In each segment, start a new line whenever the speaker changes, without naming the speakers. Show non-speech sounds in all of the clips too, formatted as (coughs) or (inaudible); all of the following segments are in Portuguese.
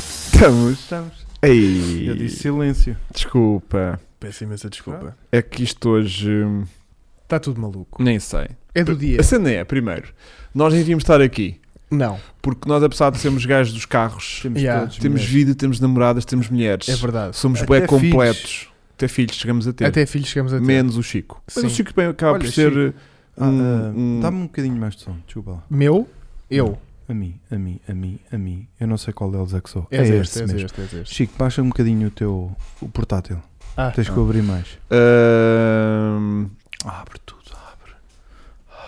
Estamos.
Estamos.
Ei,
Eu disse silêncio.
desculpa.
Peço imensa desculpa.
É que isto hoje. hum,
Está Tá tudo maluco.
Nem sei.
É do dia.
A cena é, primeiro, nós nem devíamos estar aqui.
Não.
Porque nós, apesar de sermos gajos dos carros,
Temos Yeah. todos
temos
mulheres.
vida, temos namoradas, temos mulheres.
É verdade.
Somos
Até
bué
filhos.
completos. Até filhos chegamos a ter.
Até filhos chegamos a ter.
Menos o Chico. Mas
Sim.
o Chico bem, acaba
Olha,
por ser.
Chico. Ah,
um-
ah,
um-
Dá-me um bocadinho mais de som, desculpa lá.
Meu, eu.
A mim, a mim, a mim, a mim. Eu não sei qual deles é que sou.
És
é
este,
este
és
mesmo.
este, és este.
Chico, baixa um bocadinho o teu o portátil.
Ah,
Tens que
ah.
eu abrir mais.
Ahm,
Abre tudo, abre.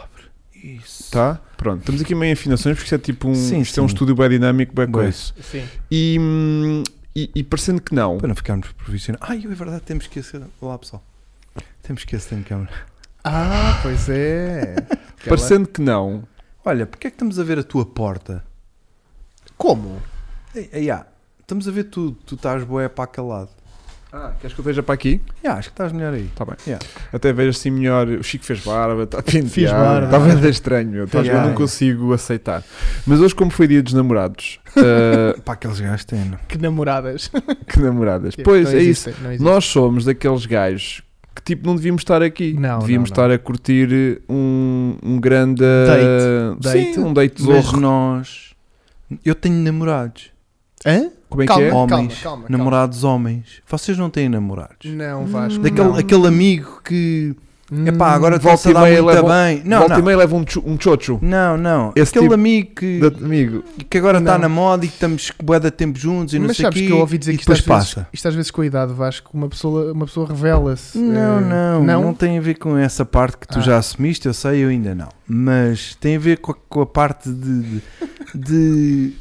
Abre. Isso.
tá? Pronto. Estamos aqui meio em afinações porque isto é tipo um.
Sim,
isto é um
sim.
estúdio bem dinâmico, bem
Bué.
coisa.
Sim.
E, hum, e, e parecendo que não.
Para não ficarmos profissionais. Ai, é verdade, temos que esquecer. Olá, pessoal. Temos que esquecer de câmera.
Ah, pois é. Aquela-
Parecendo que não.
Olha, porque é que estamos a ver a tua porta?
Como?
Ei, ei, ah, estamos a ver tudo. Tu estás boé para aquele lado.
Ah, queres que eu esteja para aqui?
Ah, acho que estás melhor aí.
Está bem.
Yeah.
Até vejo assim melhor. O Chico fez barba, está penteado.
Fiz barba.
Está bem estranho, meu. Tá-
Yeah.
Eu não consigo aceitar. Mas hoje, como foi dia dos namorados, (laughs) ah,
Para aqueles gajos têm. não? é? (laughs)
Que namoradas.
que namoradas. Pois
Não
é isso.
existem, Não existem.
Nós somos daqueles gajos que tipo não devíamos estar aqui.
Não,
devíamos
não, não.
estar a curtir um, um grande
Date.
Sim,
Date.
um date
Mas
zorro.
nós. Eu tenho namorados.
Hã?
Como é
Calma.
que é?
homens,
calma, calma.
namorados homens. Vocês não têm namorados.
Não, Vasco.
Daquele
Hum, não.
aquele amigo que.
Hum,
Epá, agora
volta
está a
e
dar
meia
muito
leva-
bem. Não,
Volta
não.
e meia leva um, cho- um chocho.
Não, não.
Esse
aquele
tipo
amigo que,
Da- amigo.
que agora está
Não.
na moda e que estamos bué de tempo juntos e não
Mas
sei o
sabes
quê.
que eu ouvi dizer
e
que isto às,
depois
vezes,
passa.
isto às vezes com a idade, Vasco, uma pessoa, uma pessoa revela-se.
Não,
Eh,
não, não,
Não?
tem a ver com essa parte que tu
Ah.
já assumiste, eu sei, eu ainda não. Mas tem a ver com a, com a parte de, de,
(laughs)
de-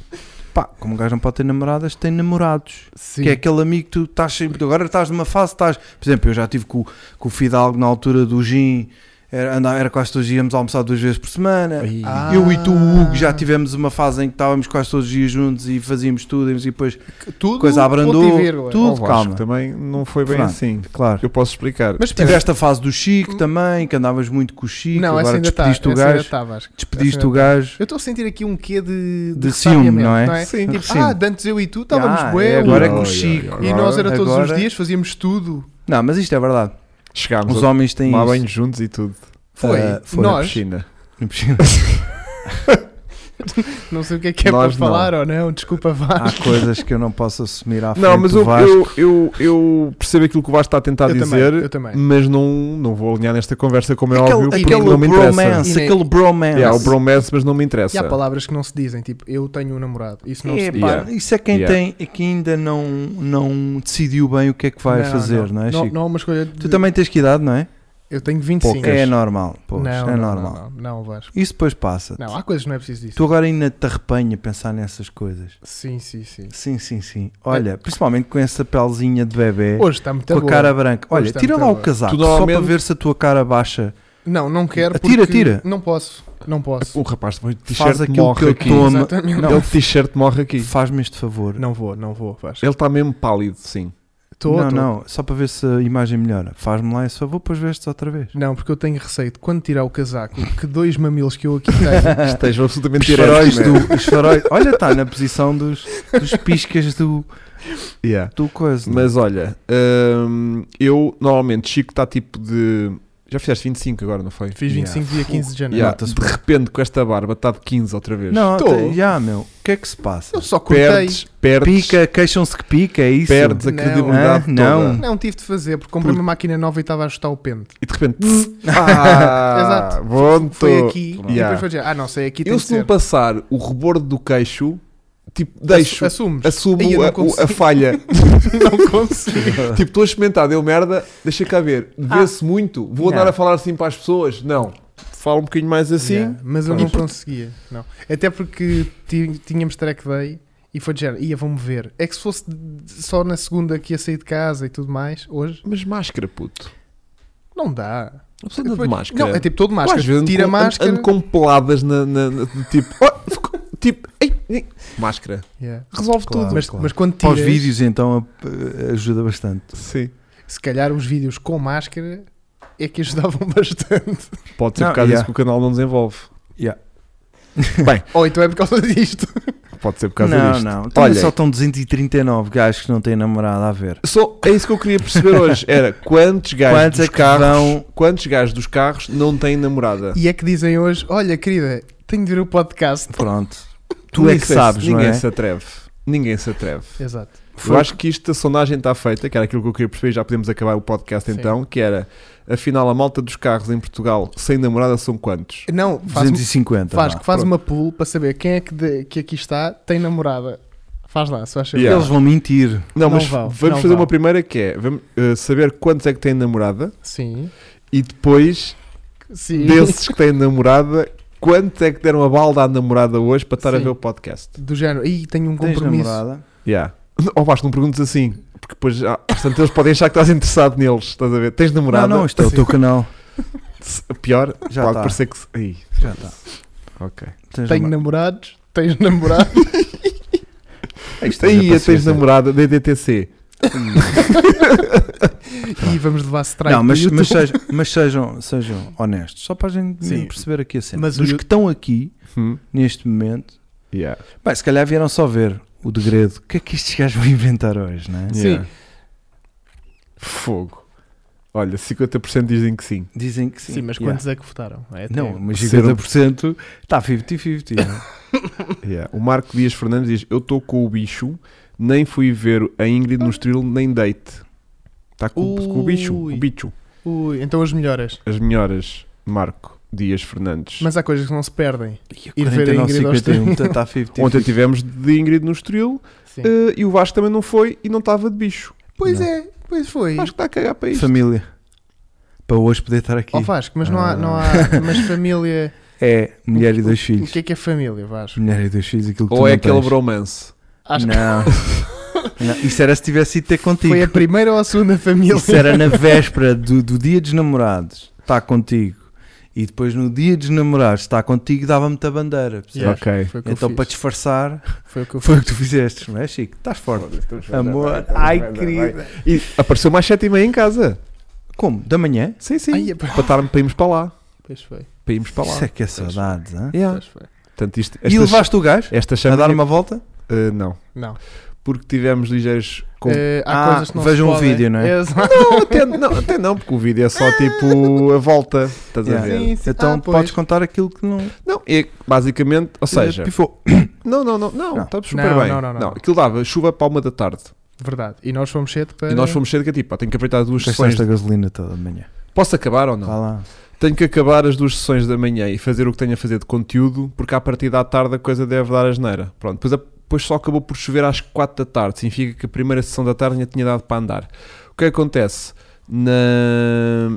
Pá, como um gajo não pode ter namoradas, tem namorados.
Sim.
Que é aquele amigo que tu estás sempre. tu Agora estás numa fase, estás. Por exemplo, eu já estive com, com o Fidalgo na altura do Gin, era, andava, era quase todos os dias, íamos almoçar duas vezes por semana.
Ah.
Eu e tu, o Hugo, já tivemos uma fase em que estávamos quase todos os dias juntos e fazíamos tudo e depois.
tudo
coisa abrandou,
ponto e vírgula.
tudo.
Oh, Vasco,
calma.
também não foi bem
Fernando.
assim.
Claro.
Eu posso explicar.
Mas espera,
Tiveste a fase do Chico também, que andavas muito com o Chico,
não, essa
agora
ainda está.
despediste
Essa
o
ainda
gajo.
está, Vasco. Essa
Despediste
ainda tá.
o gajo.
Eu estou a sentir aqui um quê de,
De
ressabiamento,
ciúme, não é?
Sim.
Tipo,
Sim.
ah, de antes eu e tu estávamos
Ah,
bué,
é, agora é
o-
com o
Ai, ai,
Chico.
ai.
e nós era todos
Agora-
os dias, fazíamos tudo.
Não, mas isto é verdade.
Chegámos
Os
a
homens têm
tomar
isso.
banho juntos e tudo.
Foi,
Ah, foi. é
Na
nós,
piscina.
Na piscina.
não sei o que é que é
Nós
para
não.
falar ou não, desculpa
Há
(laughs) Vasco.
coisas que eu não posso assumir à frente
Não, mas
do
eu,
Vasco.
eu, eu, eu percebo aquilo que o Vasco está a tentar
eu,
dizer,
também, eu também.
mas não, não vou alinhar nesta conversa como é
Aquele,
óbvio, porque
aquele
não me interessa.
bromance,
E nem-
aquele bromance.
É, há o bromance, mas não me interessa.
E há palavras que não se dizem, tipo, eu tenho um namorado. Isso não
É,
se diz.
pá,
Yeah.
Isso é quem
Yeah.
tem, é que ainda não, não decidiu bem o que é que vai
Não,
fazer, não, é, Chico?
Não, não é uma escolha de...
Tu também tens que idade, não é?
Eu tenho 25.
Poucas.
É normal, pois,
não,
é
não,
normal.
Não, não, não, Vasco.
Isso depois passa.
Não, há coisas que não é preciso disso.
Tu agora ainda te arrepanha pensar nessas coisas.
Sim, sim, sim.
Sim, sim, sim. Olha, principalmente com essa pelzinha de bebê,
É. Hoje está muito
É. com
boa.
a cara branca.
Hoje
Olha,
está
tira
muito
lá o
boa.
casaco
Tu
só para
normalmente-
ver se a tua cara baixa.
Não, não quero porque...
Atira, atira.
Não posso, não posso.
O rapaz também de
Faz
t-shirt
aquilo que
morre
eu
aqui.
estou a ma-
Exatamente.
Não.
Ele de t-shirt morre aqui.
Faz-me este favor.
Não vou, não vou, Vasco.
Ele está mesmo pálido, sim.
Tô,
não,
tô.
não, só para ver se a imagem melhora. Faz-me lá esse favor, depois veste outra vez.
Não, porque eu tenho receio de quando tirar o casaco, que dois mamilos que eu aqui
(laughs)
(laughs)
Ah.
tenho.
Estejam absolutamente
Os
diretos,
faróis,
né?
do, é. os faróis. Olha, está na posição dos, dos piscas do,
Yeah.
do coisa. é?
Mas olha, hum, eu normalmente, Chico está tipo de. Já fizeste 25 agora, não foi?
Fiz
Yeah.
25 dia 15 de janeiro.
Yeah,
Nota-se
De
bem.
repente, com esta barba, está de 15 outra vez.
não,
Tô.
tá- já, meu, o que é que se passa?
Eu só cortei.
perdes, perdes,
Pica, queixam-se que pica, é isso? (laughs)
perdes a
Não.
credibilidade.
Ah, não.
toda.
Não tive de fazer, porque comprei uma máquina nova e estava a ajustar o pente.
E de repente.
(laughs)
ah,
Exato.
Pronto.
Foi aqui e
Yeah.
depois foi dizer, ah não, sei aqui tem
Eu,
que
se não
ser.
passar o rebordo do queixo, tipo, deixo.
Assumes.
Assumo
Ai, eu não
a, o- a
consigo. (laughs)
falha.
não consigo.
tipo, estou a experimentar, deu merda, deixa cá ver.
Ah.
Vê-se muito. Vou andar
Não.
a falar assim para as pessoas? Não. Falo um bocadinho mais assim.
Yeah, mas eu
E
não
por-
conseguia. Não. Até porque ti- tínhamos track day e foi de género, ia, vão-me ver. É que se fosse de- só na segunda que ia sair de casa e tudo mais, hoje,
Mas máscara, puto.
não dá.
Não precisa de
Depois-
máscara.
Não, é tipo todo
Eu
máscara.
às vezes ando
Tira
com- ando-
máscara.
Ando com peladas na, na- na- de tipo. oh, ficou- tipo. ei, ei, máscara.
Yeah.
Resolve
Claro.
tudo.
Mas,
claro.
mas quando
Para os
tiras,
vídeos, então, a- ajuda bastante.
Sim.
se calhar os vídeos com máscara é que ajudavam (laughs) bastante.
Pode ser
Não,
por causa
yeah.
disso que o canal não desenvolve.
Yeah.
Ou então é por causa disto.
pode ser por causa
não,
disto.
não. Olha,
Olha,
só estão 239 gajos que não têm namorada a ver.
só, é isso que eu queria perceber hoje. Era quantos gajos
Quantos é
dos
que
carros,
vão-
quantos gajos dos carros não têm namorada?
E é que dizem hoje: Olha, querida, tenho de ver o podcast.
(laughs)
Pronto. Tu
Ninguém
é que
se-
sabes, não
ninguém
é?
se atreve. Ninguém se atreve.
Exato.
Eu acho que isto, a sondagem está feita, que era aquilo que eu queria perceber, e já podemos acabar o podcast
Sim.
então, que era, afinal, a malta dos carros em Portugal sem namorada são quantos?
Não, faz,
250.
faz,
vá.
faz
pronto.
uma pool para saber quem é que, de- que aqui está tem namorada. Faz lá, se vais saber.
Yeah.
Eles vão mentir.
Não,
Não
mas
vão,
vamos
não
fazer
vão.
uma primeira que é, vamos eh, saber quantos é que têm namorada
Sim.
e depois,
Sim.
desses que têm namorada, quantos é que deram a balda à namorada hoje para estar a
Sim.
ver o podcast?
Do género. Ih, tenho um
Tens
compromisso.
(laughs)
namorada?
Yeah. Ou basta, não perguntes assim, porque depois, ah, portanto, eles podem achar que estás interessado neles, estás a ver? Tens namorada?
Não, não, isto é o
Sim.
teu canal.
Se- Pior,
Já
pode
tá.
parecer que... se- Ih,
Já está.
ok.
Tens
Tenho
namorada.
namorados. Tens namorado. (laughs)
Isto é
Aí,
paciência. Hum.
tens namorada, DDTC.
e vamos levar strike.
Não, mas,
do YouTube.
mas, sejam, mas sejam, sejam honestos. Só para a gente
Sim.
perceber aqui a cena.
Mas o
Dos
Yu-
que estão aqui,
Hum,
neste momento,
yeah.
bem, se calhar vieram só ver o degredo. O que é que estes gajos vão inventar hoje, não é?
Sim.
Yeah. Fogo. Olha, 50% dizem que sim.
Dizem que sim.
Sim, mas
Yeah.
quantos é que votaram? É,
Não,
tem-
mas
Serão-
50% está 50-50. tá (laughs) não é?
Yeah. O Marco Dias Fernandes diz: Eu estou com o bicho, nem fui ver a Ingrid no estrilo, nem date. Está com, com o bicho,
Ui.
o bicho.
Ui, então as melhoras.
As melhoras, Marco Dias Fernandes.
Mas há coisas que não se perdem.
E
Ir ver a Ingrid ao
49-51
extremo.
está 50
Ontem tivemos de Ingrid no estrilo
Sim.
eh, e o Vasco também não foi e não estava de bicho.
pois
não.
é, pois foi.
Acho que está a cagar para isto.
Família. Para hoje poder estar aqui. Ah.
Ó Vasco, mas não há, não há. (laughs) Mas
(laughs)
família.
É mulher e dois
O
filhos.
que é que é família, Vasco?
Mulher e dois filhos, aquilo que tu
Ou é
não
aquele
tens.
bromance.
Acho que
Não. Não, Isso era se tivesse ido ter contigo.
foi a primeira ou a segunda família.
Isso era na véspera do, do dia dos namorados. Está contigo. E depois no dia dos namorados está contigo dava-me-te a bandeira. percebes?
(laughs) Yeah.
Ok.
Foi o que eu
Então
fiz.
para disfarçar (laughs)
Foi o que eu
é- foi o que tu fizeste, não é Chico? Estás forte. Amor, ai querida.
E apareceu mais sete e meia em casa.
Como? Da manhã?
Sim, sim.
Ai, é
para, estarmos- para irmos para lá.
Pois foi.
Para irmos para lá. É
Isso é que é saudades, hã?
Yeah.
Pois foi.
Portanto, isto,
E
esta-
levaste o gajo
esta
a
chama
dar uma volta?
Eh, não.
Não.
Porque tivemos ligeiros. Com...
Eh, há
Ah,
coisas que não
vejam
se
o
podem.
vídeo, não é? (laughs)
Exato.
Não, até não, até não, porque o vídeo é só tipo a volta. Estás a
Yeah.
ver?
Sim, sim.
Então
Ah, pois.
podes contar aquilo que não.
Não, é basicamente, ou seja,
Pifou.
não, não, não, não,
Eh, Não.
está super
Não,
bem.
não, não, não.
aquilo dava chuva para uma da tarde.
Verdade. E nós fomos cedo para.
E nós fomos cedo que é tipo, pá, tenho que aproveitar duas
Puxaste
sessões.
esta gasolina toda de manhã.
Posso acabar ou não?
Vá lá.
Tenho que acabar as duas sessões da manhã e fazer o que tenho a fazer de conteúdo, porque à partida da tarde a coisa deve dar asneira. Pronto, depois, a- depois só acabou por chover às 4 da tarde, significa que a primeira sessão da tarde ainda tinha dado para andar. O que acontece? Na,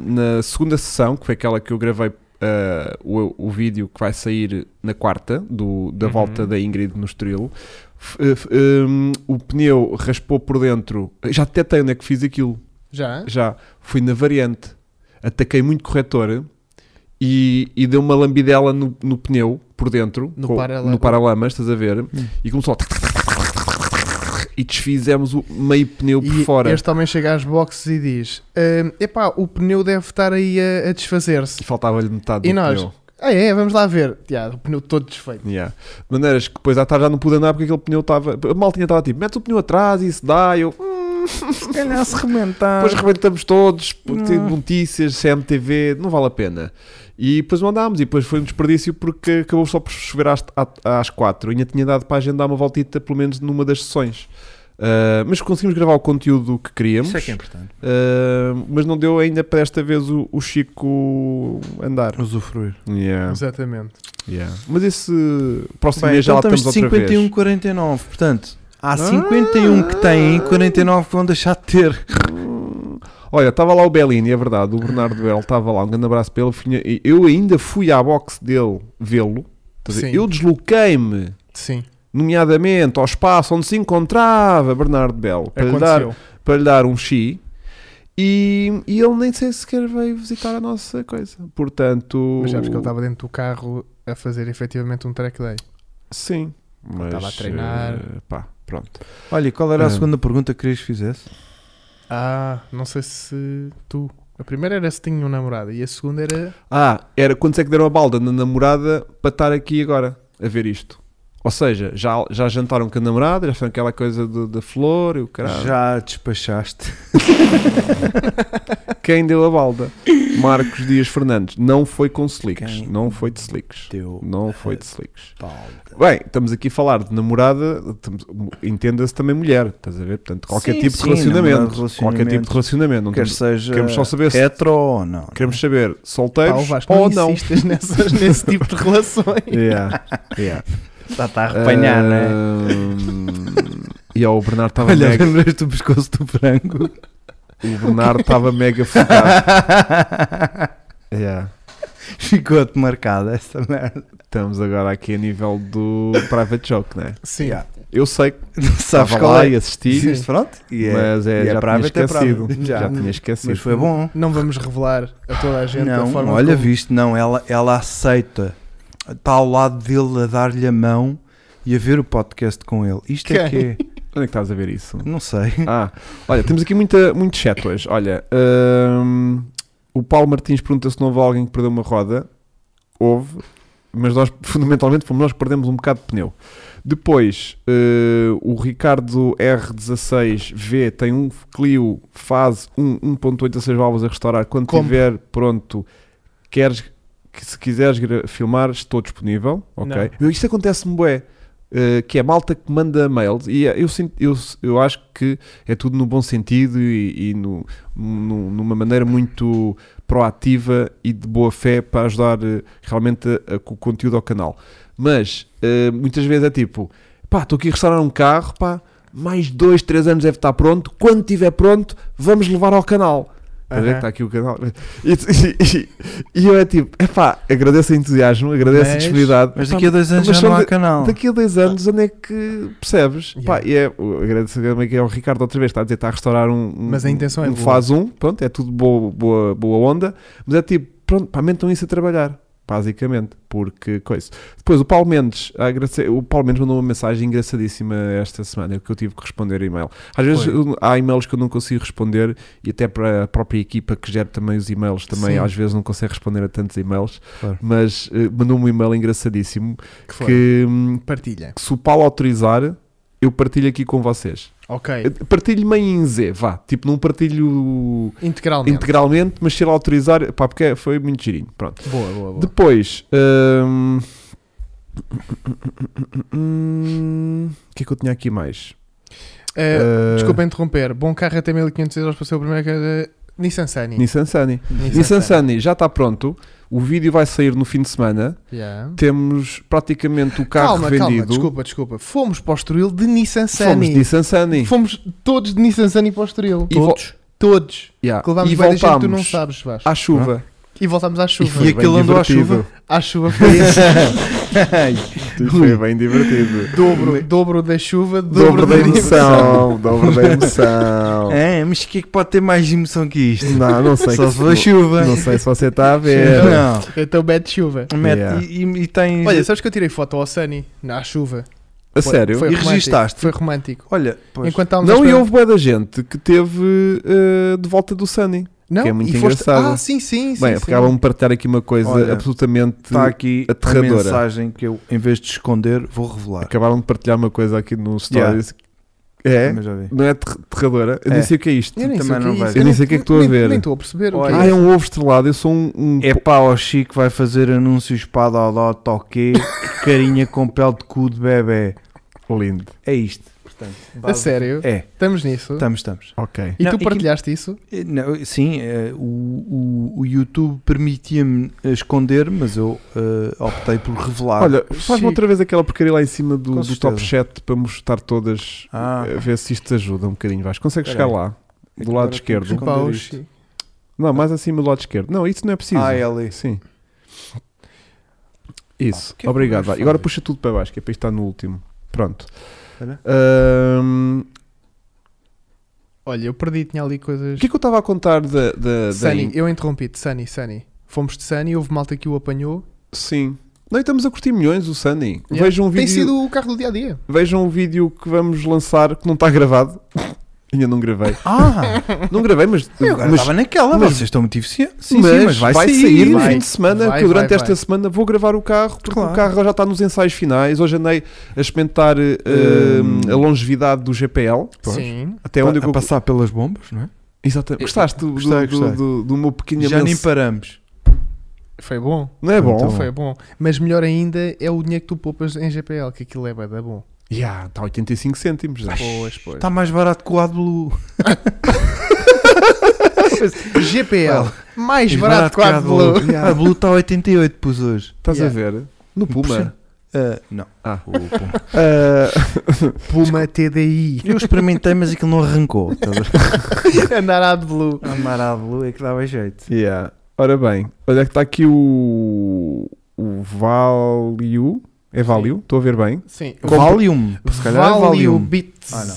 na segunda sessão, que foi aquela que eu gravei ah, o, o vídeo que vai sair na quarta, do, da
Uhum.
volta da Ingrid no Estrelo, f- eh, f- hum, o pneu raspou por dentro. Já até tenho onde é que fiz aquilo
Já?
já fui na variante, ataquei muito corretor e, e deu uma lambidela no, no pneu por dentro,
No
com-
paralama- Hum.
no paralamas, estás a ver? E começou a... E desfizemos o meio pneu por
E
fora.
este homem chega às boxes e diz: "Hum, Epá, o pneu deve estar aí a, a desfazer-se.
E faltava-lhe metade
E
do
nós?
pneu.
Ah, é, vamos lá ver. Já, o pneu todo desfeito.
Yeah. De maneiras que depois à tarde já não pude andar porque aquele pneu estava. A maltinha estava tipo, mete o pneu atrás e isso dá. e Eu, "Hum."
Se calhar se rebentar.
Depois rebentamos todos,
Não.
tem notícias, CMTV, não vale a pena. E depois mandámos, e depois foi um desperdício porque acabou só por chover às, à- às quatro. Ainda tinha dado para agendar uma voltita, pelo menos numa das sessões. Ah, mas conseguimos gravar o conteúdo que queríamos,
Isso é que é importante.
Ah, mas não deu ainda para esta vez o, o Chico andar.
Usufruir. É.
Yeah,
Exatamente.
yeah. Mas esse próximo
Bem,
mês já
então
lá
estamos
estamos
de
outra vez. Ah!
51-49. Portanto, há 51 que têm, 49 que vão deixar de ter.
Olha, estava lá o Bellini, é verdade. O Bernardo Bell estava lá. Um grande abraço para ele. Finha- e Eu ainda fui à box dele vê-lo. Quer dizer,
Sim.
Eu desloquei-me,
Sim,
nomeadamente, ao espaço onde se encontrava Bernardo Bell para, lhe dar,
aconteceu.
para lhe dar um chi. E, e ele nem sei sequer veio visitar a nossa coisa. Portanto.
Mas sabes que ele estava dentro do carro a fazer efetivamente um track day.
Sim. Mas,
estava a treinar.
eh, pá, pronto.
Olha, e qual era a
Ah.
segunda pergunta que querias que fizesse?
Ah, não sei se tu. A primeira era se tinha um namorado e a segunda era.
Ah, era quando é que deram a balda na namorada para estar aqui agora a ver isto? Ou seja, já, já jantaram com a namorada, já fizeram aquela coisa do- da flor e o caralho.
Já despachaste.
Quem deu a
(coughs)
balda? Marcos Dias Fernandes. Não foi com slicks.
Quem Eh,
Não foi de slicks.
Teu
Não foi de slicks.
balde.
Bem, estamos aqui a falar de namorada, estamos- entenda-se também mulher, estás a ver? Portanto, qualquer
Sim,
tipo
sim,
de relacionamento.
namorado, relacionamento.
Qualquer tipo de relacionamento. Não
Quer
temos-
seja
queremos só saber se-
retro ou não.
queremos saber
Pá, o
solteiros
Vasco,
ou
não
não. (laughs)
insistas nessas- nesse tipo de relações.
(laughs)
Yeah, yeah.
Está a
Eh, Ahm, E ó, o Bernardo estava
é? Olha,
mega.
lembras do pescoço do
(laughs)
frango?
O Bernardo estava mega focado. Yeah.
Ficou-te marcada essa merda.
Estamos agora aqui a nível do Private Joke, né?
Sim.
Yeah.
Eu sei que
Não (laughs) sabes
estava
qual
lá
é.
e assisti,
Dizes, pronto. E é-
mas é,
e é
já tinha
private, é
esquecido.
private.
já.
Já.
tinha esquecido.
Mas foi bom.
Não vamos revelar a toda a gente da
Não,
forma
olha,
como...
viste, não, ela, ela aceita. Está ao lado dele a dar-lhe a mão e a ver o podcast com ele. Isto é que
Quem?
é.
Onde é que estás a ver isso?
Não sei.
(laughs) Ah, olha, temos aqui muita, muito chat hoje. Olha, hum, o Paulo Martins pergunta se não houve alguém que perdeu uma roda. Houve, mas nós, (laughs) fundamentalmente, fomos nós que perdemos um bocado de pneu. Depois, eh, o Ricardo R16V tem um Clio Fase 1 1.8 a 6 válvulas a restaurar. Quando
Como?
tiver pronto, queres que se quiseres gra- filmar, estou disponível. Ok. Isto acontece-me, bué. eh, que é malta que manda mails e eh, eu, sinto, eu, eu acho que é tudo no bom sentido e, e no, nu- numa maneira muito proativa e de boa fé para ajudar eh, realmente a- a- com o conteúdo ao canal. Mas eh, muitas vezes é tipo, pá, estou aqui a restaurar um carro, pá, mais dois, três anos deve estar pronto, quando estiver pronto, vamos levar ao canal. Estás a ver que
Aham.
está tá aqui o canal. E, e- e- e eu é tipo, epá, agradeço o entusiasmo, agradeço a
Mas-
disponibilidade.
Mas
Pá,
tá
daqui a dois anos
mas
já
são
não há
de-
canal.
Daqui a 10 anos, onde é que percebes? Pá, e é, o- agradeço também que é o Ricardo outra vez, está a dizer, está a restaurar um, um,
Mas a intenção é
um
boa.
faz um, pronto, é tudo boa, boa, boa onda, mas é tipo, pronto, pá, metam isso a trabalhar, basicamente, porque coisa. Depois o Paulo Mendes, a agradecer- o Paulo Mendes mandou uma mensagem engraçadíssima esta semana, que eu tive que responder a e-mail. Às vezes
Foi.
eu- há e-mails que eu não consigo responder e até para a própria equipa que gera também os e-mails, também
Sim.
às vezes não consegue responder a tantos e-mails,
Claro.
mas eh, mandou-me um e-mail engraçadíssimo
Que foi?
que, hum,
Partilha.
que se o Paulo autorizar, eu partilho aqui com vocês.
Ok.
Partilho meio em Z, vá. Tipo, não partilho
Integralmente.
integralmente, mas se ele autorizar, pá, porque é- foi muito girinho. Pronto.
Boa, boa, boa.
Depois, hum, hum, o que é que eu tinha aqui mais?
Eh,
Eh,
Desculpa interromper. Bom carro até 1500 euros para ser o primeiro que era Nissan Sunny.
Nissan Sunny. Nissan Sunny já está pronto. O vídeo vai sair no fim de semana.
Yeah.
Temos praticamente o Tipo carro
Calma,
vendido.
calma. Desculpa, desculpa. Fomos para o Estoril de Nissan
Fomos
Sunny.
Nissan Sunny.
Fomos todos de Nissan Sunny para o Estoril.
E vo-
Todos.
Yeah.
Que levámos
Ah, E
várias gente que tu não
voltámos
sabes, Vasco.
à chuva.
E voltámos à chuva.
foi
E aquilo
bem
andou à
divertido.
chuva?
À chuva
(laughs)
foi
Foi bem divertido.
dobro, dobro da chuva, dobro, (laughs)
Dobro da
Nissan.
emoção, dobro da emoção.
É, mas o que é que pode ter mais emoção que isto?
Não, não sei.
É. Só
que-
se for chuva.
Não sei se você está a ver.
Não.
Então mete chuva.
Mete-
Yeah.
e, e, e tens.
Olha, sabes que eu tirei foto ao Sunny na chuva.
A
Foi-
sério?
foi
E
romântico,
registaste?
Foi romântico.
Olha, pois.
Enquanto estávamos à
Não, e
espera-
houve boa da gente que teve eh, de volta do Sunny.
Não,
que é muito
e foste-
engraçado.
Ah, sim, sim, sim.
Bem, um
sim.
acabam-me de partilhar aqui uma coisa
Olha,
absolutamente.
está tá aqui a
aterradora.
mensagem que eu, em vez de esconder, vou revelar.
Acabaram de partilhar uma coisa aqui no Stories. É?
Mas já vi.
Não é ter- aterradora? Eu nem
É.
sei o que é isto.
Eu nem
Também
sei o
não
que é
vejo.
Eu
isso.
nem
nem
sei o que é que estou a
nem-
ver.
Nem estou a perceber o que
Olha,
Ah, é
é isso.
um ovo estrelado. Eu sou um. um
É pá, o Chico vai fazer anúncios para a Dodó Toquê, carinha com pele de cu de bebê.
pô- Lindo.
É isto.
A sério?
É,
Estamos nisso?
Tá.
estamos, estamos.
Ok.
E
Não,
tu
e que-
partilhaste isso?
Eh, não, sim, eh, o, o, o YouTube permitia-me esconder, mas eu eh, optei por revelar.
Olha, faz-me
Chico.
outra vez aquela porcaria lá em cima do,
Com
do top
certeza.
7 para mostrar todas,
Ah.
a ver se isto te ajuda um bocadinho. Vais. Consegues
Espera
chegar lá?
É
Do
que
lado
agora
esquerdo.
tenho que
Pá,
esconder
o
isto.
Chico.
Não, mais acima do lado esquerdo. Não, isso não é preciso.
Ah, é ali.
Sim. Isso,
que é que
obrigado.
vamos
vá. E Agora
fazer?
puxa tudo para baixo, que é para isto estar no último. Pronto.
Olha.
Ahm,
Olha, eu perdi, tinha ali coisas.
o que é que eu estava a contar da. da, da-
Sunny, eu interrompi-te, Sunny, Sunny. Fomos de Sunny, houve malta que o apanhou.
Sim. Nós estamos a curtir milhões, o Sunny.
Yeah.
Vejam, um
Tem
vídeo,
sido o carro do dia a dia.
vejam um vídeo que vamos lançar que não está gravado. (laughs) Ainda não gravei.
Ah,
Não gravei, mas.
eu (laughs) agora
mas
estava naquela,
mas-
vocês estão muito eficientes.
Sim, sim, mas vai, sair, no
vai.
fim de semana,
Vai,
que eu durante
vai,
esta
vai.
semana vou gravar o carro, porque
Claro.
o carro já está nos ensaios finais. Hoje andei a experimentar eh,
Hum.
a longevidade do GPL.
Sim.
Até onde é eu...
passar pelas bombas, não é?
Exatamente. Gostaste do, do,
Gostei,
do-
gostei.
do- do meu pequeno
Já nem
imenso-
paramos.
Foi bom.
Não é bom?
Então,
Foi bom. Mas melhor ainda é o dinheiro que tu poupas em GPL, que aquilo é bué da bom.
Ya, tá está 85 cêntimos. é já.
Pois, pois.
Está mais barato que o AdBlue.
GPL,
Mais
mais barato que o AdBlue.
(laughs)
A Blue está a 88, pus hoje.
Estás
Ya.
a ver? No Puma.
Ah, não.
Ah.
O Puma.
Ah,
Puma TDI.
Eu experimentei, mas aquilo não arrancou. estás a ver?
Andar AdBlue. (laughs)
Amar a Blue é que dava jeito.
ya. Ora bem, olha que está aqui o, o Value. É Value? Estou a ver bem.
Sim.
Compre-
Valium. Se calhar é
Value
Valium.
Bits.
Ah, não.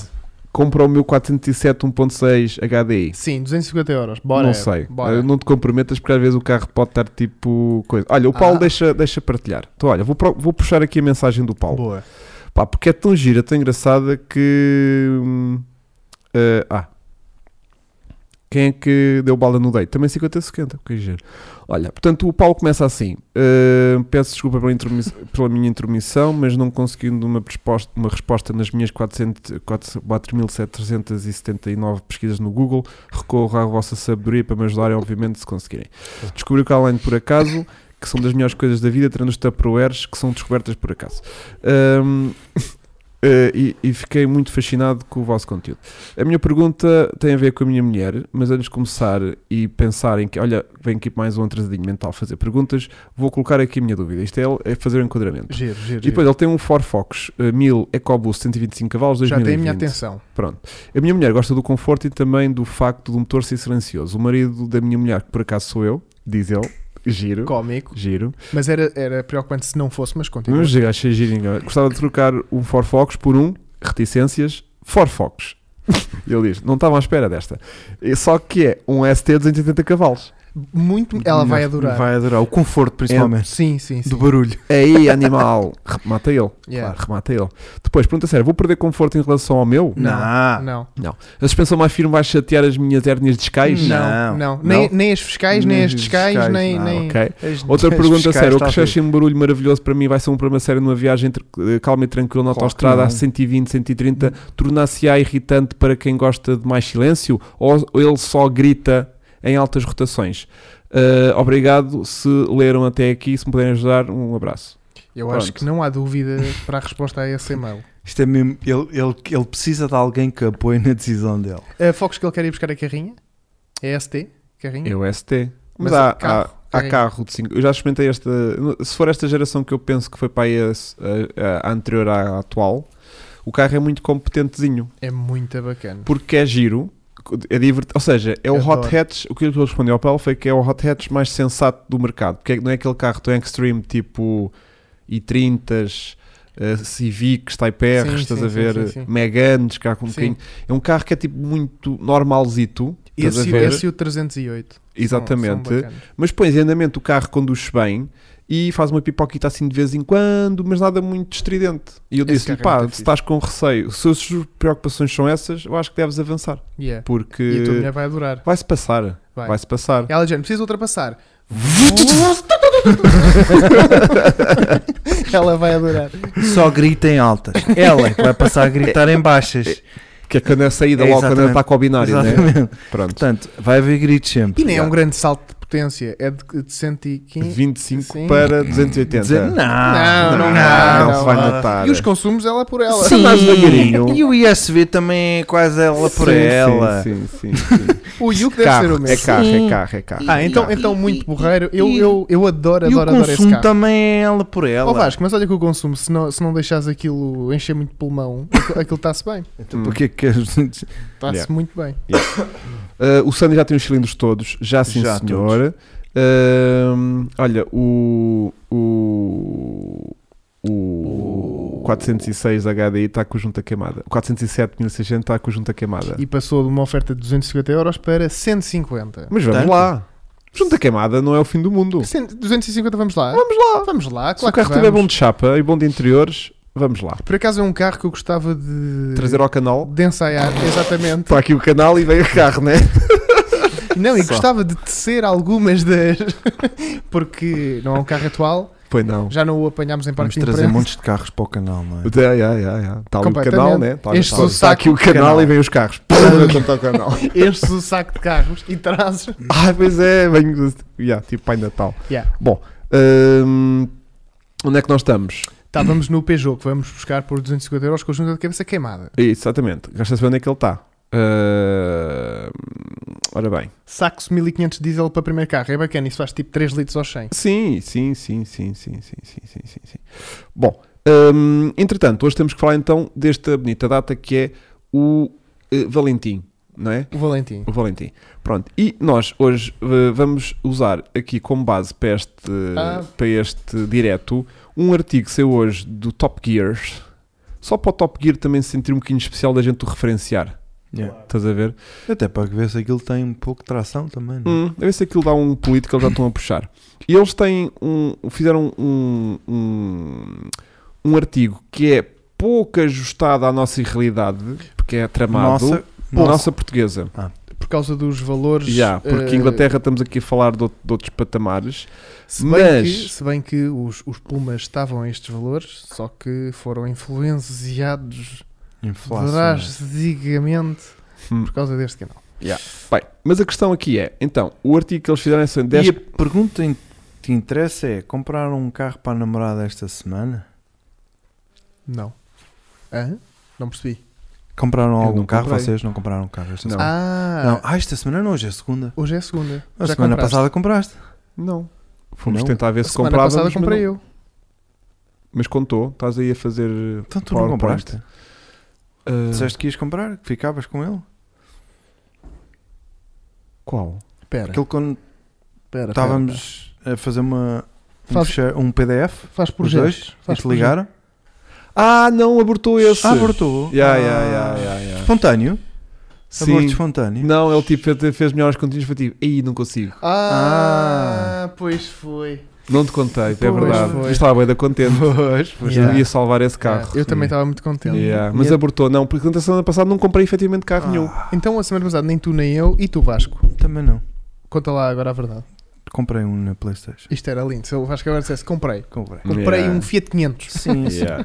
Compra o meu um 407 1.6 HDI.
Sim, 250 euros. Bora.
não sei.
Bora.
Eh, Não te comprometas porque às vezes o carro pode estar tipo coisa. Olha, o Paulo
Ah.
deixa, deixa partilhar. Então, olha, vou, pro- vou puxar aqui a mensagem do Paulo.
Boa.
Pá, porque é tão gira, tão engraçada que. hum, eh, ah. Quem é que deu bala no date? Também 50-50, que giro. Olha, portanto, o Paulo começa assim. eh, peço desculpa pela, intermiss- pela minha intermissão, mas não conseguindo uma resposta, uma resposta nas minhas 400 400 4.779 pesquisas no Google, recorro à vossa sabedoria para me ajudarem, obviamente, se conseguirem. Descobri o Caroline por acaso, que são das melhores coisas da vida, tirando os Tupperwares, que são descobertas por acaso. Hum, (laughs) eh, e, e fiquei muito fascinado com o vosso conteúdo. A minha pergunta tem a ver com a minha mulher, mas antes de começar e pensarem que, olha, vem aqui mais um atrasadinho mental fazer perguntas, vou colocar aqui a minha dúvida. Isto é ele- é, fazer o enquadramento.
Giro, giro.
E depois ele tem um Ford Focus eh, 1000 EcoBoost 125 cavalos
giro.
2020.
Já tem a minha atenção.
Pronto. A minha mulher gosta do conforto e também do facto do motor ser silencioso. O marido da minha mulher, que por acaso sou eu, diz ele, giro,
Cómico.
giro.
Mas era, era preocupante se não fosse, mas continua.
Mas eu achei giro. engraçado. Gostava de trocar um Ford Focus por um, reticências, Ford Focus. (laughs) Ele diz, não estava à espera desta. E Só que é um ST 280 cavalos.
Muito. Ela vai adorar.
é Vai adorar. O conforto, principalmente.
Sim, sim, sim.
Do barulho.
Aí, animal. Remata ele.
Yeah.
Claro, remata ele. Depois, pergunta sério, vou perder conforto em relação ao meu?
Não.
Ah,
Não.
Não.
A suspensão mais firme vai chatear as minhas hérnias discais?
Não.
Não.
não. Nem, nem as fiscais, nem,
Nem
as
as
fiscais,
fiscais,
nem.
não,
nem...
Ok.
As-
Outra
as
pergunta
fiscais
séria, o
está a
que
ver.
checha um barulho maravilhoso para mim vai ser um problema sério numa viagem entre- eh, calma e tranquila na
Claro que
autostrada
não.
a 120, 130, tornar-se-á irritante para quem gosta de mais silêncio ou ele só grita em altas rotações? Eh, obrigado se leram até aqui, se me puderem ajudar, um abraço.
Eu acho
Pronto.
que não há dúvida para a resposta a esse e-mail.
Isto é mesmo. Ele, ele, ele precisa de alguém que apoie na decisão dele.
A Focus que ele quer ir buscar a carrinha? É ST? Carrinha?
É o ST. Mas,
Mas é
há,
carro,
há- há
carrinho.
carro de 5. Eu já experimentei esta. Se for esta geração que eu penso que foi para aí a, a- a anterior à atual, o carro é muito competentezinho.
É muito bacana.
porque é giro, é divertido. Ou seja, é o
Eu
hot
adoro.
hatch. O que ele respondeu ao Paulo foi que é o hot hatch mais sensato do mercado, porque é que não é aquele carro tão extreme tipo i30s. eh, Civics, Type
Sim,
R, estás
sim,
a
sim,
ver,
sim, sim.
Meganes, carro com um
Sim.
bocadinho. É um carro que é tipo muito normalzito, estás
Esse,
a ver?
esse e o 308. São-
Exatamente.
são bacanas.
mas pões em andamento, o carro conduz-se bem e faz uma pipoquita assim de vez em quando, mas nada muito estridente. E eu
Esse
disse-lhe,
carro é
pá,
muito
se
fixe.
estás com receio, se as suas preocupações são essas, eu acho que deves avançar
Yeah. E a tua
porque
mulher vai adorar.
vai-se passar,
Vai.
vai-se passar.
Ela já não
(laughs)
precisa ultrapassar. Ela vai adorar.
Só grita em altas. Ela é que vai passar a gritar em baixas.
Que é quando é a saída
É,
logo quando
exatamente.
está com o binário, né?
Exatamente.
Pronto.
Portanto, vai haver gritos sempre.
E nem é um
Yeah.
grande salto de potência. É de, de 115.
25
Sim.
para
Dizer,
280.
não,
Não, não,
Ah,
não,
não se vai
não.
notar.
E os consumos, ela por ela.
Sim. mais devagarinho.
E o ISV também é quase ela por
Sim,
ela.
Sim, sim, sim, sim.
O Yuke deve ser
carro,
o
é
mesmo.
carro, é
Sim.
carro, é carro.
Ah, então,
E-
então
e-
muito
e-
borreiro. Eu,
e-
eu, eu adoro,
E o
adoro, adoro esse
consumo
carro.
também é ela por ela.
Ó Vasco, mas olha que o consumo, se não, se não deixares aquilo encher muito pulmão, aquilo- aquilo está-se bem.
Então, Porque é que queres dizer?
Está-se
Yeah.
muito bem.
Ah, o Sandy já tem os cilindros todos, já sim
Já
senhor. Ahm, olha, o, o, o 406 HDI está com junta queimada. O 407.600 está com junta queimada.
E passou de uma oferta de 250 euros para 150.
Mas vamos
Tanto?
lá. Junta queimada não é o fim do mundo.
Cento- 250, vamos lá. Vamos lá. Vamos lá,
Se o
claro
carro
que
estiver
vamos.
bom de chapa e bom de interiores, Vamos lá.
Por acaso é um carro que eu gostava de,
Trazer ao canal.
de ensaiar, exatamente.
Está aqui o canal e veio o carro, né?
Não, e
Só.
gostava de tecer algumas das. (laughs) Porque não é um carro atual,
Pois não.
já não o apanhámos em
Vamos
parque de
trazer
imprensa.
montes de carros para o canal, não é?
Está ali o
Completamente.
canal, né? Está
Este
tá aqui o
sotaque-
canal e vem os carros. Pum, junto ao canal.
Enches o saco de carros e trazes.
Ah, pois é, venho. Yeah, tipo Pai Natal.
Yeah.
Bom, hum, onde é que nós estamos?
Estávamos no Peugeot que vamos buscar por 250 euros com a junta de cabeça queimada.
É, Exatamente, gasta saber onde é que ele está. Ah, ora bem,
Saco-se 1500 diesel para primeiro carro. É bacana, isso faz tipo 3 litros aos 100.
sim, sim, sim, sim, sim, sim, sim, sim, sim. sim. Bom, hum, entretanto, hoje temos que falar então desta bonita data que é o eh, Valentim, não é?
O Valentim.
O Valentim. Pronto, e nós hoje eh, vamos usar aqui como base para este,
Ah.
para este direto um artigo que saiu hoje do Top Gears, só para o Top Gear também se sentir um bocadinho especial da gente o referenciar.
Yeah.
Estás a ver?
Até para ver se aquilo tem um pouco de tração também, não é?
Hum, a ver se aquilo dá um político, eles já estão a puxar. E eles têm um. fizeram um, um, um artigo que é pouco ajustado à nossa realidade, porque é tramado,
Nossa,
nossa,
nossa.
portuguesa.
Por causa dos valores.
Já, porque
eh,
Inglaterra estamos aqui a falar de, out- de outros patamares.
Se bem
Mas-
que, se bem que os, os Pumas estavam a estes valores, só que foram influenciados
Inflação, não é?
drasticamente
né? Hum.
por causa deste canal.
Bem, mas a questão aqui é, então, o artigo que eles fizeram é só 10...
E a pergunta in- que te interessa é: compraram um carro para a namorada esta semana?
Não. Hã? Não percebi.
Compraram
Eu
algum
não
carro?
comprei.
Vocês não compraram um carro esta
Não.
semana?
Ah,
Não, ah, esta semana não, hoje é segunda.
hoje é segunda.
A semana
compraste?
passada compraste.
Não. Fomos
Não.
tentar ver
A
se
semana
comprávamos,
passada
mas, não-
comprei eu.
mas contou. Estás aí a fazer... eh,
Então tu não
PowerPoint.
compraste?
ah,
Disseste que ias comprar, que ficavas com ele.
Qual? É.
Espera,
Aquele quando
espera.
estávamos a fazer uma, um,
Faz-
feche- um PDF,
espera. Faz por
os dois,
gestos.
e
Faz
te
por
ligaram.
Ah, não, abortou esse.
Ah, abortou.
Ya,
Ah.
ya, ya, ya, ya.
Espontâneo?
Sim.
Aborto espontâneo.
Não, ele tipo até fez melhores continhos para ti. Aí não consigo.
gestos. Ah, pois foi.
Não te contei, é
Pois
verdade.
foi.
Eu estava bem da contente.
Pois, pois.
Mas
Yeah.
eu ia salvar esse carro.
Ah, eu também estava muito contente.
Yeah, Mas abortou, não, porque na semana passada não comprei efetivamente carro nenhum.
Então a semana passada nem tu nem eu e tu Vasco.
Também não.
Conta lá agora a verdade.
Comprei um na Playstation.
Isto era lindo. Se o Vasco agora dissesse comprei.
Comprei.
Comprei
Yeah.
um Fiat 500.
Sim, sim.
Yeah.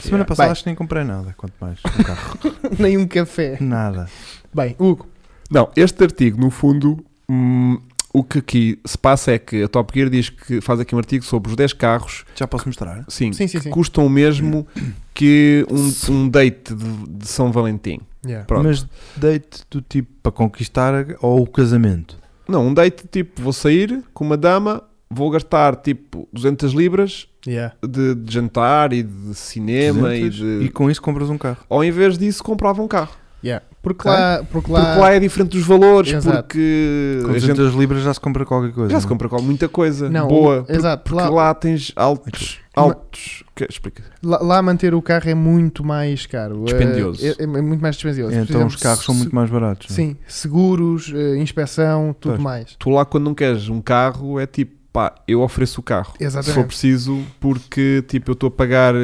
Semana
Yeah.
passada
Bem.
acho que nem comprei nada, quanto mais um
(laughs)
carro.
(laughs) nem um café.
nada.
Bem, Hugo.
Não, este artigo, no fundo, hum, o que aqui se passa é que a Top Gear diz que faz aqui um artigo sobre os 10 carros,
Já posso mostrar?
sim,
Sim, sim,
que
sim.
custam o mesmo que um, um date de, de São Valentim.
Yeah.
Pronto.
Mas date do tipo para conquistar ou o casamento.
Não, um date tipo, vou sair com uma dama, vou gastar tipo 200 libras
Yeah.
de, de jantar e de cinema e
200,
de...
E com isso compras um carro.
Ao invés disso comprava um carro.
Yeah. Porque, lá, porque lá.
Porque lá é diferente dos valores,
Exato.
porque
Com
eh, a
200
gente
libras já se compra qualquer coisa.
já se
não é?
compra com muita coisa
Não,
boa.
o- exato.
Porque
lá,
lá, tens altos, altos. Que, explica.
lá- lá manter o carro é muito mais caro.
Dispendioso.
Eh, É, é muito mais dispendioso. Por
Então
exemplo,
os carros são
se-
muito mais baratos. não é?
Sim, seguros, eh, inspeção, tudo
Pois.
mais.
Tu lá quando não queres um carro é tipo, pá, eu ofereço o carro. Se for
Exatamente.
preciso, porque tipo, eu estou a pagar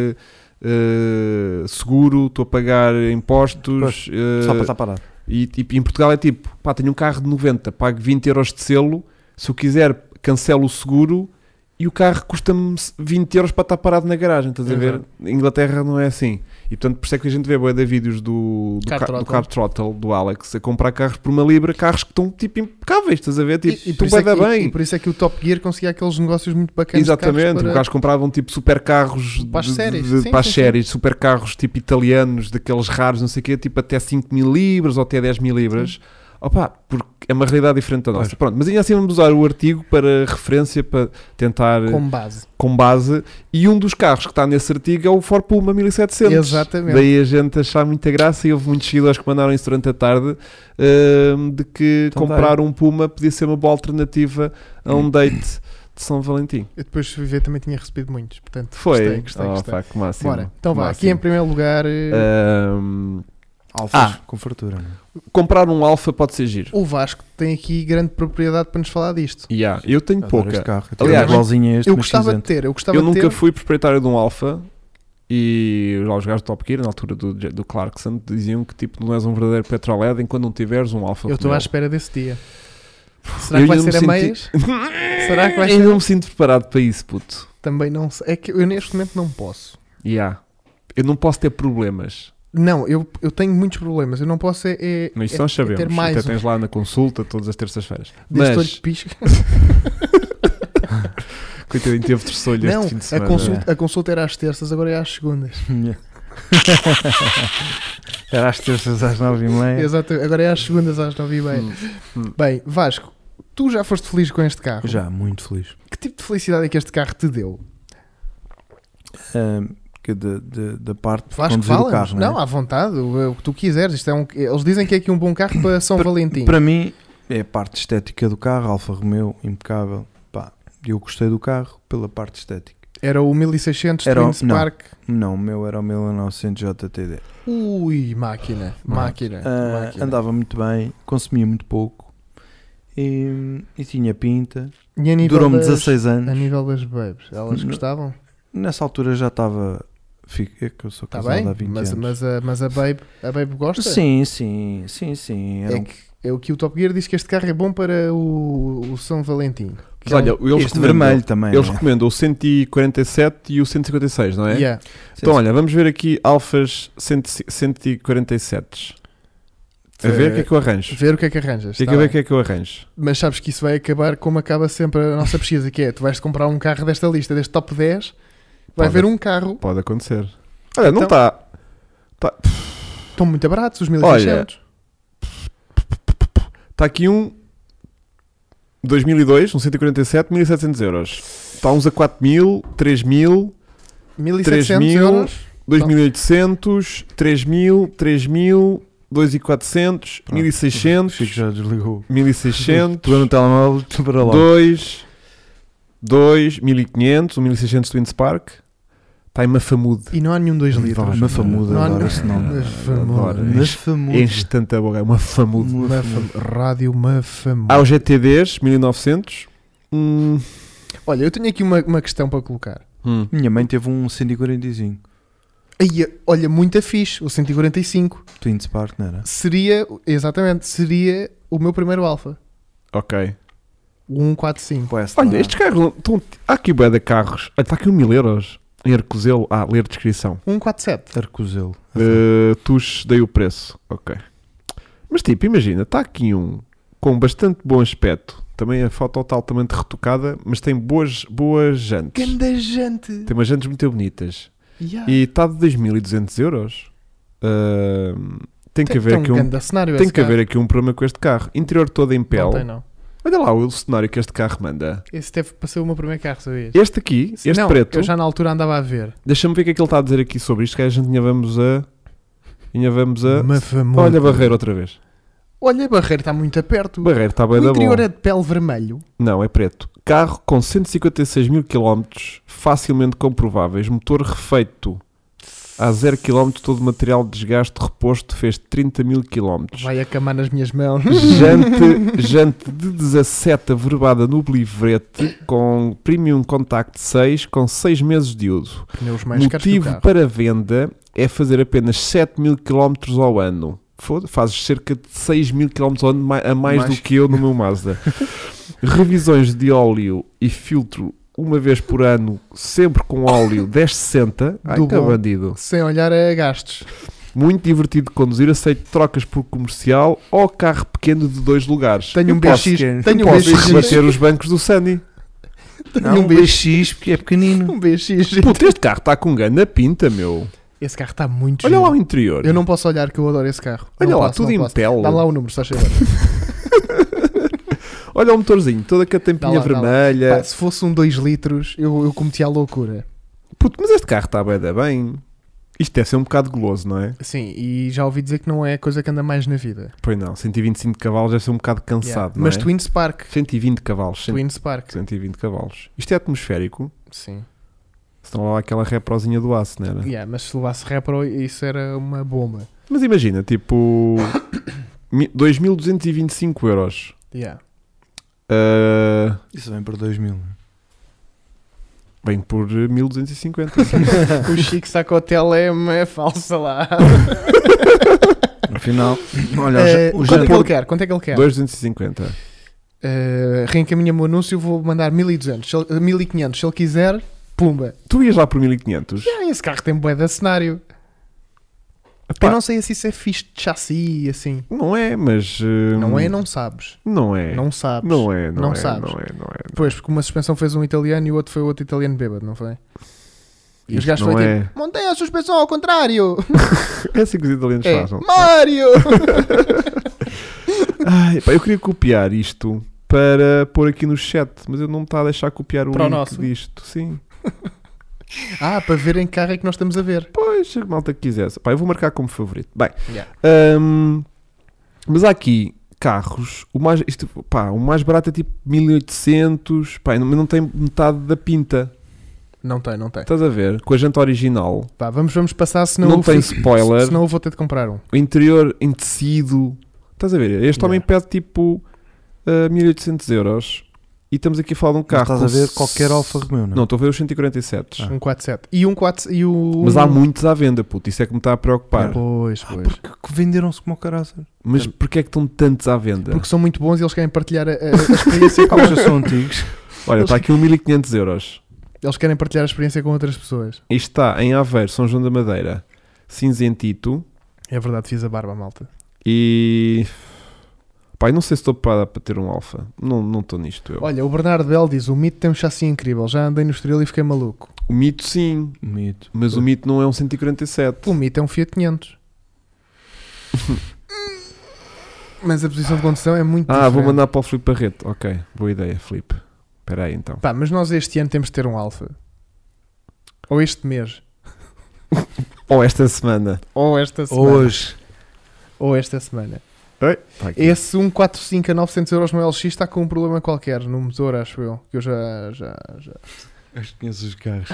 eh, seguro, estou a pagar impostos. eh,
Só para estar parado.
e tipo, em Portugal é tipo, pá, tenho um carro de 90, pago 20 euros de selo, se eu quiser cancelo o seguro e o carro custa-me 20 euros para estar parado na garagem, estás a ver?
Exato.
Em Inglaterra não é assim. E portanto, por isso é que a gente vê boa de vídeos do, do,
Car
ca, do
Throttle.
Car Throttle, do Alex, a comprar carros por uma libra, carros que estão tipo impecáveis, estás a ver? Tipo,
E- e, por
tu
isso
vai
é
dar
que,
bem.
e por isso é que o Top Gear conseguia aqueles negócios muito bacanas. de carros
Exatamente, porque
para-
os carros compravam tipo super carros
Para as séries, sim,
para as
sim, sim.
séries, super carros tipo italianos, daqueles raros, não sei o quê, tipo até 5 mil libras ou até 10 mil libras. Opa, porque é uma realidade diferente da nossa.
Pois.
Pronto, mas ainda assim vamos usar o artigo para referência, para tentar com,
como base.
base. E um dos carros que está nesse artigo é o Ford Puma 1700.
Exatamente.
Daí a gente achar muita graça e houve muitos seguidores que mandaram isso durante a tarde hum, de que
Então
tá.
comprar um Puma podia ser uma boa alternativa a um date de São Valentim.
Eu depois de viver também tinha recebido muitos, portanto.
Foi.
Gostei, gostei,
Oh,
gostei.
pá, que máximo.
Bora, então
que
vá. Aqui
máximo.
em primeiro lugar, eh,
Ahm,
Alfas
Ah.
com fartura. não é?
comprar um Alfa pode ser giro.
o Vasco tem aqui grande propriedade para nos falar disto.
Yeah, eu tenho
Adoro
pouca.
Este carro.
Aliás,
Aliás, igualzinho a este,
eu
mas
gostava de
cinzento.
ter, eu gostava
Eu
de
nunca
ter.
fui proprietário de um Alfa E lá os gajos do Top Gear, na altura do, do Clarkson, diziam que tipo, não és um verdadeiro petrolhead enquanto não tiveres um Alfa
Eu estou à
Romeo.
espera desse dia. Será
Eu
que vai
ainda
ser a
me (laughs)
meias? Será que vai
Ainda
ser-
não me sinto preparado para isso, puto.
Também não sei. É que eu neste momento não posso.
Yeah. Eu não posso ter problemas.
Não, eu, eu tenho muitos problemas. Eu não posso é, é,
Mas isso
é,
nós
é
sabemos.
ter mais
Até
um.
tens lá na consulta todas as terças-feiras.
deste olho
Mas,
que pisca.
coitadinho, teve terçolho
Não,
este fim de semana.
a consulta, a consulta era às terças, agora é às segundas.
(laughs) Era às terças às nove e meia.
Exato, agora é às segundas às nove e meia.
Hum, hum.
Bem, Vasco, tu já foste feliz com este carro?
Já, muito feliz.
Que tipo de felicidade é que este carro te deu?
Ahm, que da- da- da parte de
Vasco,
conduzir o
fala
carro, não é?
Não, à vontade, o, o que tu quiseres. Isto é um, eles dizem que é aqui um bom carro para São Valentim.
Para mim, é a parte estética do carro, Alfa Romeo, impecável. Pá, eu gostei do carro pela parte estética.
Era o 1600
Era o-
Twin
não.
Spark.
Não, o meu era o 1900
É,
JTD.
Ui, máquina, máquina.
Ah,
máquina.
andava muito bem, consumia muito pouco e, e tinha pinta.
E a nível
Durou-me
das-
16 anos.
A nível das babes, elas
Não.
gostavam?
Nessa altura já estava. fi- É que eu sou
Está
casado
Tá bem,
há 20
mas,
anos.
mas, a, mas a babe a babe gosta?
Sim, sim, sim, sim. Era
É
um-
que, é o que o Top Gear diz que este carro é bom para o, o São Valentim. é um-
Mas olha, eles
este vermelho também.
Eles
né?
recomendam o 147 e o 156, não é?
Yeah.
Então, olha, vamos ver aqui alfas 147. A ver o que é que eu arranjo.
Ver o que é que arranjas.
Tem
tá
que ver
bem.
o que é que eu arranjo.
Mas sabes que isso vai acabar como acaba sempre a nossa pesquisa, que é, tu vais comprar um carro desta lista, deste top 10,
Pode.
vai haver um carro,
Pode acontecer. Olha, não
Então-
está.
estão muito baratos, os 1600.
Está aqui um 2002, um 147, 1700 euros. Está uns a 4000, 3000,
1700
3.000.
euros.
2800, 3000, 3000, 2400,
Pronto. O
1600,
Chico já desligou.
1600.
Tu no telemóvel, tu para lá.
2, 2, 1500, 1600 Twin Spark. Está em Mafamude.
E não há nenhum 2 litros.
Mafamuda, Mafamuda,
Não há
adoro
nenhum-
esse nome.
Mafamuda.
Adoro. Enche tanta boca, é uma famude.
Mafam- Rádio Mafamuda.
Há os GTDs, 1900. Hum,
Olha, eu tenho aqui uma, uma questão para colocar.
hum.
Minha mãe teve um 145.
Aí, olha, muito fixe, o 145.
Twin Spark, não era?
Seria, exatamente, seria o meu primeiro Alfa. Um
Ok.
O 145.
Olha, estes carros. não- Estão, há aqui bué de carros. Olha, está aqui um 1000 euros. Em Arcozelo. Ah, ler descrição.
147.
é Arcozelo.
Uh, Tux, dei o preço. Ok. Mas tipo, imagina, está aqui um com bastante bom aspecto. Também a foto está altamente retocada, mas tem boas, boas jantes.
Ganda gente!
Tem umas jantes muito bonitas.
Yeah.
E está de 2.200 euros. Ahm, tem que, haver,
tem
aqui
um
um,
ganda cenário
tem
esse
que haver
carro.
aqui um problema com este carro. Interior todo em
Não
pele.
tem, não.
Olha lá o cenário que este carro manda.
Esse teve para ser o meu primeiro carro, sabias?
Este aqui, este
não,
preto,
Eu já na altura andava a ver.
deixa-me ver o que é que ele está a dizer aqui sobre isto, que a gente ainda vamos a... Ainda vamos a...
Mafamuda.
Olha Barreiro outra vez.
Olha, Barreiro está muito aperto.
Barreiro está
o
bem da bom.
interior é de pele vermelho.
Não, é preto. Carro com 156 mil km, facilmente comprováveis, motor refeito a 0 km, todo o material de desgaste reposto fez 30 mil km.
Vai a camar nas
(laughs)
minhas mãos.
Jante, jante de 17 averbada no livrete com Premium Contact 6 com 6 meses de uso.
Pneus mais caros que o
Motivo
carro.
para venda é fazer apenas 7 mil km ao ano. Foda- Fazes cerca de 6 mil km ao ano ma- a mais,
Mais.
do que eu no meu
(laughs)
Mazda. Revisões de óleo e filtro uma vez por ano, sempre com
(laughs)
óleo 1060. Ai,
Do
que
bom.
bandido.
Sem olhar a gastos.
Muito divertido de conduzir, aceito trocas por comercial ou carro pequeno de dois lugares.
Tenho
Eu
um
posso
BX.
que-
Tenho
Eu
um
posso
BX.
rebater os bancos do Sunny.
Não, um BX, porque é pequenino.
Um BX.
Puta, este carro está com gana pinta, meu.
Esse carro está muito
Olha
giro.
lá o interior.
Eu não posso olhar que eu adoro esse carro.
Olha
Não
lá,
posso,
tudo
não
em
posso.
pele.
Dá lá o número,
(laughs)
só chega.
Olha o motorzinho, toda com a tampinha
Dá lá, dá lá.
vermelha.
Pá, se fosse um 2 litros, eu, eu cometia a loucura.
Puto, mas este carro está bem, da bem. Isto deve ser um bocado goloso, não é?
Sim, e já ouvi dizer que não é a coisa que anda mais na vida.
Pois não, 125 cavalos deve ser um bocado cansado, não
Mas
é?
Twin Spark.
120 cavalos, cento-
Twin Spark.
120 cavalos. Isto é atmosférico,
Sim.
senão lá aquela reprozinha do aço, não é? era?
Yeah, mas se levasse repro, isso era uma bomba.
Mas imagina, tipo... (coughs) mi- 2.225 (laughs) euros.
Yeah.
Ah,
Isso vem para 2000.
Bem por eh,
(laughs)
1250.
O Chico Sacotela é uma falsa lá.
(laughs) Afinal, olha,
Eh,
o
quanto é que
Japão
ele quer? Quanto é que ele quer?
2250.
Eh, reencaminha-me o anúncio, vou mandar 1200, se ele- 1500. Se ele quiser, pumba.
Tu ias lá por 1500.
Ah, esse carro tem bué de cenário.
Epá,
Eu não sei se isso é fixe de chassi e assim.
não é, mas. eh,
Não é, não sabes.
Não é.
Não sabes.
Não é, não,
Não
é,
sabes.
não é, não é.
Pois, porque uma suspensão fez um italiano e o outro foi outro italiano bêbado, não foi? E os
Isto
gajos
não
foram
é.
tipo, montei a suspensão ao contrário.
É assim que os italianos
É,
fazem. (laughs)
Mário!
Ai, pá, eu queria copiar isto para pôr aqui no chat, mas eu não me está a deixar copiar o
Para o
link
nosso?
disto. Sim.
ah, para verem que carro é que nós estamos a ver.
Pois, se a malta que quisesse. Pá, eu vou marcar como favorito. Bem.
Yeah.
hum, mas há aqui carros, o mais, isto, pá, o mais barato é tipo 1800, pá, não, não tem metade da pinta.
Não tem, não tem.
Estás a ver? Com a janta original.
Pá, vamos, vamos passar, senão,
não
eu
tem
fico-
spoiler.
senão eu vou ter de comprar um.
O interior em tecido. Estás a ver? Este
Yeah.
homem pede tipo ah, 1800 euros. E estamos aqui a falar de um carro.
estás
com
a ver
s-
qualquer Alfa Romeo, não é? Ah.
Não, estou a ver os 147.
Um 47. E um 4 e o...
Ah. Mas há muitos à venda, puto. Isso é que me está a preocupar.
Pois, pois.
Que- que venderam-se como caraças.
Mas porquê é que estão tantos à venda?
Porque são muito bons e eles querem partilhar a, a-
(laughs)
a experiência com
Pá, mas já
um-
são (laughs) antigos.
Olha, está aqui um 1500 euros.
Eles querem partilhar a experiência com outras pessoas.
Isto está em Aveiro, São João da Madeira, cinzentito
É verdade, fiz a barba, malta.
e... Pai, não sei se estou preparado para ter um alfa. Não não estou nisto eu.
Olha, o Bernardo Bell diz, o mito tem um chassi incrível, já andei no Estoril e fiquei maluco.
O mito sim,
Mito.
mas o mito não é um 147.
O mito é um
(laughs)
Fiat 500. mas a posição de condução é muito
Ah, vou
diferente.
mandar para o Filipe Barreto. Ok, boa ideia, Filipe. Espera aí então.
Pá, mas nós este ano temos de ter um Alfa. Ou este mês.
Ou esta semana.
Ou esta semana.
Hoje.
Ou esta semana.
Está aqui.
Esse 145 a 900 euros no LX está com um problema qualquer no motor, acho eu. Que eu já. já, já.
Acho que conheço os (laughs) carros.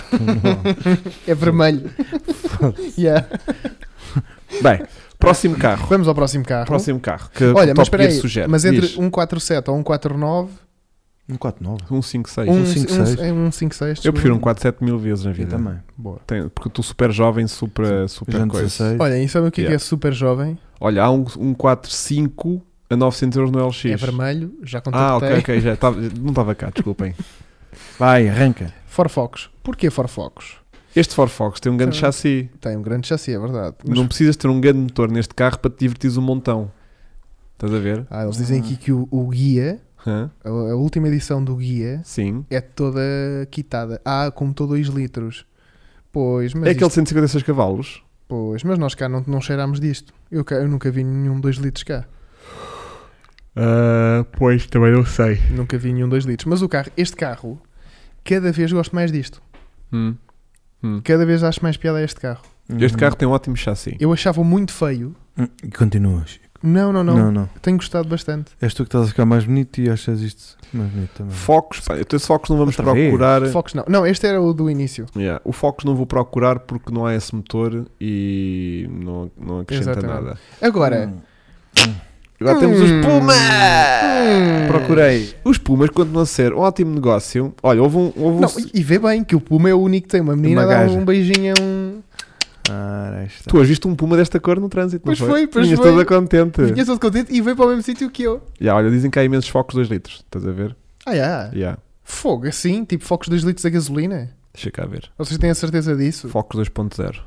É
(laughs)
vermelho. Yeah.
Bem, próximo carro.
Vamos ao próximo carro.
Próximo carro que
Olha,
o
mas
Top
espera
Gear
aí.
sugere.
Mas entre
Diz.
147 ou 149,
um 49.
156.
um,
156.
156. Um, um 56,
Eu prefiro um 47 mil vezes na
Eu
vida.
também.
Boa.
Tem- porque tu super jovem, super, super
Jante
coisa.
16.
Olha, e sabem o que, é que
Yeah.
é super jovem?
Olha, há um, um 45 a 900 euros no LX.
É vermelho, tá já
Ah, ok,
contactei.
ok, já tava- não estava cá,
(laughs)
desculpem.
Vai, arranca.
Forfocos. Porquê Forfocos?
Este Ford Focus tem um grande
Sim.
chassi.
Tem um grande chassi, é verdade. Mas-
Não precisas ter um grande motor neste carro para te divertires um montão. Estás a ver?
Ah, eles dizem aqui que o, o guia,
Hã?
a, a última edição do guia,
Sim.
é toda quitada. Ah, como todo 2 litros. Pois, mas
é aquele
isto-
156 cavalos.
Pois, mas nós cá não, não cheirámos disto. Eu, cá, eu nunca vi nenhum 2 litros cá.
Ah, pois, também não sei.
Nunca vi nenhum 2 litros. Mas o carro, este carro, cada vez gosto mais disto. Cada vez acho mais piada a este carro.
Este carro tem um ótimo chassi.
Uhum. Eu achava muito feio.
Hum, E continuas.
Não, não, não.
Não, não.
Tenho gostado bastante.
És tu que estás a ficar mais bonito e achas isto mais bonito também.
Focos, pá, eu tenho Focos não vamos
Outra vez?
procurar.
Focos não. Não, este era o do início.
Yeah, O Focus não vou procurar porque não há esse motor e não, não acrescenta
Exatamente.
nada.
Agora,
Hum.
Agora temos os Pumas!
Hum.
Procurei. Os Pumas continuam a ser um ótimo negócio. Olha, houve um. Houve um-
não, e vê bem que o Puma é o único que tem uma menina
Uma
dá
gaja.
um beijinho a um.
Ora, esta.
Tu has visto um Puma desta cor no trânsito, não
Pois foi, pois
Vinhas
foi.
toda contente.
Fiquei todo contente e veio para o mesmo sítio que eu.
Yeah, olha, dizem que há imensos Focos 2 litros. Estás a ver?
Ah, yeah.
Yeah.
Fogo, assim, tipo focos 2 litros a gasolina.
Deixa cá ver.
Vocês têm a certeza disso?
Focus 2.0.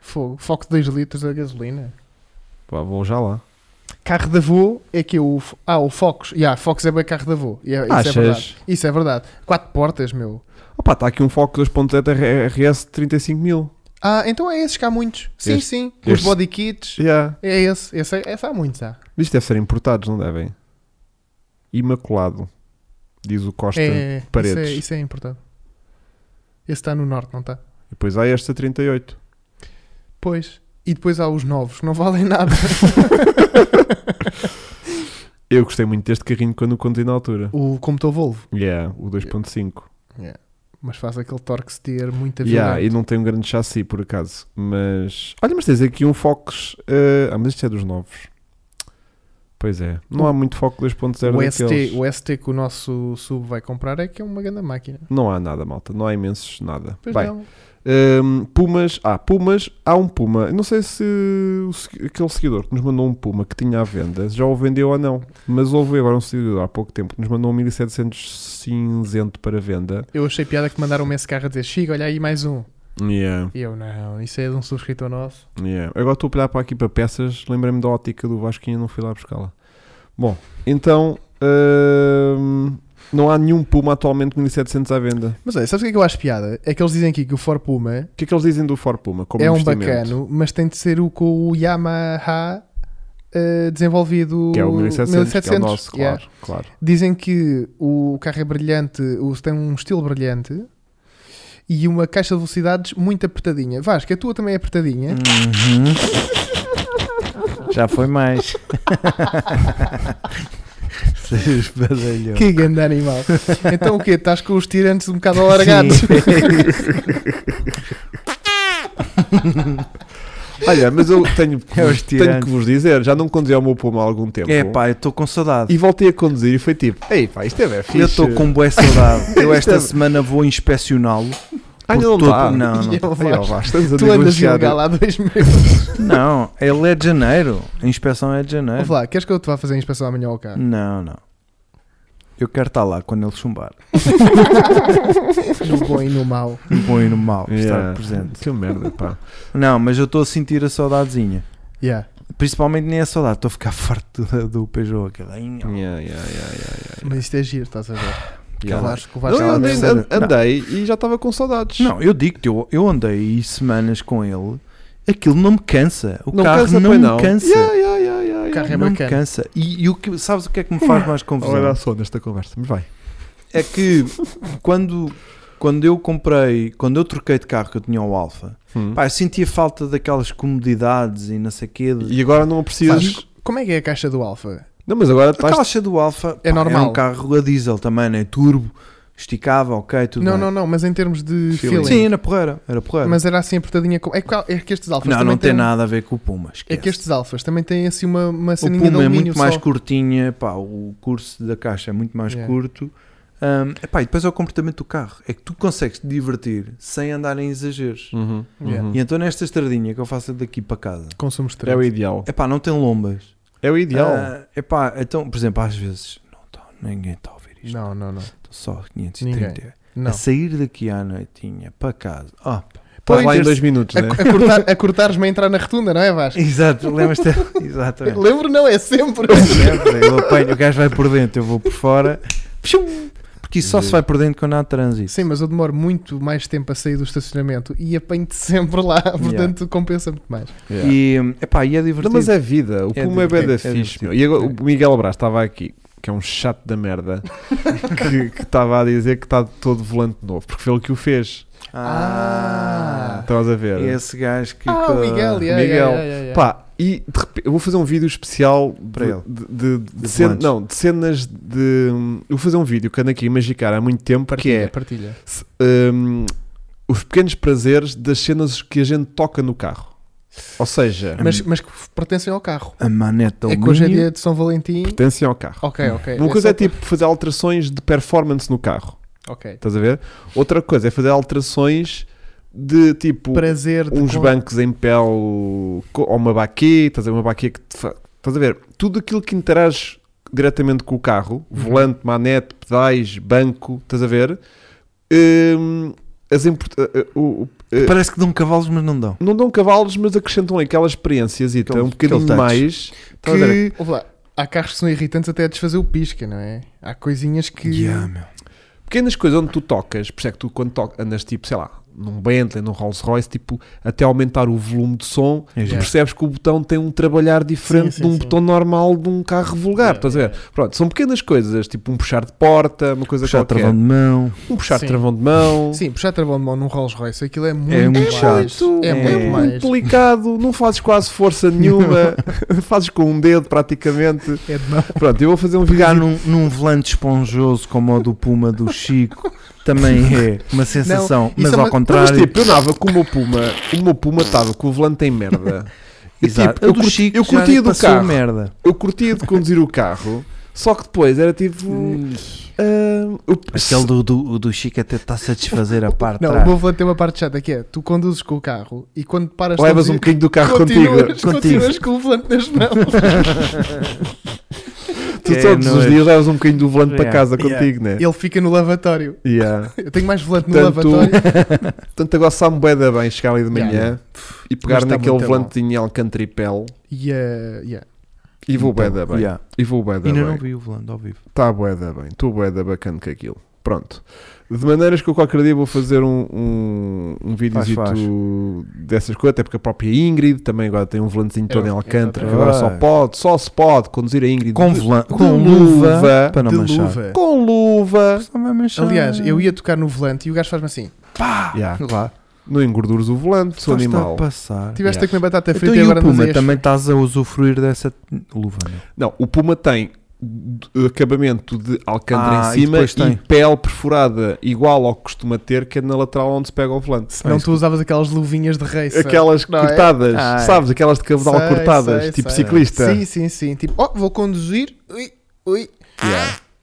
Fogo, foco de 2 litros a gasolina.
Pá, vou já lá.
Carro de avô é que o. F- Ah, o Focus. Yeah, Focus é bem carro de avô. Yeah, isso é verdade.
Achas?
Isso é verdade. Quatro portas, meu.
Opa, está aqui um Focus 2.0 RS 35 mil.
Ah, então é esses que há muitos. Sim,
Este-
sim. Os
este-
body kits.
Yeah.
É esse. Esse, é- esse há muitos, há.
Mas isto deve ser importados, não devem? Imaculado, diz o Costa.
É, isso,
paredes.
é, isso é importante. Esse está no norte, não está?
E depois há esta 38.
Pois. E depois há os novos, que não valem (laughs) nada.
Eu gostei muito deste carrinho quando o conduzi na altura.
o Compto Volvo.
Yeah, o 2.5.
Mas faz aquele torque steer muito
Yeah, e
violento.
não tem um grande chassi, por acaso. Mas. Olha, mas tens aqui um Fox. eh, Ah, mas isto é dos novos. Pois é. Não há muito foco 2.0
Hum. O ST,
daqueles.
o ST que o nosso sub vai comprar é que é uma grande máquina.
Não há nada, malta. Não há imensos nada.
Pois
Bem,
não.
Hum, Pumas, ah, Pumas, há um Puma. Eu Não sei se o segui- aquele seguidor que nos mandou um Puma que tinha à venda já o vendeu ou não, mas houve agora um seguidor há pouco tempo que nos mandou um 1700 cinzento para venda.
Eu achei piada que mandaram um SK a dizer Chico, olha aí mais um.
Yeah,
E eu, não, isso é de um subscritor nosso.
yeah. Agora estou a olhar para aqui para peças, lembrei-me da ótica do Vasquinha, não fui lá buscá-la. Bom, então hum, não há nenhum Puma atualmente 1700 à venda.
Mas olha, sabes o que é que eu acho piada? É que eles dizem aqui que o For Puma
O que é que eles dizem do For Puma? Como
é um
investimento?
bacano, mas tem de ser o com o Yamaha eh, desenvolvido
Que é o 1700, que é o nosso, claro,
yeah.
claro.
Dizem que o carro é brilhante, o- tem um estilo brilhante e uma caixa de velocidades muito apertadinha. Vasco, a tua também é apertadinha.
Hum.
Uhum. Já foi (laughs) mais. Seus badalhões.
Que grande animal. então o quê? Estás com os tirantes um bocado
é
alargados?
Olha, mas eu tenho,
É os
tenho
tirantes.
que vos dizer, já não conduzi ao meu puma há algum tempo.
(laughs) É pá, eu estou com saudade.
E voltei a conduzir e foi tipo, ei pá, isto é bem fixe.
Eu estou com boa (laughs) saudade. Eu esta
Isto é-
semana vou inspecioná-lo.
Ah, ainda não
por todo-
está. (laughs)
Não, não.
Ai, ó, vá, estamos a
(laughs) tu andas um
negociar.
ilegal há dois meses.
Não, ele é de janeiro. A inspeção é de
Vou
janeiro.
falar, queres que eu te vá fazer a inspeção amanhã ao
É. (laughs)
carro?
Não, não. Eu quero estar lá quando ele chumbar.
No bom e no mau.
No bom e
(laughs)
no mal,
Yeah.
estar presente.
Que merda, pá.
Não, mas eu estou a sentir a saudadezinha.
Yeah.
Principalmente nem a saudade, estou a ficar (laughs) farto do, do Peugeot. Aquela.
Yeah, yeah, yeah, yeah, yeah,
Mas isto é giro, estás a ver? Que
yeah.
eu acho que vais
Não, eu
lá
andei,
ver.
Não.
andei e já estava com saudades.
Não, eu digo-te, eu, eu andei aí semanas com ele, aquilo não me cansa. O
Não
carro
cansa,
não
pois
me
não.
cansa.
Yeah, yeah, yeah, yeah,
O carro
yeah.
é
não me
bacana.
cansa. E, e o que, sabes o que é que me
(laughs)
faz mais confusão?
Olha só nesta conversa, mas vai.
É que quando, quando eu comprei, quando eu troquei de carro que eu tinha o Alfa,
Hum.
pá, eu sentia falta daquelas comodidades e não sei quê. de-
E agora não precisas.
Vasco, Como é que é a caixa do Alfa?
Não, mas agora
A
estás.
caixa do Alfa
É
pá, Era
normal.
um carro a diesel também, né? Turbo, esticava, ok, tudo
Não,
bem.
não, não, mas em termos de
Feeling.
feeling.
Sim, era porreira, era porreira.
Mas era assim apertadinha. com- É que, é que estes alfas
não,
também
não tem
têm-
nada a ver com o Puma.
É
esquece.
que estes alfas também têm assim uma, uma
O
ceninha de
Puma é
alumínio
muito mais
só.
curtinha, pá, o curso da caixa é muito mais
Yeah.
curto. Ahm, epá, e depois é o comportamento do carro. É que tu consegues te divertir sem andar em exageros.
Uhum,
Yeah.
uhum.
E então nesta estradinha que eu faço daqui para casa,
Consumo
É
estranho.
o ideal.
epá, não tem lombas.
É o ideal.
Ah, epá, então, por exemplo, às vezes, não tá, ninguém está a ouvir isto.
Não, não, não.
Tô Só 530.
não.
A sair daqui à noitinha para casa. Ah, pá.
(laughs)
Estás lá em
este-
dois minutos,
A,
né?
a cortar, a cortares-me a entrar na retunda, não é Vasco?
Exato,
(laughs)
lembras-te? Exatamente.
Lembro não, é sempre.
Sempre, eu apanho, o gajo vai por dentro, eu vou por fora. Pshum! Porque isso só se vai por dentro quando há trânsito.
Sim, mas eu demoro muito mais tempo a sair do estacionamento e apanho-te sempre lá, portanto compensa muito mais.
Yeah.
E, epá, e é
Não,
divertido.
mas é vida, o
É
Puma é bem da
divertido, é
fixe.
divertido.
meu. E agora o Miguel Brás estava aqui, que é um chato da merda, que que estava a dizer que está todo volante novo, porque foi ele que o fez.
é-
Ah,
Estás a ver?
esse gajo que.
Ah, o Miguel,
Miguel.
yeah, yeah, yeah, yeah, yeah.
Pá, e de repente, eu vou fazer um vídeo especial
Para
de,
ele.
de- de- de
De
cen-
volantes.
não, de cenas de. Eu vou fazer um vídeo que ando aqui a magicar há muito tempo,
partilha,
que
partilha.
é se- hum, os pequenos prazeres das cenas que a gente toca no carro. Ou seja,
Mas, mas que pertencem ao carro.
A maneta
é que hoje é
alumínio.
dia de São Valentim.
pertencem ao carro.
Ok, ok.
Uma coisa é
só-
tipo fazer alterações de performance no carro.
Ok.
Estás a ver? Outra coisa é fazer alterações de tipo
Prazer de
uns
con-
bancos em pele co- ou uma baquê, estás a ver? Uma baquê que te fa... Estás a ver? Tudo aquilo que interage diretamente com o carro, volante, manete, pedais, banco, estás a ver? Hum, as import- eh, o- o- eh,
Parece que dão cavalos, mas não dão.
Não dão cavalos, mas acrescentam aquelas experiências e
Aquele-
um bocadinho
aquele touch.
mais. Estás a ver?
Que.
Ouve lá, há carros que são irritantes até a desfazer o pisca, não é? Há coisinhas que.
Yeah, meu.
pequenas coisas onde tu tocas, por isso é que tu quando to- andas tipo, sei lá, num Bentley, num Rolls Royce, tipo, até aumentar o volume de som,
É
tu
giro.
percebes que o botão tem um trabalhar diferente
Sim, sim,
de um
sim.
botão normal de um carro vulgar,
Yeah,
estás a ver? Pronto, são pequenas coisas, tipo um puxar de porta, uma coisa
Puxar
qualquer,
travão de mão.
um puxar
Sim.
de travão de mão,
Sim, puxar travão de mão num Rolls Royce, aquilo é muito,
É muito
mais.
chato.
muito,
É,
é,
muito
muito
mais.
delicado, não fazes quase
(laughs)
força nenhuma, fazes com um dedo praticamente.
É de mão.
Pronto, eu vou fazer um
Pegar
vídeo
num, num volante esponjoso como o do Puma do Chico também é uma sensação,
isso
mas
é
ao
uma-
Não, Mas
contrário. (laughs)
tipo, eu andava com o meu Puma, o meu Puma estava com o volante em merda.
Exato.
tipo, eu
A do
curti-
Chico
eu
já
curtia do
passou
carro.
merda.
Eu curtia de conduzir o carro, só que depois era tipo. ah, eu-
Aquele do, do, do Chico até está a satisfazer a parte de
Não,
trás.
vou vou ter uma parte chata que é: tu conduzes com o carro e quando paras de
levas um
conduzir,
bocadinho do carro contigo.
continuas,
Contigo.
continuas com o volante nas mãos.
Tu
É,
todos
não
os
é?
dias levas um bocadinho do volante para
Yeah.
casa
Yeah.
contigo, né?
Ele fica no lavatório.
Yeah.
Eu tenho mais volante no
Tanto-
lavatório.
Portanto, agora sabe bué da bem chegar ali de manhã
Yeah.
e pegar
Mas tá
naquele
muito bom.
volantinho em alcantripel
E eh, yeah.
e vou bué da
Então,
bem.
yeah.
E vou bué da
Ainda não
bem.
vi o volante ao vivo.
Está bué da bem. Estou bué da bacana com aquilo. Pronto. De maneiras que eu qualquer dia vou fazer um, um, um videozito
faz.
dessas coisas, até porque a própria Ingrid também agora tem um volantezinho todo
É,
em Alcântara,
é,
que agora só
é.
pode, só se pode conduzir a Ingrid
Com,
de-
volan-
de
com luva, para não é
de
manchar.
luva.
com luva.
Só vai manchar.
Aliás, eu ia tocar no volante e o gajo faz-me assim:
Pá!
Yeah.
Claro.
Não engordures o volante, sou
Estás-te
animal.
a passar.
tiveste a comer batata frita
Então,
e
e
agora
o
não
Puma
és
também estás a usufruir dessa luva, não é?
Não, o Puma tem d- acabamento de alcântara
Ah,
em
e
cima
depois
e,
tem.
pele perfurada igual ao que costuma ter, que é na lateral onde se pega o volante.
Se não, tu usavas aquelas luvinhas de race.
Aquelas
Não é?
cortadas,
Ai.
sabes? Aquelas de cabedal
Sei,
cortadas,
sei,
tipo
sei.
ciclista.
Sim, sim, sim. Tipo, oh, vou conduzir. Ui, ui.
Yeah.
(laughs)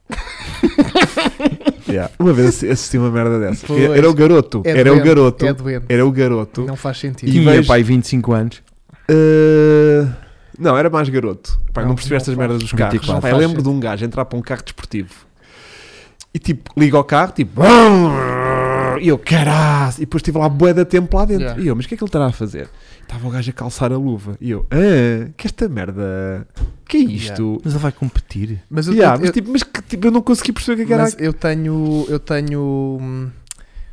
Yeah. Uma vez assi- assisti uma merda dessa.
Pois.
Era o garoto,
É
era o
doente,
garoto,
É doente.
era o garoto.
Não faz sentido.
E
Tinha,
vejo-
pai, 25 anos.
Uh, não, era mais garoto. Pá, não,
Não,
percebi
não
estas
faz.
merdas dos carros.
24.
Pá, eu
Não faz
lembro de um gajo entrar para um carro desportivo e tipo, liga o carro, tipo, e eu, caralho, e depois estive lá bué da tempo lá dentro.
Yeah.
E eu, mas o que é que ele estará a fazer? Estava o gajo a calçar a luva. E eu, ah, que esta merda, que é isto?
Mas ele vai competir.
Mas eu,
Yeah,
eu-
mas, tipo, mas que, tipo, eu não consegui perceber o que é que era.
mas eu tenho. Eu tenho. hum,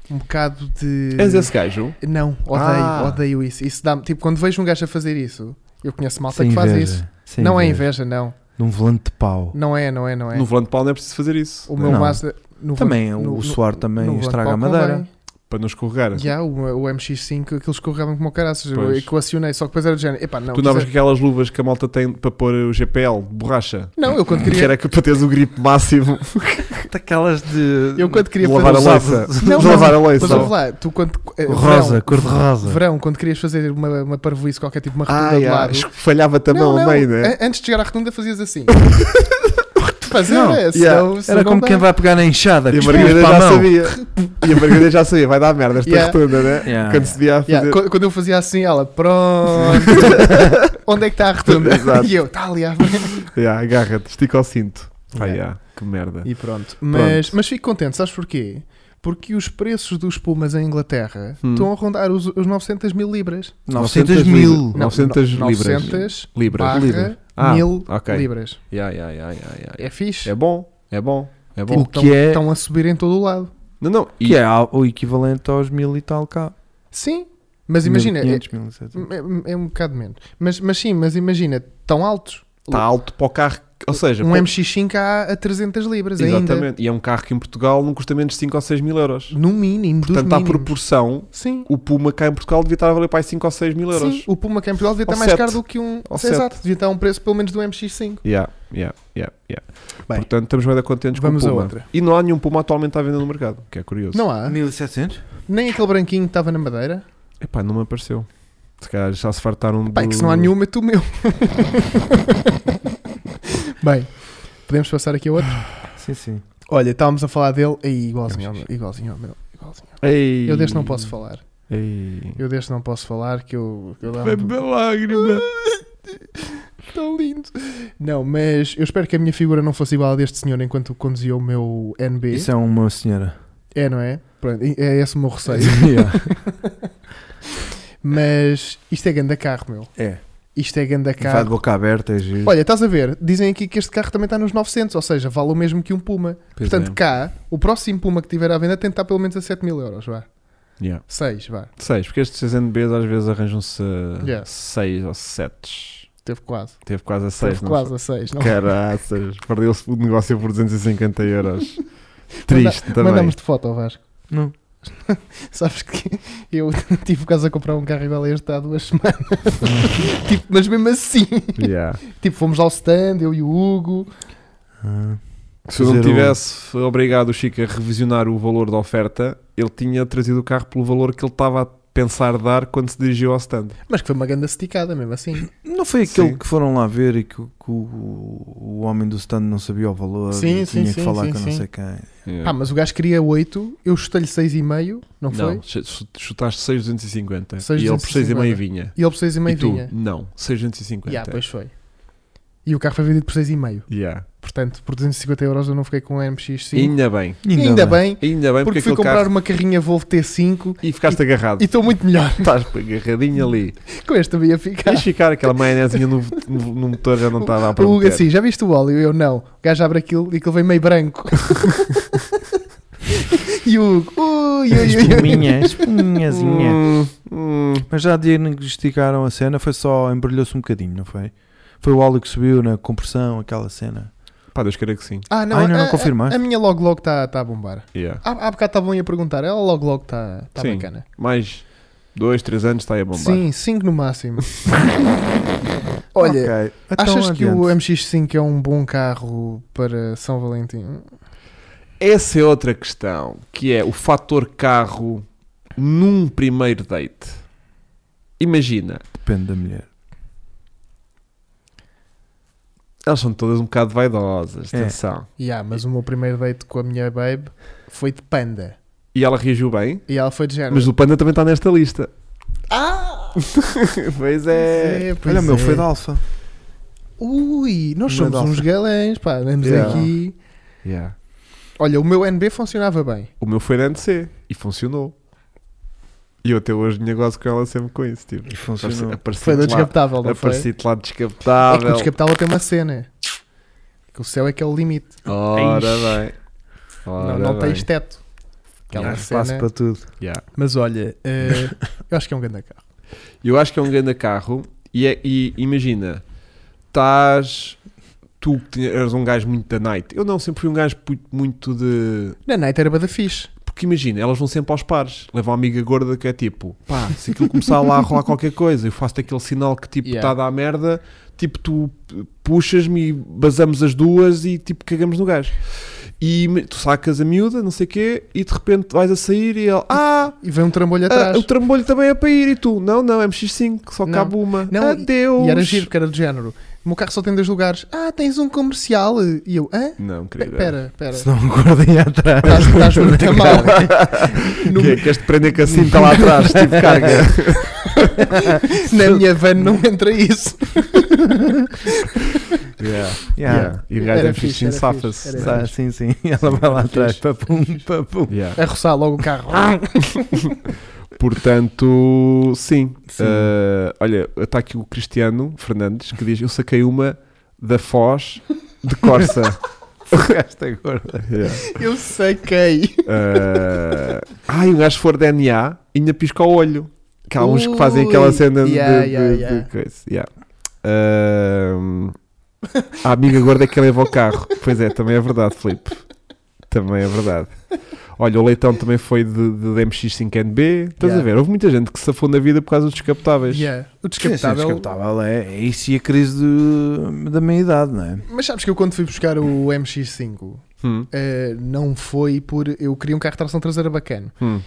Um bocado de.
És esse gajo?
Não, odeio,
Ah.
odeio isso. Isso dá Tipo, quando vejo um gajo a fazer isso, eu conheço malta
Sem
que faz
inveja.
isso.
Sem
não é inveja, não.
De um volante de pau.
Não é, não é, não é.
No volante de pau não é preciso fazer isso.
o meu
Não.
Mazda. No,
Também,
no-
o
no-
suor também
no volante
estraga a
palco
madeira.
convém.
Para não escorregar.
Já, o, o MX5, aqueles corregavam como o caraças. Eu
Pois.
equacionei, só que depois era de género. Epá, não.
tu
quer
andavas com
dizer-
aquelas luvas que a malta tem para pôr o GPL de borracha.
Não, eu
(laughs)
quando
Que
queria.
era que para teres o grip máximo
Daquelas de.
Eu quando queria
de
fazer.
lavar a
usava-
louça. é
Não,
De
não,
lavar a louça.
Mas ouve lá, tu quando. eh,
Rosa,
verão,
cor de rosa.
Verão, quando querias fazer uma, uma parvoíce qualquer tipo, uma rotunda
Ai,
de
ai,
lado.
acho que falhava também
Não, é-
ao
não,
meio, né?
a- Antes de chegar à rotunda
(laughs)
fazias assim. Fazer,
Não,
é,
yeah.
senão, senão
Era como
não dá.
quem vai pegar na enxada.
E a
cuspe
Margarida
para a
já
mão.
sabia. E a Margarida já sabia, vai dar merda esta
Yeah.
rotunda, né?
Yeah.
Quando se via a
Yeah,
fazer.
qu- quando eu fazia assim, ela,
(laughs)
pronto, onde é que está a rotunda?
Exato.
E eu, está ali à frente.
Yeah, Agarra-te, estica o cinto. Pá,
Yeah.
yeah, Que merda.
E pronto. Mas, mas fico contente, sabes porquê? Porque os preços dos Pumas em Inglaterra
Hum.
estão a rondar os, os 900 mil libras.
900 mil.
Não, 900
no-
libras.
900
Libras.
barra
Libras. Ah,
mil
ok.
libras.
Yeah, yeah, yeah, yeah, yeah,
É
yeah.
fixe.
É bom, é bom, é bom.
O
Tipo,
que
tão-
é-
Estão a subir em todo o lado.
Não, não. E
Que é ao- o equivalente aos mil e tal cá.
Sim, mas imagina, é,
1500, 1700.
é- é um bocado menos. Mas, mas sim, mas imagina, tão altos.
está tá alto para o carro. Ou seja,
Um
pô-
MX5 há a 300 libras ainda.
Exatamente. E é um carro que em Portugal não custa menos de 5 ou 6 mil euros.
No mínimo, dos
Portanto, à
mínimos.
proporção,
Sim.
o Puma cá em Portugal devia estar a valer para 5 ou 6 mil euros.
Sim, o Puma cá em Portugal devia estar
Ou
mais
sete.
caro do que um.
Ou
Exato, devia estar a um preço pelo menos do MX5.
Yeah, yeah, yeah, yeah.
Bem,
Portanto, estamos bem contentes
vamos
com
a
o Puma.
outra.
E não há nenhum Puma atualmente à venda no mercado, o que é curioso.
Não há.
1700?
Nem aquele branquinho que estava na madeira.
Epá, não me apareceu. Se calhar já se fartaram de...
Pá, é que se
Hum.
não há nenhum, mete o meu. (laughs) Bem, podemos passar aqui a outro?
Sim, sim.
Olha, estávamos a falar dele. Aí, igualzinho ao meu. Igualzinho ao meu. Igualzinho.
Ei.
Eu deste não posso falar.
Ei.
Eu deste não posso falar que eu. que eu dava-
Bebe lágrima.
Tão lindo. Não, mas eu espero que a minha figura não fosse igual a deste senhor enquanto conduzia o meu NB.
Isso é uma senhora.
É, não é? Pronto, é esse o meu receio.
(laughs)
(laughs)
Yeah.
Mas isto é ganda carro, meu.
É.
Isto é ganda
Vai de
carro.
boca aberta, é giro.
Olha, estás a ver? Dizem aqui que este carro também está nos 900, ou seja, vale o mesmo que um Puma.
Pois
Portanto,
é.
cá, o próximo Puma que tiver à venda tem que estar pelo menos a 7 mil euros, vá. é.
Yeah.
6, vá.
Seis, porque estes 6 NBs às vezes arranjam-se
Yeah.
6 ou 7.
Teve quase.
Teve quase a 6,
Teve
não
quase a 6. Não?
Caraças, perdeu-se o negócio por 250
(laughs)
euros. Triste também.
Mandamos de foto, Vasco.
Não.
Sabes que (laughs) eu tive quase a comprar um carro igual a este há duas
(laughs)
semanas. tipo, mas mesmo assim. (laughs)
Yeah.
Tipo, fomos ao stand, eu e o Hugo.
Ah.
Se eu não
Fazer o-
tivesse obrigado o Chico a revisionar o valor da oferta, ele tinha trazido o carro pelo valor que ele estava a pensar dar quando se dirigiu ao stand.
Mas que foi uma grande esticada mesmo assim.
Não foi aquele
Sim.
que foram lá ver e que, o- que o, o homem do stand não sabia o valor
Sim,
e
sim,
tinha que
sim,
falar
sim,
com não
sim.
sei quem.
(laughs)
É.
Ah, mas o gajo queria 8, eu chutei-lhe 6,5, não foi?
Não, ch- ch- chutaste 6,250
6,250.
e ele por 6,5 vinha.
E ele por 6,5
E tu?
vinha.
Não, 650.
Yeah, pois foi. E o carro foi vendido por 6,5.
Yeah.
Portanto, por 250 euros eu não fiquei com um MX5.
Ainda bem,
Ainda, bem,
ainda bem
porque
porque,
é
fui
aquele
comprar
carro.
uma carrinha Volvo T5
E ficaste agarrado.
e estou muito melhor. (laughs)
Estás agarradinho ali.
Com esta ia ficar.
Queres ficar aquela maionezinha no, no- no motor já não está a dar para
O Hugo
meter.
assim, já viste o óleo? Eu não. O gajo abre aquilo e aquilo vem meio branco. (laughs) e o Hugo, ui, ui, ui, ui.
Espuminha, espuminhazinha.
Hum, hum.
Mas já diagnosticaram a cena, foi só embrulhou-se um bocadinho, não foi? Foi o óleo que subiu na compressão, aquela cena.
Pá, Deus queira que sim.
Ah, não,
Ai, não,
a,
não é?
a-
confirmaste.
A minha logo logo está tá a bombar.
Yeah.
Há, há bocado estavam aí a perguntar, ela logo logo está tá
Sim.
bacana.
Mais 2, 3 anos está aí a bombar.
Sim, 5 no
(laughs)
máximo. Olha,
Ok, então
achas que o
adiante.
MX5 é um bom carro para São Valentim?
Essa é outra questão, que é o fator carro num primeiro date. Imagina,
Depende da mulher.
elas são todas um bocado vaidosas,
É.
atenção.
Yeah, mas o meu primeiro date com a minha babe foi de panda.
E ela reagiu bem,
E ela foi de género.
mas o Panda também está nesta lista.
Ah!
pois é.
(laughs) pois
Olha, o meu foi
é.
da Alfa.
Ui, nós
Uma
somos
data.
uns galãs, pá, andamos
Yeah.
aqui.
Yeah.
Olha, o meu NB funcionava bem.
O meu foi da NC e funcionou. E eu até hoje negócio com ela sempre com isso. Tipo,
E funcionou.
apareci
Foi da
de lá,
descapotável, não foi?
apareci de lá
É que o
descapotável.
descapotável tem uma cena. Que o céu é que é o limite.
Ora bem.
Não,
Ora
não
bem.
tens teto. Aquela
Há espaço
cena.
para tudo.
Yeah.
Mas olha, eh, eu acho que é um grande carro.
Eu acho que é um grande carro e, é- e imagina, estás tu que tinha- eras um gajo muito da night. Eu não, sempre fui um gajo pu- muito de.
Na Night era bada fixe.
Porque imagina, elas vão sempre aos pares. Leva uma amiga gorda que é tipo, pá, se aquilo começar lá a rolar qualquer coisa, eu faço aquele sinal que tipo está
Yeah.
a dar merda, tipo tu p- puxas-me e basamos as duas e tipo cagamos no gajo. E me- tu sacas a miúda, não sei o quê, e de repente vais a sair e ele, ah,
E vem um trambolho
ah,
atrás.
o trambolho também é para ir e tu, não, não, é MX5, só
Não.
cabe uma.
Não, e-
Adeus.
E era giro, porque era do género. O meu carro só tem dois lugares. Ah, tens um comercial. E eu, hã?
Não, querida.
Pera, pera.
Se não um gordinho atrás.
Estás- Estás muito a
(laughs)
mal. No-
Que é, queres te prender com a cinta lá (laughs) atrás, tipo carga.
(laughs) Na minha van não entra isso.
yeah.
Yeah.
Yeah. E o
Era
gajo MX5
fixe, era
safa-se.
fixe, era
sabes?
Tá, sim, sim. (laughs) Ela vai lá atrás. Papum, papum.
Yeah.
A roçar logo o carro.
Portanto, sim.
Sim.
Ah, olha, está aqui o Cristiano Fernandes que diz: Eu saquei uma da Foz de (laughs) Corsa.
Esta gorda.
Yeah.
(laughs) Eu saquei.
Ah, ai, um gajo for DNA ainda pisca o olho. Que há uns que fazem
Ui,
aquela cena de-
yeah,
de,
yeah,
de-
yeah.
de coisa. Yeah. Ahm, a amiga gorda é que leva o carro. Pois é, também é verdade, Filipe. Também é verdade. Olha, o leitão também foi de, de, de MX5NB. Estás a
Yeah.
ver? Houve muita gente que se safou na vida por causa dos descapotáveis.
Yeah. O
Descapotável.
descapotável.
Descapotável é, é isso e a crise do- da meia-idade, não é?
Mas sabes que eu quando fui buscar o MX5
Hum,
eh, não foi por. Eu queria um carro de tração traseira bacana.
hum.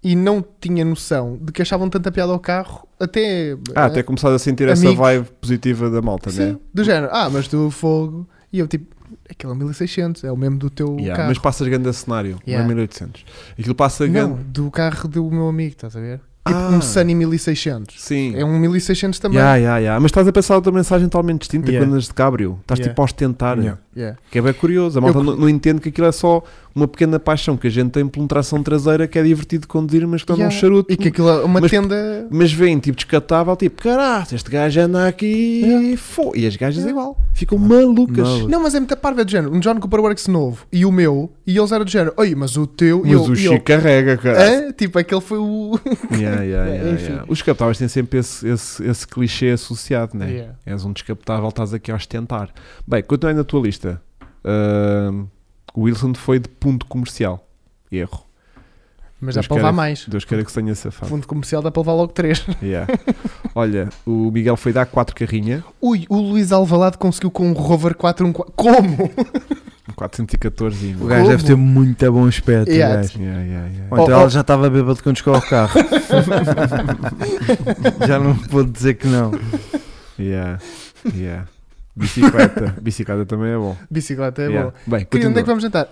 E não tinha noção de que achavam tanta piada ao carro. Até.
Ah,
eh,
até começado a sentir essa
amigos.
vibe positiva da malta,
Sim,
né?
do género. Ah, mas do fogo. E eu tipo, aquilo é um 1600, é o mesmo do teu
Yeah,
carro.
Mas passas grande a cenário,
Yeah.
não é 1800. Aquilo passa
Não,
grande.
do carro do meu amigo, estás a ver?
Ah,
Um Sunny 1600.
sim.
É um 1600 também.
Yeah, yeah, yeah. Mas estás a pensar outra mensagem totalmente distinta
Yeah.
quando andas de cabrio. Estás
Yeah.
tipo a ostentar.
Yeah.
Yeah.
Que é bem curioso. A malta
Eu-
não, não entende que aquilo é só uma pequena paixão que a gente tem por um tração traseira que é divertido de conduzir, mas que dá um
Yeah.
charuto.
E que aquilo é uma
Mas-
tenda.
Mas vem tipo descatável, tipo, caralho, este gajo anda aqui e fo. E as gajas
Yeah.
igual. Ficam malucas.
Maluco.
Não, mas é muita parva do género. Um John Cooper Works novo e o meu, e eles eram do género. Oi, mas o teu.
Mas
e eu,
o
e eu,
Chico é carrega, cara.
Hã? Tipo, aquele foi o. (laughs)
Yeah, yeah, yeah,
Enfim.
yeah. Os descapotáveis têm sempre esse, esse, esse clichê associado, né?
Yeah.
És um descapotável, estás aqui a ostentar. Bem, continuando na tua lista. Ahm, o Wilson foi de ponto comercial. Erro.
Mas dá
Mas
para
quero-
levar
Ah.
mais.
Deus queira que se tenha safado.
Fundo comercial dá para levar logo (laughs) 3.
Yeah. Olha, o Miguel foi dar 4 carrinha.
Ui, o Luís Alvalade conseguiu com um Rover 414. Como? (laughs)
414
O gajo
Como?
deve ter muito bom aspecto. o
Yeah.
gajo.
Yeah, yeah, yeah.
Ou então
Oh, oh.
ela já estava bêbado quando chegou ao carro. já não pôde dizer que não.
Yeah, yeah. Bicicleta. Bicicleta também é bom.
Bicicleta é
Yeah.
boa.
Bem,
Querido, onde é que
continua.
vamos jantar?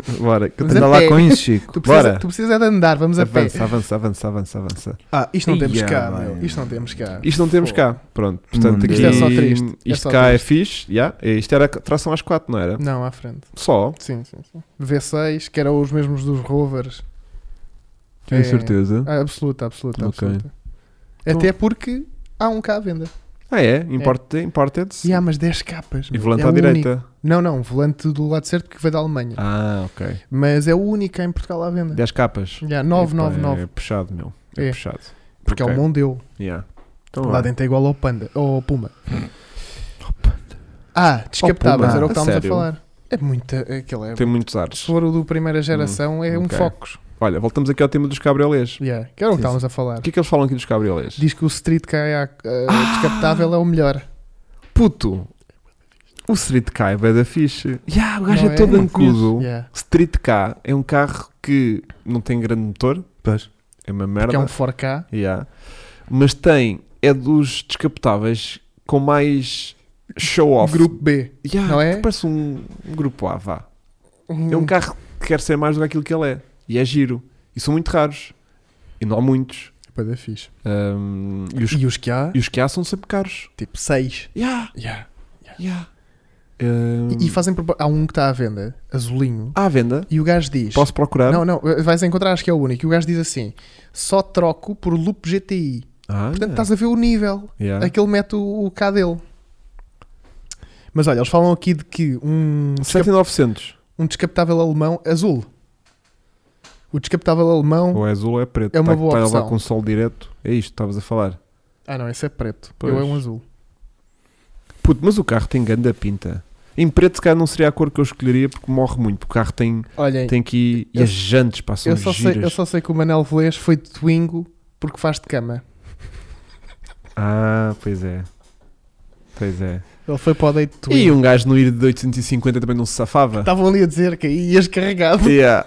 Hã?
Bora, que eu
Mas
tenho-
Anda
a
lá
pé.
com isso, Chico.
Tu precisas,
Bora.
tu precisas é de andar, vamos a pé.
Avança, avança, avança, avança, avança.
Ah, isto não temos
Ia
cá,
bem.
meu. Isto não temos cá.
Isto não temos cá. Pronto,
Não
portanto, aqui,
temos.
Isto é só triste. É
Isto
só
cá
triste.
é fixe. Yeah. Isto era tração às 4, não era?
Não, à frente.
Só.
Sim, sim, sim. V6, que eram os mesmos dos rovers.
Tenho
É.
certeza.
Ah, absoluta, absoluta,
Ok. Então-
absoluta. Até porque há um cá à venda.
Ah, é? Imported. imported
E há mais 10 capas.
E
meu.
volante
É
à
o único.
direita.
Não, não, um volante do lado certo que veio da Alemanha.
Ah, ok.
Mas é o único cá em Portugal à venda.
10 capas.
Já,
Epá,
999.
É puxado, meu. É,
É.
puxado.
Porque
ok.
é o Mondeu.
Yeah. Então
Lá
vá.
dentro é igual ao Panda, ao Puma. Ah,
Ao
descapotáveis,
Puma.
era o que
Ah,
estávamos a
sério?
falar. É muita. Aquele é.
Tem muitos ares.
Se for o do primeira geração, é um
ok.
Focus.
Olha, voltamos aqui ao tema dos cabriolés.
Yeah, que era o
Sim,
que estávamos a falar.
O que é que eles falam aqui dos cabriolés?
Diz que o Street Kayak eh,
Ah!
descapotável é o melhor.
Puto, o Street K é bué da fixe. Yeah, o gajo
Não
é,
é?
todo
Não
ancudo.
Yeah.
Street K é um carro que não tem grande motor,
Pois.
é uma
Porque
merda.
é um 4K.
Yeah. Mas tem, é dos descapotáveis com mais show-off.
Grupo B.
Yeah,
não é? Hum.
que Parece um, um grupo A, vá. É um carro que quer ser mais do que aquilo que ele é. E é giro. E são muito raros. E não há muitos.
Pá, da fixe.
Ahm, e, os,
E os que há,
e os que há são sempre caros.
tipo 6.
Yeah,
Yeah.
yeah. Ahm,
E, e fazem. propo- Há um que está à venda, azulinho.
Há à venda.
E o gajo diz.
Posso procurar?
Não, não, vais encontrar, acho que é o único. E o gajo diz assim: só troco por loop GTI.
Ah,
Portanto, estás a ver o nível.
yeah.
Aquele mete o, o K dele. Mas olha, eles falam aqui de que um, descap-
7900.
um descapotável alemão azul. O descapotável alemão.
Ou é azul ou é preto.
É uma
Tá-
boa
tá a
opção.
levar com sol direto. É isto que estavas a falar.
Ah, não, esse é preto.
Pois.
Eu é um azul.
Puto, mas o carro tem grande pinta. Em preto, se calhar, não seria a cor que eu escolheria porque morre muito. porque O carro tem,
Olhem,
tem que ir. E
Eu-
as jantes passam
eu, só sei, eu
giras.
só sei que o Manel Velês foi de Twingo porque faz de cama.
Ah, pois é. Pois é.
Ele foi para o date de
E
Twingo.
um gajo no ir de 850 também não se safava.
Estavam ali a dizer que ias carregado. (laughs)
Yeah.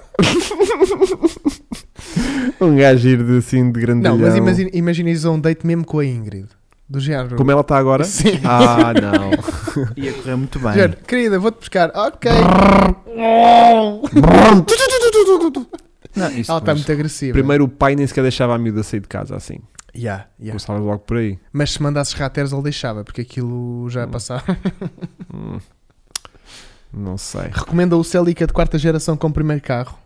um gajo ir de, assim de grande
Não, mas imagina, imagina ires a um date mesmo com a Ingrid. Do género.
Como é ela está agora?
Sim.
Ah, não.
(laughs) Ia correr muito
(laughs)
bem.
Género, querida, vou-te buscar. Ok.
Não, isso
Ela tá está
depois.
muito agressiva.
Primeiro o pai nem sequer deixava a miúda sair de casa assim.
Yeah, yeah.
Começava logo por aí.
Mas se mandasses raters, ele deixava, porque aquilo já
Hum.
passava. (laughs)
Hum. Não sei.
Recomenda o Celica de quarta geração como primeiro carro.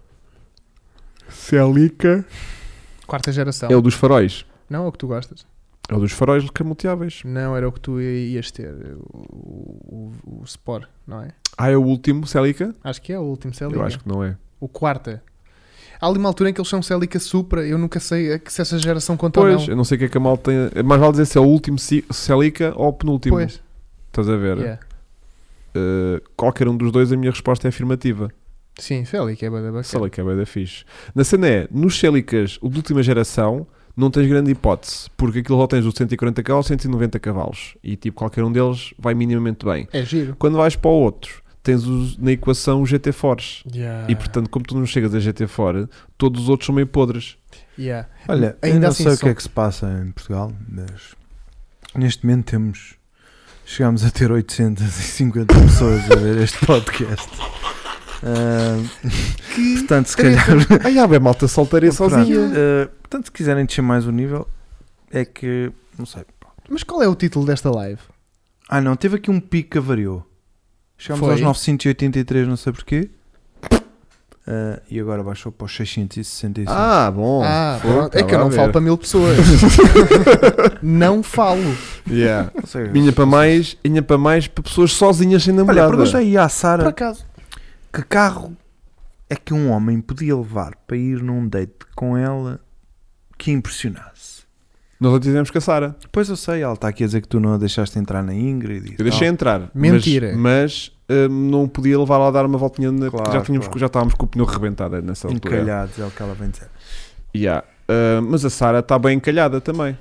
Celica.
Quarta geração.
É o dos faróis.
Não é o que tu gostas.
É o dos faróis camuteáveis.
Não, era o que tu ias ter. O, o, o Sport, não é?
Ah, é o último Celica?
Acho que é o último Celica.
Eu acho que não é.
O quarta. Há ali uma altura em que eles são Celica Supra. Eu nunca sei a que- se essa geração conta
Pois,
ou Então não.
eu não sei o que é que a malta tem. Mais vale dizer se é o último ci- Celica ou o penúltimo.
Pois.
Estás a ver?
Yeah.
Uh, qualquer um dos dois, a minha resposta é afirmativa.
Sim, Celica é bada bacana.
Celica é bué da fixe. Na cena é, nos Celicas, o de última geração, não tens grande hipótese, porque aquilo só tens os 140 cavalos, 190 cavalos. E tipo, qualquer um deles vai minimamente bem.
É giro.
Quando vais para o outro, tens os- na equação o GT Force.
Yeah.
E portanto, como tu não chegas a GT Fora, todos os outros são meio podres.
Yeah.
Olha,
Ainda
eu não
assim
sei o
são-
que é que se passa em Portugal, mas neste momento temos. Chegámos a ter 850 pessoas a ver este
(laughs)
podcast. Ah, portanto, se calhar.
Ai, ah, bem, malta soltaria sozinha.
(laughs) Pronto, ah, portanto, se quiserem descer mais o nível, é que. Não sei.
Mas qual é o título desta live?
Ah, não, teve aqui um pico que avariou. Chegámos
Foi.
aos 983, não sei porquê. Ah, e agora baixou para os 665.
Ah, bom.
ah,
Pô,
pronto. É que eu
estava a
não
ver.
falo para
(laughs)
mil pessoas. não falo. (laughs)
Yeah.
Não sei.
Minha para mais, minha para mais, para pessoas sozinhas sem
Olha,
namorada.
perguntei aí à Sara.
Por acaso.
Que carro é que um homem podia levar para ir num date com ela que impressionasse?
Nós já dizemos que a Sara.
Depois eu sei, ela está aqui a dizer que tu não a deixaste entrar na Ingrid. E
Eu
tal.
deixei entrar.
Mentira.
Mas, mas, hum, não podia levar lá a dar uma voltinha na, porque
Claro,
já, tínhamos,
claro.
já estávamos com o pneu rebentado nessa altura.
é
Hum,
Encalhados, é o que ela vem dizer.
Yeah. Ah, mas a Sara está bem tá encalhada também.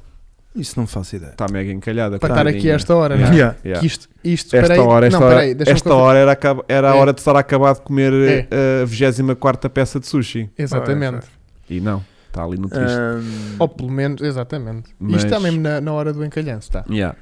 Isso não faço ideia.
Está mega encalhada.
Para estar aqui a
coitadinha.
esta hora, não é?
Yeah.
Yeah.
Que isto, isto,
Esta
peraí.
hora, esta,
não,
hora,
peraí, deixa-me
esta
contar-
hora era, acaba- era a
É.
hora de estar a acabar de comer
É.
eh, a 24 peça de sushi.
Exatamente.
E não, está ali no triste.
Ahm,
Ou pelo menos, exatamente.
Mas-
Isto está mesmo na, na hora do encalhanço,
Hum.
está.
Yeah.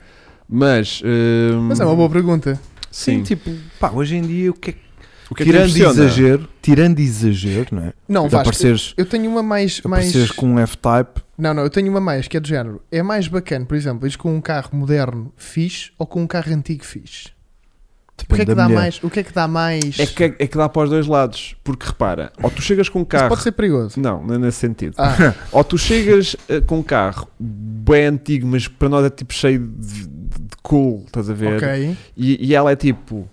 Mas, ehm,
Mas é uma boa pergunta.
sim,
Sim,
tipo, pá, hoje em dia o que é que.
o que é que
tirando
impressiona?
exagero, tirando exagero, não é?
Não,
De
Vasco,
apareceres,
eu tenho uma mais...
de
mais...
apareceres com um F-Type,
Não, não, eu tenho uma mais, que é do género. É mais bacana, por exemplo, ires com um carro moderno fixe ou com um carro antigo fixe? O que é
depende
que
da
dá
mulher.
mais? O que é que dá mais?
É que, é que dá para os dois lados. Porque repara, ou tu chegas com um
Isso
carro.
pode ser perigoso.
Não, não é nesse sentido.
(laughs)
Ah,
Ou tu chegas eh, com um carro bem antigo, mas para nós é tipo cheio de, de cool, estás a ver?
ok.
E, e ela é tipo.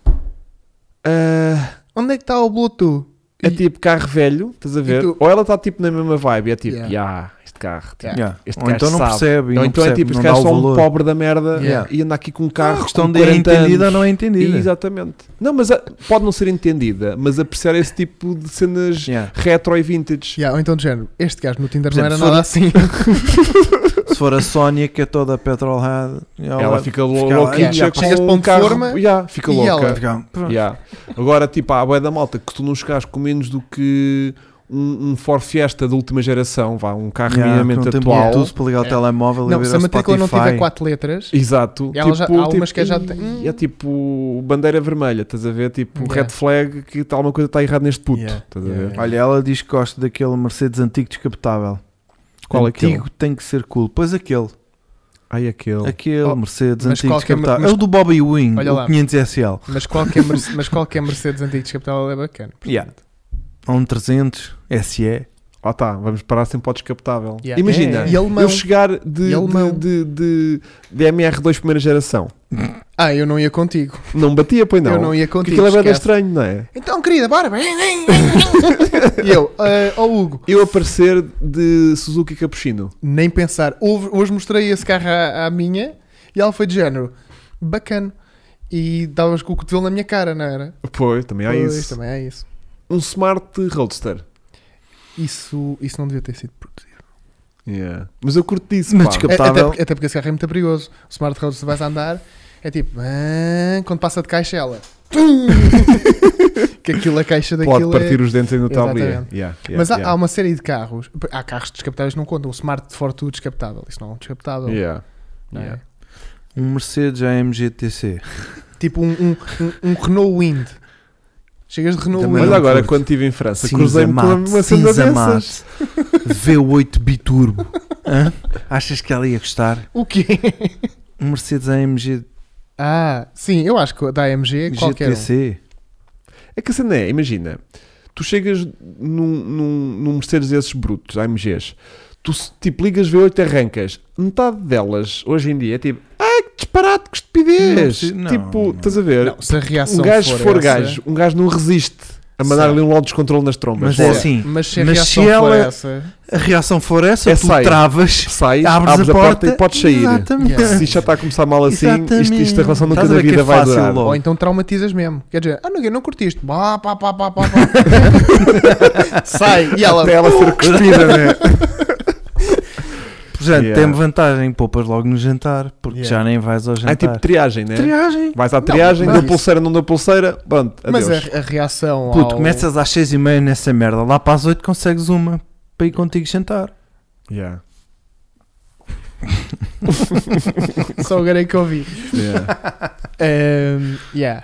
ah,
Onde é que está o Bluetooth?
é
E-
tipo carro velho, estás a ver?
tu-
Ou ela está tipo na mesma vibe, e é tipo,
Yeah.
"Ya, este carro. tipo,
Yeah.
Yeah.
Este
Ou
gajo
então não
sabe.
percebe. e
Ou
não
então é
percebe,
tipo,
não
este
dá
gajo
o
só um
valor.
pobre da merda
Yeah.
e anda aqui com um carro.
A questão
com
de é
40 anos.
entendida ou não é entendida.
Exatamente. Não, mas a- pode não ser entendida, mas apreciar esse tipo de cenas
Yeah.
retro e vintage.
Yeah, ou então do género, este gajo no Tinder
Por
não
exemplo,
era
se for-
nada assim.
Se for a Sónia que é toda petrolhead, ela,
Ela fica lou-
fica lá,
louca
yeah.
e
Chegas
com
para
um
um
carro.
forma
yeah, fica
e
louca.
ela-
fica- pronto.
Yeah. Agora, tipo, há a da malta que tu não chegares com menos do que um, um Ford Fiesta da última geração, vá, um carro
Yeah,
minimamente
que não tem
atual.
Bluetooth para ligar o
É.
telemóvel e
(laughs) Não,
ver
se a
a
matrícula não tiver
Spotify.
quatro letras,
Exato.
Ela já- há umas que já
"Ih",
têm-
É tipo bandeira vermelha, estás a ver? Tipo
Yeah.
red flag que tá- alguma coisa está errada neste puto.
Yeah.
Estás a
Yeah,
ver?
yeah.
Olha, ela diz que gosta daquele Mercedes antigo descapotável.
Qual é
antigo
aquele?
tem que ser cool. Pois aquele.
Ai, aquele.
Aquele
Oh,
Mercedes
mas
antigo
qual que é-
descapotável.
mas-
É o do Bobby Wing,
Olha lá.
o 500 SL.
mas qualquer, Merce- mas qualquer Mercedes antigo descapotável é bacana. portanto.
Yeah. Há um 300 SE.
Ah tá, vamos parar sempre ao descapotável.
Yeah.
Imagina,
É.
E alemão.
eu chegar de,
E alemão.
de, de, de, de MR2 primeira geração.
Ah, eu não ia contigo.
Não batia, pois não.
Eu não ia
Porque
contigo.
aquilo é bem
esquece.
estranho, não é?
Então, querida, bora. e eu, ah, ó Hugo,
Eu aparecer de Suzuki Capuchino.
nem pensar. Houve- Hoje mostrei esse carro à, à minha e ela foi de género bacana. E davas com o cotovelo na minha cara, não era?
Pois, também há
Pois,
isso.
também é isso.
Um Smart Roadster.
Isso, isso não devia ter sido produzido.
Yeah. Mas eu curto disso,
Mas
pá.
descap-
É- Até,
Captável.
até porque esse carro é muito perigoso. O Smart Road, se vais a andar, é tipo, "Ah", quando passa de caixa, ela. (laughs) tum! que aquilo, a caixa
Pode
daquilo.
partir
é...
os dentes ainda tal dia.
Exatamente.
Yeah, yeah,
Mas há, há
yeah.
uma série de carros. Há carros descapotáveis que não contam. O Smart de Fortwo descapotável. Isto não é um descapotável.
Yeah.
não é?
Yeah.
Um Mercedes AMG TC.
Tipo um, um, um, um Renault Wind. Chegas de Renault
Também
Mas
não
Wind.
agora,
curto.
quando estive em França,
Cinza
cruzei-me com
mate,
uma cena
cinza
dessas.
V8 biturbo. (laughs) Hã? Achas que ela ia gostar?
O quê? (laughs)
Um Mercedes AMG
Ah, sim, eu acho que a da AMG é qualquer um.
GTC.
É que a cena é, imagina, tu chegas num, num, num Mercedes desses brutos, AMGs, tu se- tipo ligas V8 e arrancas, metade delas hoje em dia é tipo, ai que disparate, que estupidez!
Não, não,
tipo,
não.
estás a ver?
Não, se a reação
um gajo
for
for
essa-
gajo, um gajo não resiste a mandar
Sim.
ali um logo de descontrole nas trombas.
Mas é
Logo.
assim.
Mas se a
Mas
reação
se
for
ela-
essa...
A reação for essa,
É
tu
sair.
travas,
Sais,
abres, a, porta,
e podes sair.
Exatamente.
Yeah.
Se isto já está a começar mal assim, isto, isto
Exatamente.
a relação nunca
Estás a
da
ver que é
vida vai
fácil
durar.
logo.
Ou então traumatizas mesmo. Quer dizer, ah, não, não curtiste. Pá, pá, pá, pá, pá,
(laughs)
pá. Sai. E ela...
Até ela
Uh!
ser cuspida,
(laughs)
né?
Portanto,
Yeah.
tem vantagem, poupas logo no jantar, porque
Yeah.
já nem vais ao jantar.
É tipo triagem, né?
triagem.
Vais à triagem,
mas
dou
isso-
pulseira, não dou pulseira, pronto, adeus.
é
Mas a, a reação
Puto,
ao...
começas às 6 e meia nessa merda, lá para as 8 consegues uma para ir contigo jantar.
Yeah.
Só o garei que ouvi.
Yeah. (laughs)
Ahm, yeah.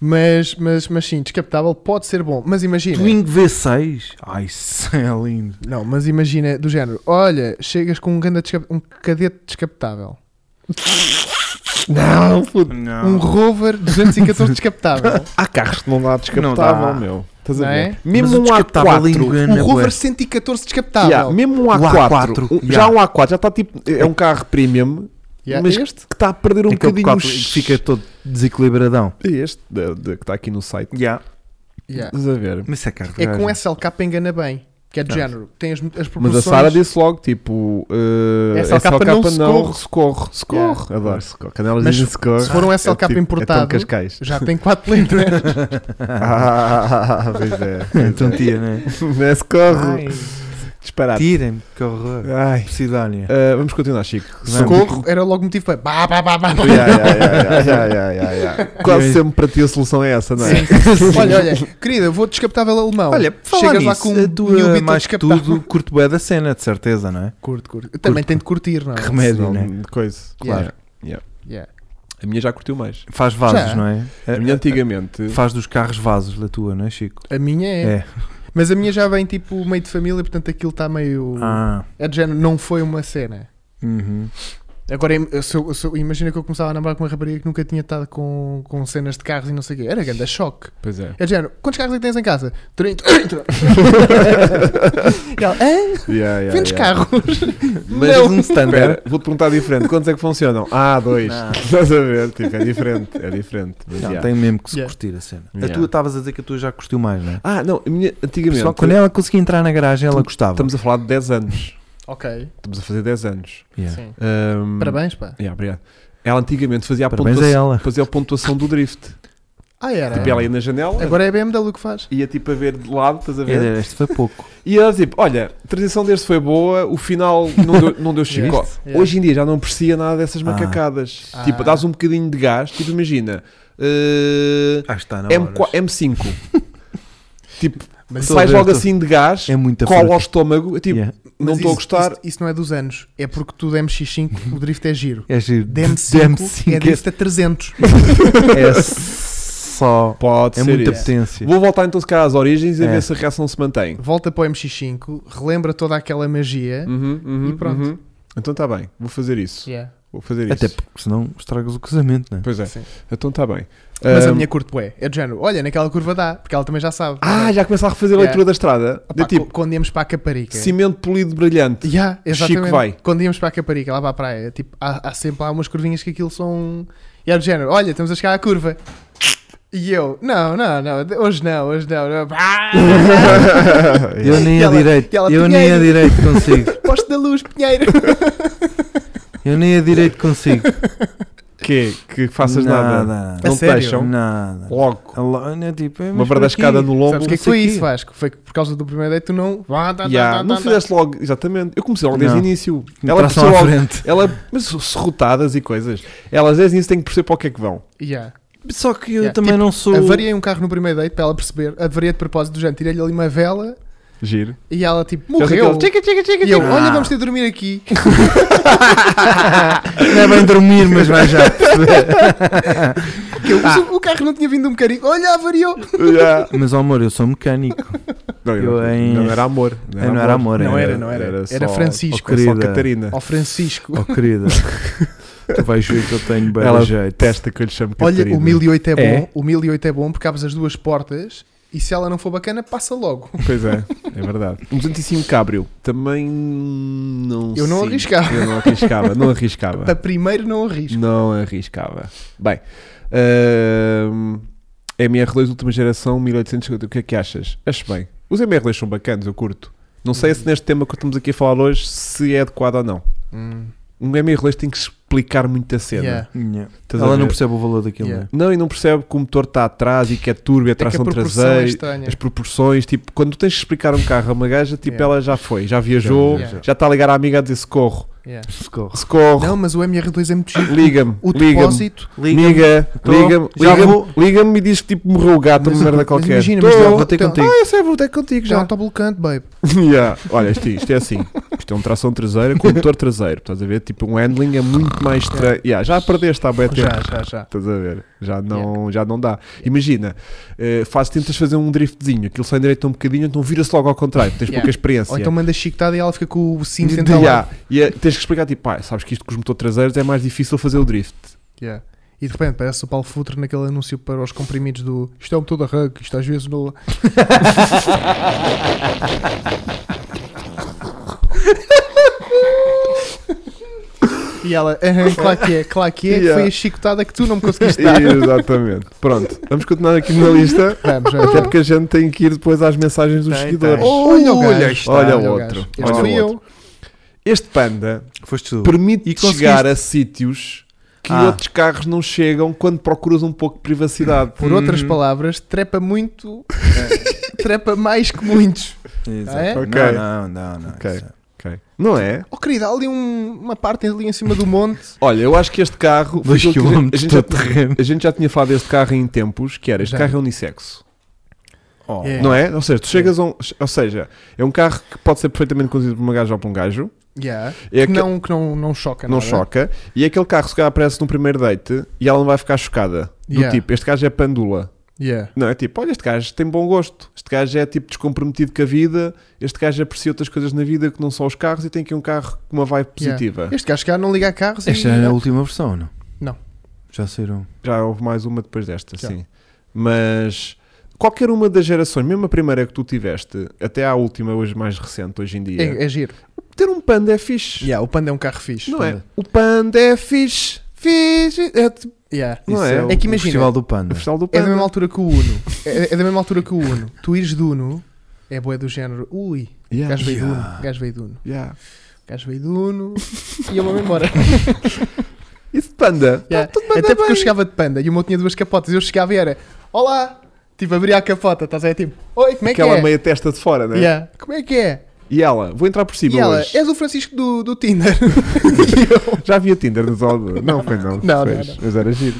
Mas, mas, mas sim, descapotável pode ser bom. Mas imagina...
Twingo V6? Ai, isso é lindo.
Não, mas imagina do género: olha, chegas com um, ganda descap- um cadete descapotável,
Não, puto.
um rover 214 (laughs) descapotável,
Há carros que não dá descapotável,
Não dá.
meu. Estás a
Não
ver?
é?
Mesmo um
Mas o descapotável
A4.
engana,
um
bué.
rover 114 descapotável.
yeah, mesmo um
O
A4.
A4,
um-
yeah.
Já um A4, já está tipo. É um carro premium
Yeah,
Mas-
este?
que está a perder um
Aquele
bocadinho.
bocado
os-
que fica todo desequilibradão.
É Este, de- de- que está aqui no site.
Yeah.
Estás a ver?
Mas isso é caro.
É com SLK engana bem, que é do género: tem as, as
Mas
proporções.
a Sara disse logo: tipo, uh,
SLK não socorro.
socorro, socorro.
Yeah.
Adoro socorro. Quando elas
Mas
dizem socorro.
se for um SLK
é tipo- É
importado,
tão
(laughs)
cascais. (laughs)
já tem 4 letras.
Ah, pois é. pois
(laughs) Então, tia, né?
é. Não é socorro. Disparado.
Tirem-me, que horror.
Ai.
Cidónia.
Então,
Ah, vamos continuar, Chico.
Socorro era logo motivo para. Bah, bah, bah, bah, bah.
Ya, ya, ya, ya, ya, ya, ya.
(laughs)
Quase sempre para ti a solução é essa, não é?
Olha, olha, querida, vou descapotável alemão.
Olha, falar
chegas lá
nisso,
com um
a
mil
tua,
bits
mais
de
que
capital.
tudo, curto bem da cena, de certeza, não é?
Curto, curto. Também tem de curtir, não é?
Que remédio,
Senão,
né?
Coisa.
Yeah.
Yeah.
Yeah.
A minha já curtiu mais.
Faz vasos,
Já.
não é?
A minha antigamente.
Faz dos carros vasos da tua, não é, Chico?
A minha é.
É.
Mas a minha já vem tipo meio de família, portanto aquilo está meio.
Ah.
É de género, não foi uma cena.
Uhum.
Agora, im- se eu- se eu- imagina que eu começava a namorar com uma rapariga que nunca tinha estado com, com cenas de carros e não sei o quê. Era grande choque.
Pois
(laughs)
é.
É de género, quantos carros é que tens em casa? 30.
(coughs)
e ela, hã?
(laughs) Yeah, yeah,
Vendes
yeah. (laughs)
carros?
Mas
Não.
um standard.
Espera, vou-te perguntar diferente. Quantos é que funcionam? Ah, dois.
Não.
(laughs) Estás a ver? Tipo, é diferente. É diferente. Mas,
Não,
yeah.
tem mesmo que se
Yeah.
curtir a cena.
Yeah.
A tua estavas a dizer que a tua já curtiu mais, não é?
Ah, não. A minha, antigamente.
Só quando é- ela conseguia entrar na garagem, ela gostava.
Estamos a falar de 10 anos.
ok,
Estamos a fazer 10 anos.
Yeah.
sim.
Ahm,
Parabéns, pá.
yeah, obrigado. Ela antigamente fazia a,
Parabéns a
pontua-
ela.
fazia a pontuação do
(laughs)
drift.
Ah, era.
Tipo, ela ia na janela,
Agora é a BMW que faz.
ia tipo a ver de lado, estás a ver?
Era, Este É, foi pouco.
E ela tipo, olha, a transição deste foi boa, o final não deu, não
(laughs)
deu chico.
Yes, yes.
Hoje em dia já não aprecia nada dessas
Ah.
macacadas.
Ah.
Tipo, dás um bocadinho de gás, tipo, imagina. eh,
Ah, está, não
É
M4
(laughs)
M5. tipo,
Mas
Só
sais
ver,
logo
tô-
assim de gás,
É muita
cola ao
fruta.
estômago, tipo,
Yeah.
não
Mas
estou a
isso-
gostar.
Isso, isso não é dos anos. É porque tudo MX5, o drift é giro.
É giro.
DM5, é
é,
(laughs)
drift a 300.
é só.
Pode
É
ser
muita
isso.
potência.
Vou voltar então se calhar às origens e a
É.
ver se a reação se mantém.
Volta para o MX5, relembra toda aquela magia.
Uhum, uhum,
E pronto.
uhum. Então está bem, vou fazer isso.
Yeah.
Vou fazer isso.
Até porque senão estragas o casamento, não é?
Pois é,
Sim.
então está bem.
Mas a
Ahm,
minha curto é. É do género, olha, naquela curva dá, porque ela também já sabe.
Ah, já começa a refazer a
Yeah.
leitura da estrada.
Opa,
De tipo,
co- quando íamos para a Caparica.
cimento polido (laughs) brilhante.
Yeah, exatamente.
Chico vai.
Quando íamos para a Caparica, lá para a praia, tipo, há, há sempre lá umas curvinhas que aquilo são. E é do género, olha, estamos a chegar à curva. E eu, não, não, não, de- hoje não, hoje não.
(laughs)
não. Ah,
Eu nem
E
a
ela-
direito.
e ela,
Eu nem a
"Pinheiro."
direito consigo.
Posto da luz, Pinheiro.
Eu nem a direito consigo.
Que, que (laughs) faças
nada.
nada.
Nada.
A
Não te
sério?
deixam.
nada.
Logo.
Alô, não é tipo, é, mas
Uma
por
verdascada
aqui.
no lombo.
Sabes o que é que
Isso
foi
aqui.
isso, Vasco? Foi que por causa do primeiro date tu não. Vá, tá, tá,
Yeah,
tá,
não
tá, tá.
fizeste logo, exatamente. Eu comecei logo desde o
Não.
início.
Ela
Ela
tração
percebeu
à
logo.
frente.
Ela, mas serrotadas e coisas. Elas desde o início têm que perceber para o que é que vão.
Yeah.
Só que eu
Yeah,
também
tipo,
não sou.
Avariei um carro no primeiro date para ela perceber. Avariei de propósito do género. Tirei-lhe ali uma vela
Giro.
e ela tipo
Fez
morreu.
aquele tchica, tchica, tchica,
E eu,
tchica.
olha, vamos ter de
(laughs)
dormir aqui.
Não é bem dormir, mas vai já.
Que eu-
Ah.
o carro não tinha vindo um bocadinho. Olha, avariou.
(laughs) Yeah.
Mas, oh, amor, eu sou mecânico.
Não, eu
Eu
não-
em-
não era amor.
Eu não era amor,
Não era, não era. Era,
só-
Francisco.
Era só
Querida.
Catarina.
Ó Francisco.
Oh, querida, tu vais ver que eu tenho bem
Ela
jeito.
Testa que eu lhe chamo
Olha,
Catarina.
o 1008 é bom.
É?
O 1008 é bom porque abres as duas portas e se ela não for bacana, passa logo.
Pois é, é verdade. Um 205 cabrio também não
Eu não
sei.
arriscava.
Eu não arriscava, não
Para
(laughs) arriscava.
primeiro não arrisco.
não arriscava. Bem, hum, é ahm, MR2 última geração 1850, o que é que achas? Acho bem. Os MR2 são bacanas, eu curto. Não sei se neste tema que estamos aqui a falar hoje se é adequado ou não.
Hum,
Um MR2 tem que explicar muita cena.
Yeah.
Nha.
Estás a
Ela não
ver?
percebe o valor daquilo,
Yeah.
Não, e não percebe que o motor está atrás e que é turbo, é
É que a
tração
proporção é
traseira,
estranha.
as proporções, tipo, quando tu tens de explicar um carro a uma gaja, tipo,
Yeah.
ela já foi, já viajou,
Já, já.
já está a ligar à amiga a dizer socorro,
Yeah.
não é? Socorro.
socorro,
Não, mas o MR2 é muito giro.
liga-me,
O
liga-me,
depósito.
liga,
Tô.
liga-me,
Já
liga-me,
vou.
liga-me e diz que tipo morreu o gato,
Mas-
uma merda
mas
qualquer.
imagina,
Tô.
mas
Estou,
já-
vou ter
então-
contigo.
Ah, eu sei, vou até contigo
Já é
já.
autoblocante, babe.
(laughs) Yeah. Olha, isto, isto é assim, isto é um tração traseira com motor traseiro, estás a ver? Tipo, um handling é muito mais estranho. Yeah, já perdeste há bem tempo.
Já, já, já.
Estás a ver? Já não, já não dá. Imagina, eh, faz, tentas fazer um driftzinho, aquilo só endireita um bocadinho, então vira-se logo ao contrário, tens
Yeah.
pouca experiência.
Ou então manda chicotada e ela fica com o cinto
De-
sentado. lá.
yeah. E eh, tens que explicar, tipo, pá, sabes que isto com os motores traseiros é mais difícil fazer o
(laughs)
drift.
Yeah. E de repente parece o Paulo Futre naquele anúncio para os comprimidos do isto é o motor da rug, isto às vezes não. (laughs) e ela,
(laughs)
aham, claro que é, claro que é, que
Yeah.
foi a chicotada que tu não me
(laughs)
conseguiste dar.
Exatamente. Pronto, vamos continuar aqui na lista,
Vamos, vamos.
até (laughs) porque a gente tem que ir depois às mensagens dos
Tem, Oh.
seguidores.
tem.
Olha o gajo.
aí está.
Olha
o
outro.
gajo.
Olha
Este fui
o
eu.
Este panda
Foste tu. E
permite
conseguiste.
chegar a sítios que
Ah.
outros carros não chegam quando procuras um pouco de privacidade.
(laughs) Por outras palavras, trepa muito, trepa mais que muitos.
Exato.
Ah, é?
Ok.
Não, não, não. não
Ok.
isso é-
Ok. Não é?
Oh querido, há ali um- uma parte ali em cima do monte.
Olha, eu acho que este carro. foi
Dois
aquilo que a gente-
quilómetros
a, gente
de
já,
terreno.
a gente já tinha falado deste carro em tempos, que era este
Já.
carro é unissexo.
Oh.
É.
Não é? Ou seja, tu chegas a um. Ou seja, é um carro que pode ser perfeitamente conduzido por uma gaja ou por um gajo.
Yeah.
É
que
aquele-
não, que não, não choca
não
nada.
choca. E é aquele carro, se calhar, aparece no primeiro date e ela não vai ficar chocada. Do
Yeah.
tipo, este gajo é pandula.
Yeah.
Não, é tipo, olha, este gajo tem bom gosto. Este gajo é tipo descomprometido com a vida. Este gajo aprecia outras coisas na vida que não são os carros e tem aqui um carro com uma vibe positiva.
Este gajo cá não liga a carros
Esta
e...
é a última versão, não?
Não.
Já saíram.
Já houve mais uma depois desta,
Já.
sim. Mas qualquer uma das gerações, mesmo a primeira que tu tiveste, até à última, hoje mais recente, hoje em dia,
é, é giro.
ter um panda é fixe.
Yeah, o Panda é um carro fixe.
Não é? O panda é fixe. Fixe. É tipo,
Yeah.
Não
Isso
é?
o,
É que
o
imagina-
Festival do
o
Panda.
festival do
É da
panda.
mesma altura que o Uno. É, é da mesma altura que o Uno. Tu ires do Uno, é boa do género. Ui, o
Yeah,
gajo veio do Uno.
Yeah.
o gajo veio do Uno.
yeah.
o gajo veio do Uno. E eu
(laughs)
vou-me embora.
E de panda?
Yeah.
Tá tudo bem,
Até
tá
porque eu
bem.
chegava de Panda e o meu tinha duas capotas. Eu chegava e era, olá. Tipo, abria a capota, estás aí tipo, oi, como é
Aquela
que é?
meia testa de fora, né?
Yeah. Como é que é?
E ela, vou entrar por cima
e ela,
hoje.
és o Francisco do, do Tinder.
(laughs) Já havia Tinder nos Aldo. Não, foi não.
Não,
Pois,
não, não.
Mas era giro.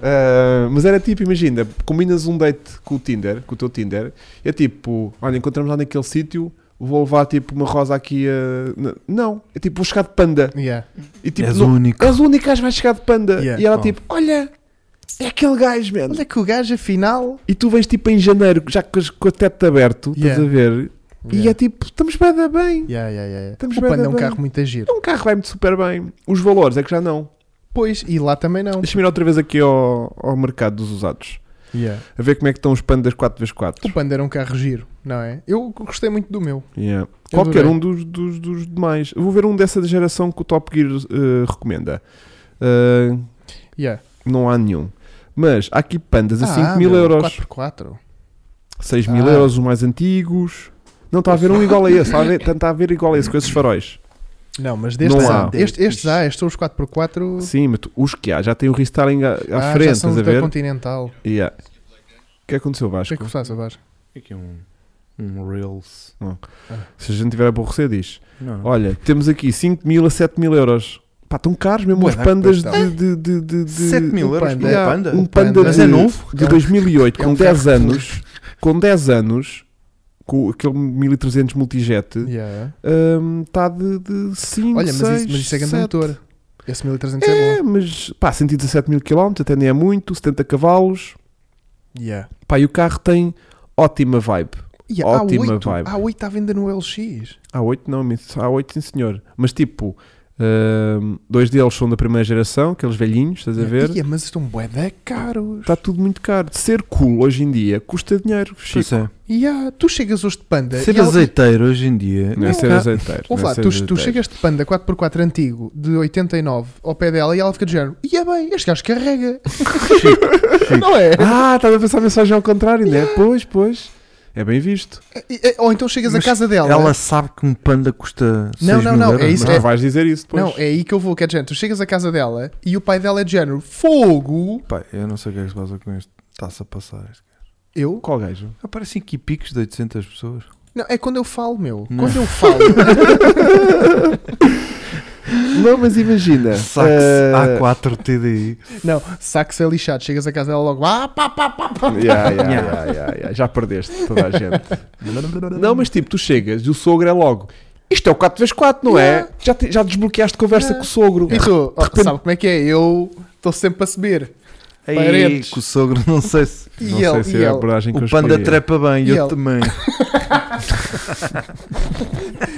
Ah, mas era tipo, imagina, combinas um date com o Tinder, com o teu Tinder, é tipo, olha, encontramos lá naquele sítio, vou levar tipo uma rosa aqui a. n- Não, é tipo, vou chegar de panda.
(laughs) Yeah.
E tipo,
És o
não,
único.
és o único gajo que vai chegar de panda.
um Yeah.
E ela
Oh.
tipo, olha, é aquele gajo, mano.
Olha que o gajo, afinal...
E tu vens tipo em janeiro, já com, as- com o teto aberto,
Yeah.
estás a ver? E é tipo, estamos bem, da bem.
Yeah, yeah, yeah, yeah.
Estamos
O
bem,
Panda é
tá
um
bem.
carro muito agir.
É um carro que vai-me super bem. Os valores é que já não.
Pois, e lá também não.
Deixa-me ir outra vez aqui ao, ao mercado dos usados.
Yeah.
A ver como é que estão os pandas
O
4x4.
Panda era um carro giro, não é? Eu gostei muito do meu.
Yeah.
Eu
Qualquer
adorei.
um dos, dos, dos demais. Eu Vou ver um dessa geração que o Top Gear eh, recomenda. Eh,
Yeah.
não há nenhum. Mas há aqui pandas a
Ah,
5 mil
meu,
euros.
4x4.
6 mil
Ah.
euros os mais antigos. Não, está a ver um igual a esse. Está a ver, está a ver igual a esse com esses faróis.
Não, mas destes
Não há.
há. Este, estes há, estes são os 4x4.
Sim, mas tu- os que há já têm o restyling à, à
Ah,
frente,
já são
estás a
da
ver?
Continental. O
Yeah. O é que aconteceu,
que é
Vasco?
que gostaste, Vasco?
Aqui um, um Reels.
Se a gente tiver a aborrecer, diz.
Não, não.
Olha, temos aqui 5 mil a 7 mil euros. Pá, estão caros mesmo
Bué
os
da
pandas
questão.
de, de, de, de, de-
7 mil
um
euros
panda.
por um
Yeah,
panda?
Um
panda
panda
Mas
de,
é novo?
de 2008,
É
com
um
10
carro.
anos, com 10 anos, com aquele 1300 multijet,
Yeah.
está de, de 5,
Olha, mas
6,
isso, mas isso é grande
7.
motor. Esse 1300 é,
É,
bom.
mas pá, 117 mil km, até nem é muito, 70 cavalos.
Yeah.
Pá, e o carro tem ótima vibe.
Yeah,
Ótima
há 8,
vibe.
Há 8 à venda no LX.
A8 não, miss- A8 sim senhor. Mas tipo, hum, dois deles são da primeira geração, aqueles velhinhos, estás a ver?
Yeah, mas estão bué da caros.
Está tudo muito caro. Ser cool hoje em dia custa dinheiro, Chico.
Pois é.
Yeah, tu chegas hoje de Panda.
Ser
e ela-
azeiteiro hoje em dia.
Não é
Não,
ser
cá-
azeiteiro.
Ouve
não é
lá,
ser
tu, tu
azeiteiro.
chegas de Panda 4x4 antigo de 89 ao pé dela e ela fica de género. E é bem, este
(laughs)
gajo carrega. Não é?
Ah, estava a pensar a mensagem ao contrário, né? Pois, pois. É bem visto.
E- e- Ou então chegas à
Mas
casa dela.
Ela sabe que um panda custa 6
Não, não, não,
mil euros,
é
Mas
isso,
tu
é-
vais dizer isso depois.
Não, é aí que eu vou, que é de género. Tu chegas à casa dela e o pai dela é de género. Fogo!
Pá, eu não sei o que é que se passa com este. Está-se a passar. este gajo.
Eu?
Qual gajo?
Aparecem aqui picos de 800 pessoas.
Não, é quando eu falo, meu.
Não.
Quando eu falo.
(laughs) Não, mas (laughs) imagina.
Sax
É.
eh,
A4 TDI.
não, saco-se é lixado. Chegas à casa dela logo. Ah, pá, pá, pá, pá.
(laughs) yeah, yeah, yeah, yeah, yeah. Já perdeste toda a gente. (laughs) Não, mas tipo, tu chegas e o sogro é logo. Isto é o 4x4, não é? Já, te- já desbloqueaste conversa
Yeah.
com o sogro.
E tu, oh,
repente-
sabe como é que é? Eu estou sempre a subir.
Ei,
Paredes.
que o sogro, não sei se.
E
Não
ele,
sei
e
se é a
ele.
abordagem que eu
O panda
escolhi.
trepa bem,
E
eu
ele?
também.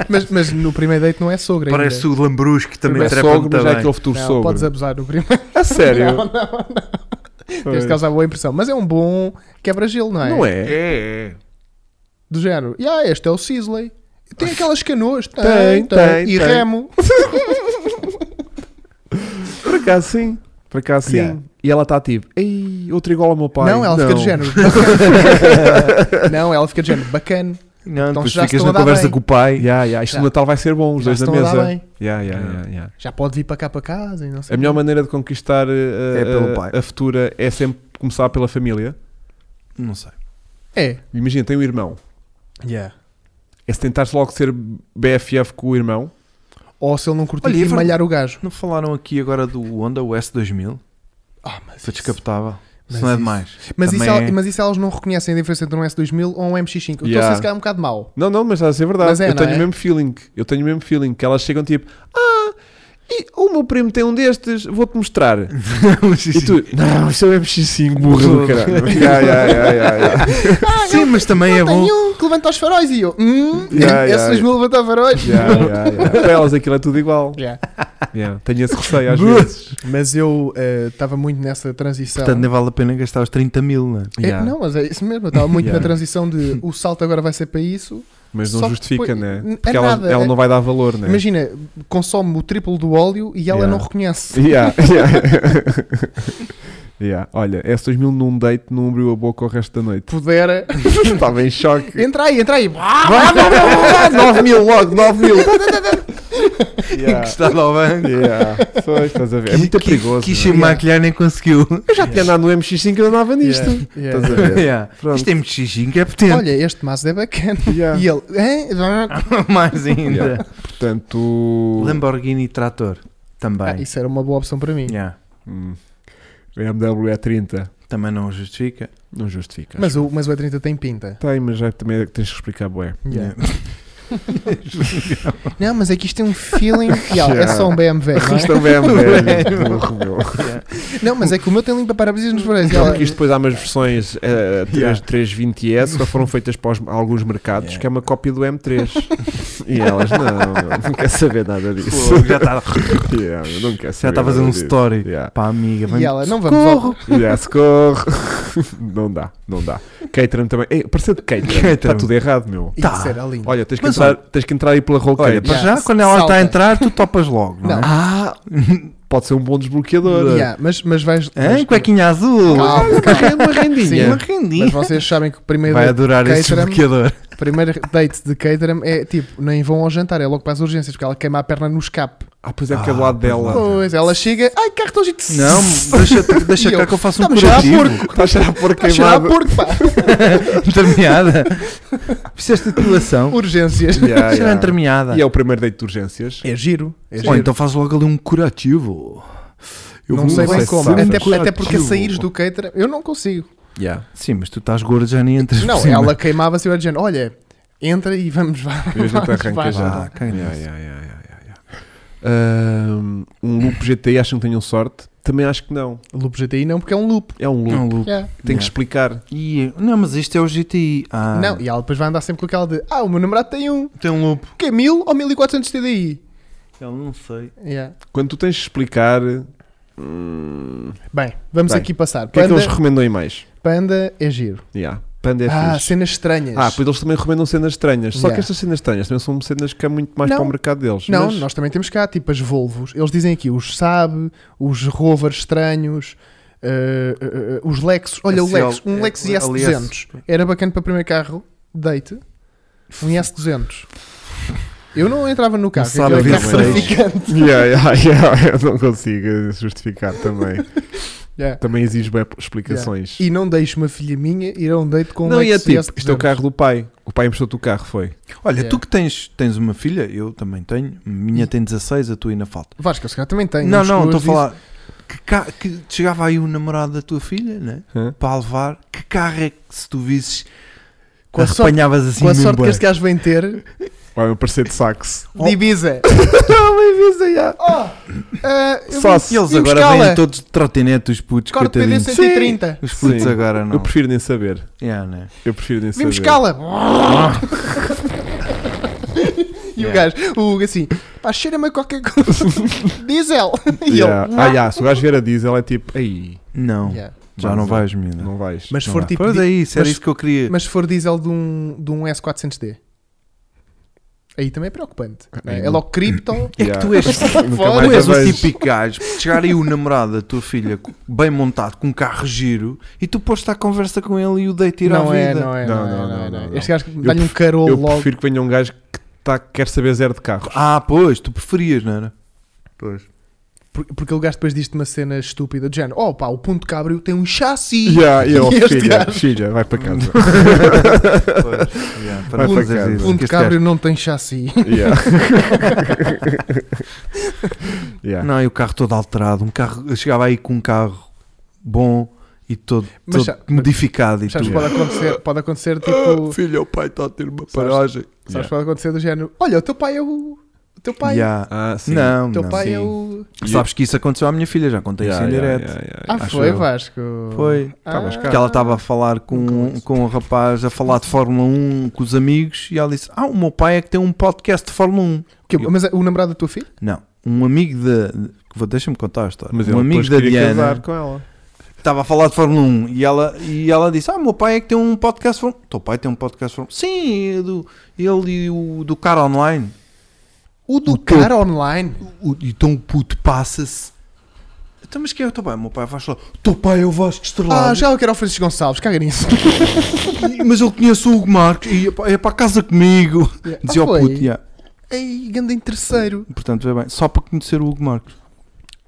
Mas, mas no primeiro date não é sogra. ainda.
Parece o lambrusco que também
é
trepa
sogro,
muito
mas já é aquele
bem.
futuro
Não,
sogro.
podes abusar no primeiro.
(laughs) A sério?
(laughs) Não, não, não. Tens de causar boa impressão. Mas é um bom quebra-gelo, não é?
Não é?
É, é.
Do género. E ah, este é o Sisley. Tem aquelas canoas. Tem,
Tem,
tem.
tem,
e
tem.
remo.
Por acaso sim. Por acaso sim.
Yeah.
E ela está tipo, ei, outro igual ao meu pai.
não, ela fica de género. não, ela fica de género. Bacana.
Não,
Então
depois
já
ficas
estão a
na
dar
conversa
bem.
com o pai.
Yeah, yeah, isto
Já.
no Natal vai ser bom, os
Já
dois na
estão a dar
mesa.
bem.
Yeah, yeah, yeah, yeah.
Já pode vir para cá para casa e não sei.
A melhor maneira de conquistar uh,
É pelo
uh,
pai.
a futura é sempre começar pela família.
Não sei.
É.
Imagina, tem um irmão.
Yeah.
É se tentares logo ser BFF com o irmão.
Ou se ele não curtir
Olha,
e
Ivan-
malhar o gajo.
Não falaram aqui agora do Honda S2000?
Ah, mas
Foi descapotável.
Mas
Isso não é
isso-
demais.
Mas isso,
Também (laughs)
el-
é-
mas isso elas não reconhecem a diferença entre um S2000 ou um MX5. Eu Estou a
Yeah.
ser se calhar um bocado mau.
Não, não, mas está a ser verdade.
Mas é,
eu
não
tenho
é?
o mesmo feeling. Eu tenho o mesmo feeling que elas chegam tipo, ah, e o meu primo tem um destes, vou-te
(laughs)
mostrar. E tu, não, isso é o MX5, burra
(laughs)
do caralho. Ya, ya, ya, ya, ya.
Sim, mas também é
Eu
bom.
tenho um que levanta os faróis e eu. Hum,
(laughs) Yeah, yeah,
S2000 levanta
(laughs)
faróis.
Ya, ya, ya. Para elas aquilo é tudo igual.
(laughs) Yeah.
Ya, Tenho esse receio às vezes.
(laughs) Mas eu eh, estava muito nessa transição.
Portanto, nem vale a pena gastar os 30 mil, não é?
É,
Ya,
Não, mas é isso mesmo. Eu estava muito
Yeah.
na transição de o salto agora vai ser
(laughs)
para isso.
Mas não
Só que
justifica,
depois-
né?
é
Porque ela,
nada,
ela
é-
não vai dar valor, né?
Imagina, consome o triplo do óleo e ela
Yeah.
não reconhece. (laughs)
Yeah, yeah. Yeah, Olha, S2000 num date não abriu a boca o resto da
(laughs)
noite.
Pudera.
Estava em choque.
(laughs) Entra aí, entra aí. Vá, vá, vá, vá.
9 mil logo, 9 mil.
Encostado ao banco.
Estás a ver? É muito
Quis-
perigoso.
Quis
não
se
é?
maquilhar, nem conseguiu.
Eu já tinha andado no MX5 e eu andava nisto.
Yeah.
Estás a ver?
(laughs) Yeah.
Pronto.
Isto é muito xixinho, que é potente.
Olha, este Mazda é bacana.
Yeah.
E ele. "Hã?"
(laughs) Mais ainda.
Yeah. Portanto.
Lamborghini Trator. Também.
Ah, isso era uma boa opção para mim.
Yeah.
Hum, BMW E30
Também não justifica.
não justifica.
Mas o, mas o E30 tem pinta.
Tem, mas já também tens que explicar, bué.
Yeah. Não, mas é que isto tem
(laughs)
um feeling. Yeah, É
Yeah.
só um BMW, não é?
Isto
(laughs)
também é velho. burro, meu.
Não, mas é que o meu tem limpa para-brisas nos faróis.
Não,
Ela-
porque isto depois há umas versões eh, 3, 320S que foram feitas para os- alguns mercados
Yeah.
que é uma cópia do
(laughs)
M3. e elas, não, meu, não quer saber nada disso.
Fogo, já está
(laughs) Yeah, meu, não quer
já
saber
tá a fazer
nada
um
disso.
story.
Yeah.
Pá, amiga, vem
E ela, não vamos ao...
Yeah, socorro. (laughs) não dá, não dá. Caterham também. Ei, parecendo Caterham.
Caterham.
Está tudo errado, meu.
Isso
Tá.
era lindo.
Olha, tens que,
Mas
entrar, tens que entrar aí pela roll
Olha,
Caterham.
para
Yeah,
já, quando ela está
salta.
a entrar, tu topas logo, não,
Não.
é?
Ah, pode ser um bom desbloqueador.
Yeah, mas, mas vais.
Hein? é
mas-
Cuequinha azul.
Calma,
Olha,
calma.
uma rendinha.
Sim,
Uma
Yeah.
rendinha.
Mas vocês sabem que o primeiro,
Vai adorar esse
Caterham.
bloqueador.
primeiro date de Caterham é tipo, nem vão ao jantar, é logo para as urgências, porque ela queima a perna no escape.
Ah, pois é, porque é do
Ah,
lado
pois
dela.
lá.
Pois, ela chega, ai, carro tão gente.
Não, (laughs) deixa, deixa
E
cá
eu,
que eu faço um
"Tá-me a cheirar a
curativo.
Está a cheirar por
Vai cheirar a
queimado.
porco, pá.
Entremeada. Fizeste
(laughs)
depilação.
Urgências.
Yeah,
Cheira a
yeah.
entremeada.
E é o primeiro date de urgências.
É giro. É
Ou
giro.
então faz logo ali um curativo. Eu um
não
vou-
sei
não
bem
sei se
como.
sabes.
Até,
Curativo.
até porque saíres do Caterham, eu não consigo.
Yeah.
Sim, mas tu estás gordo já nem entras.
Não,
por cima.
ela queimava-se e eu ia dizendo, olha, entra e vamos, vá.
E a gente
vamos,
arranca
vá."
já.
Ah, caga
Yeah,
nisso.
yeah, yeah, yeah, yeah, yeah. Ahm, um loop GTI acham que tenham sorte? Também acho que não.
Loop GTI não, porque é um loop.
É um loop.
Não, Lu.
Yeah.
Tem que
Yeah.
explicar.
E- Não, mas isto é o GTI. Ah,
Não, e ela depois vai andar sempre com aquela de, ah, o meu namorado tem um,
tem um loop.
que é 1000 ou 1400 TDI.
Eu não sei.
Yeah.
Quando tu tens que explicar. hum,
Bem, vamos
Bem,
aqui passar.
o que é que
Panda-
eles recomendam aí mais?
Panda é giro.
Yeah. Panda é
ah,
fixe.
cenas estranhas.
Ah, pois eles também recomendam cenas estranhas. Só
Yeah.
que estas cenas estranhas também são cenas que é muito mais
Não.
para o mercado deles.
não,
mas-
nós também temos cá, tipo as Volvos. Eles dizem aqui os Saab, os Rovers estranhos, eh, eh, eh, os Lexus. Olha, o
Esse é o-
Lexus, um
é-
Lexus
é-
IS200. Era bacana para o primeiro carro, deite, um IS200. Eu não entrava no carro,
Saab
aquele carro
26.
traficante.
Yeah, yeah, (laughs) yeah, eu não consigo justificar também.
Yeah.
também exige bué explicações.
E não deixo uma filha minha ir a um date com um
Não, e é
Lexus
tipo,
IS200.
isto é o carro do pai. O pai emprestou-te o carro, foi.
Olha,
Yeah.
tu que tens, tens uma filha, eu também tenho. Minha tem 16, a tua ainda falta.
Vasco, se calhar também tem.
não,
uns
não, estou a
colores disso.
falar. Que, ca- que chegava aí o namorado da tua filha, né?
Hã?
Para levar. Que carro é que se tu visses.
Com a sorte-
apanhavas assim
Com a
mesmo
sorte que
bué?
este gajo vem ter,
Vai me aparecer de sax.
Oh.
divisa.
(laughs)
Oh, ah, eu
Só
vim-
se-
E eles
vim
agora
buscá-la.
vêm todos de trotinete, os putos,
Corte PD
coitadinhos.
130.
Os putos
Sim.
agora não.
Eu prefiro nem saber.
Yeah, né?
Eu prefiro nem
Vim
saber.
buscá-la. (laughs) E o
Ah. Yeah.
gajo, o Hugo assim, pá, cheira-me a qualquer coisa. (laughs) Diesel. (laughs) E
Yeah.
ele,
Ah, yeah. Se o gajo vier a diesel, é tipo, aí,
Não,
Yeah.
já não vais, menina.
não vais.
Mas se
Não
for
vai.
tipo.
Pois
di-
é isso, era
mas-
isso que eu queria.
Mas se for diesel de um, de um S400D. Aí também é preocupante. não é?
Ah, Aí
É
não-
logo cripto.
É que tu és,
(laughs) Nunca mais
tu és
a
o
vejo.
típico gajo. de Chegar aí o namorado da tua filha co- bem montado, com um carro giro, e tu pôs-te à conversa com ele e o dei tirar
Não
a
é,
vida.
não é,
Não,
não é,
não,
não é,
não,
não é.
não.
Este gajo dá-lhe um carolo
Eu
logo.
prefiro que venha um gajo que tá, quer saber zero de carro.
(laughs) Ah, pois, tu preferias, não era? Pois.
Por- Porque ele gajo depois diz-te uma cena estúpida de género. Oh pá, o ponto cabrio tem um chassi.
Yeah, eu,
E este
filha,
gajo?
filha, vai para casa.
(laughs)
Pois, yeah,
Vai
para
para
fazer
casa.
isso.
ponto
que este
cabrio não tem
(laughs)
chassi. (laughs)
Yeah. Yeah.
Não, e o carro todo alterado. Um carro, eu chegava aí com um carro bom e todo,
Mas
todo
sa-
modificado e
Sabes, é
tudo.
pode
é.
acontecer, pode acontecer tipo.
filha, o pai está a ter uma
paragem. Sabes,
Ah, Yeah.
pode acontecer do género. Olha, o teu pai é o. O teu pai.
Yeah.
Ah, sim.
Não,
O teu
não.
pai é
Sim.
o.
Sabes que isso aconteceu à minha filha, já contei
Yeah,
isso em
yeah,
direto.
yeah, yeah, yeah.
Ah,
acho
foi
eu.
Vasco.
Foi.
Ah.
Estavas cá.
Que ela estava a falar
Nunca
com,
ouço.
com um rapaz, a falar de Fórmula 1 com os amigos, e ela disse: Ah, o meu pai é que tem um podcast de Fórmula 1.
Que- mas é o namorado da tua filha?
Não, um amigo de. vou- Deixa-me contar a história.
Mas
um
ele
amigo
depois
da
queria
Diana
casar com ela.
estava a falar de Fórmula 1 e ela, e ela disse: Ah, meu pai é que tem um podcast de Fórmula 1. Teu pai tem um podcast de Fórmula 1. Sim, é do, ele e o do cara online.
O do
O teu-
cara online.
O- então o puto passa-se. Então, mas quem é o teu pai? O meu pai faz lá. "O Teu pai é o Vasco Estrelado.
Ah, já eu quero ao Francisco Gonçalves, caga (laughs) nisso.
E- Mas eu conheço o Hugo Marques e ia pa- ia para a casa comigo. Dizia
ah,
ao
foi?
puto, yeah.
Ei, ganda em terceiro.
portanto, vê bem, só para conhecer o Hugo Marques.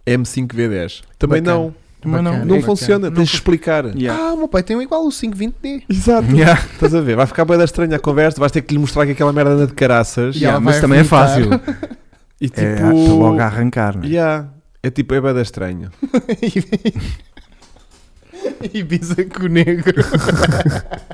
M5V10. Também
Bacana.
não.
Também não,
Bacana,
Não
É, bacana.
funciona. Tens de explicar.
Yeah.
Ah, o meu pai tem um igual, o (laughs) 520D.
Exato.
Yeah.
Estás a ver? Vai ficar bem estranha a conversa. Vais ter que lhe mostrar que aquela merda anda de caraças.
Yeah. ela
mas
vai
também é
vomitar.
fácil.
E tipo.
É, estou logo a arrancar. Né?
yeah. É tipo, é bem estranho.
E bisa com o negro.
(laughs)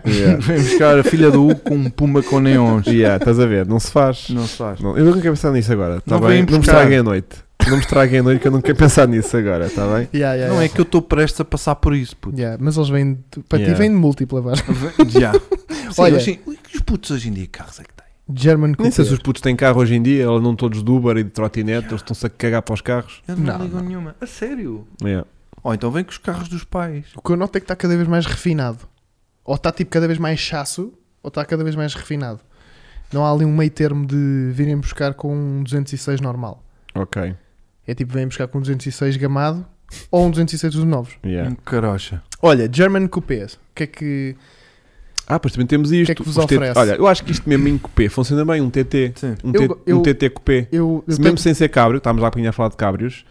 Yeah.
Vem buscar a filha do Hugo com um puma com neons.
Yeah, estás a ver? Não se faz.
Não se faz.
Não, eu nunca quero pensar nisso agora. Tá
Não
bem?
vem
Não me
buscar.
estraguem a noite. Não me estraguem a noite que eu não quero pensar nisso agora. Está bem?
(laughs) Yeah, yeah,
Não é
yeah.
que eu estou prestes a passar por isso, puto.
Yeah, mas eles vêm. de- Para
Yeah.
ti vêm de múltipla, Vasco.
(laughs) Já. Sim,
Olha-
Olha, assim, o que os putos hoje em dia que carros é que têm?
German
Nem sei se
Cooper.
os putos têm carro hoje em dia. Eles não todos de Uber e de trotinete. Eles estão-se a cagar para os carros.
Eu
não
não,
Não, ligo
ligo
não.
nenhuma. A sério?
Yeah.
Ou então vem com os carros dos pais.
O que eu noto é que está cada vez mais refinado. Ou está tipo cada vez mais chasso, ou está cada vez mais refinado. Não há ali um meio termo de virem buscar com um 206 normal.
Ok.
É tipo, vêm buscar com um 206 gamado ou um 206 dos novos.
Yeah.
Um carocha.
Olha, German Coupés. O que é que.
Ah, pois também temos isto.
que é que vos
Os TT
oferece?
Olha, eu acho que isto mesmo em cupê funciona bem. Um TT.
Sim.
Um,
Eu-
T-
eu-
um TT cupê.
Eu, eu
Se mesmo sem ser cabrio, estávamos lá um bocadinho a falar de cabrios,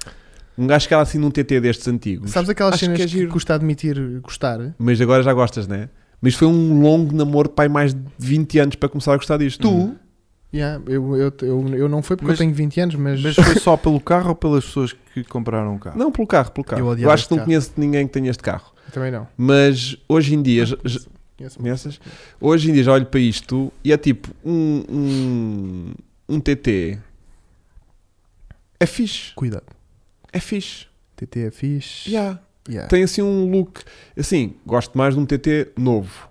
um gajo que era assim num TT destes antigos.
Sabes aquelas
Acho
cenas
que
que,
é giro.
custa admitir gostar?
Mas agora já gostas, né? Mas foi um longo namoro, pai, mais de 20 anos para começar a gostar disto.
Uhum.
Tu,
Yeah, eu, eu, eu, eu não foi porque
Mas-
eu tenho 20 anos, mas,
mas foi só pelo carro ou pelas pessoas que compraram o carro?
Não, pelo carro, pelo carro.
Eu
Eu,
odiava
acho
este
que não
carro.
conheço ninguém que tenha este carro.
(laughs) também não.
Mas hoje em dia. já- já-
Conheço-
Conheces? Hoje em dia já olho para isto e é tipo um, um, um TT. É fixe.
Cuidado.
É fixe.
TT é fixe.
Yeah.
Yeah.
Tem assim um look. Assim, gosto mais de um TT novo.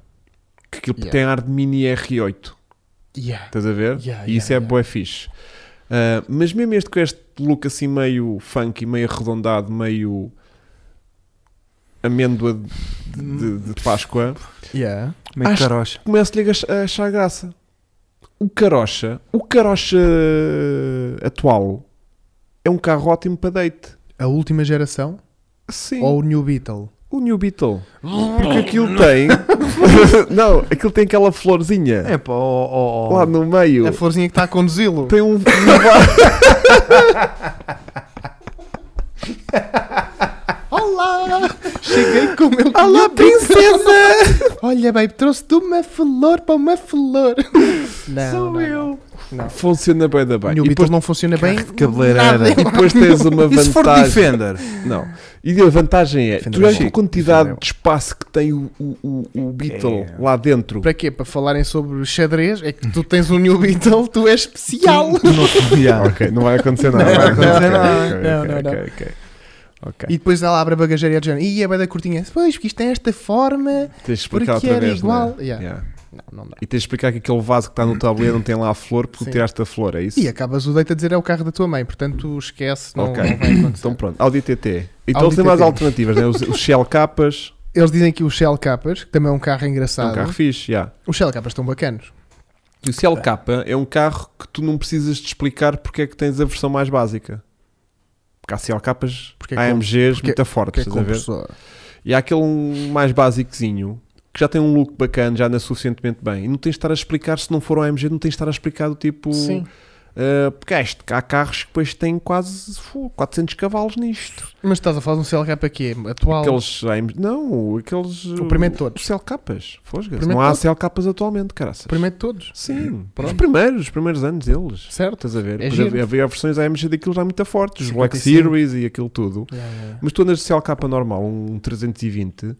Que aquilo
Yeah.
tem ar de mini R8.
Yeah.
Estás a ver?
Yeah,
e isso é
yeah, yeah.
bué fixe. Ah, mas mesmo este com este look assim meio funky, meio arredondado, meio amêndoa de, de- de Páscoa,
Yeah.
Meio
Acho-
carocha.
começo-lhe a gach- a achar graça. O carocha, o carocha atual é um carro ótimo para date.
A última geração
Sim,
ou o New Beetle?
o New Beetle. Porque aquilo tem... (laughs) não, aquilo tem aquela florzinha
É pá, ó, ó, ó.
lá no meio.
A florzinha que está a conduzi-lo.
Tem um...
(laughs) Olá! Cheguei com o meu
Olá, (laughs) princesa!
Olha, baby, trouxe-te uma flor para uma (laughs) flor. Não,
Sou
não,
eu.
Não. Não.
Funciona bem da bem.
New
E depois,
Beetle não funciona bem.
Carro de cabeleireira.
nada.
e depois tens
(laughs)
uma
E se for de
vantagem.
Defender?
Não. E a vantagem é, tu
Defender
vês
é
a
bom.
quantidade
Defender é
de espaço que tem o, o, o, o Beetle
É.
lá dentro.
Para quê? Para falarem sobre xadrez? É que tu tens um New Beetle, tu és especial.
(laughs)
Não, yeah.
Ok, não vai acontecer nada.
Não
vai
vai
nada.
acontecer nada.
Ok,
Não,
ok, ok, ok. Ok.
E depois ela abre a bagageira e é do género. Ih, é bem da curtinha. Pois, porque isto tem esta forma.
Tens de explicar
porque
outra
era
vez,
igual.
né?
Yeah.
Yeah.
Não, não dá.
E tens de explicar que aquele vaso que está no tabuleiro não tem lá a flor porque
Sim.
tu tiraste a flor, é isso?
E acabas o deito a dizer é o carro da tua mãe, portanto tu esquece, não,
Ok.
não vai acontecer.
Então pronto, Audi TT. Então
Audi
eles têm mais
TT.
alternativas, né? Os, os Shell (laughs) Capas,
Eles dizem que o Shell Capas, que também é um carro
é
engraçado,
um carro fixe, yeah.
os Shell Capas estão bacanos.
E O CLK é um carro que tu não precisas de explicar porque é que tens a versão mais básica. Porque há CLKs,
Porque é com-
AMGs
porque-
muito
Que
fortes,
é
estás a ver?
compressor.
E há aquele um mais basicozinho que já tem um look bacana, já anda suficientemente bem. E não tens de estar a explicar, se não for um AMG, não tens de estar a explicar do tipo
Sim.
ah, Uh, porque há isto, há carros que depois têm quase fu, 400 cavalos nisto.
Mas estás a falar de um CLK aqui, atual.
Aqueles AMG não, aqueles.
O primeiro de todos.
Os CLKs, fosgas.
primeiro
Não há
todo.
CLKs atualmente, caraças.
O primeiro de todos.
Sim,
Pronto.
os primeiros, os primeiros anos deles.
Certo?
Estás a ver?
É
Depois
giro.
havia, havia versões AMG daquilo já muito fortes, os Black
55.
Series e aquilo tudo.
Yeah, yeah.
Mas tu andas de CLK normal, um 320,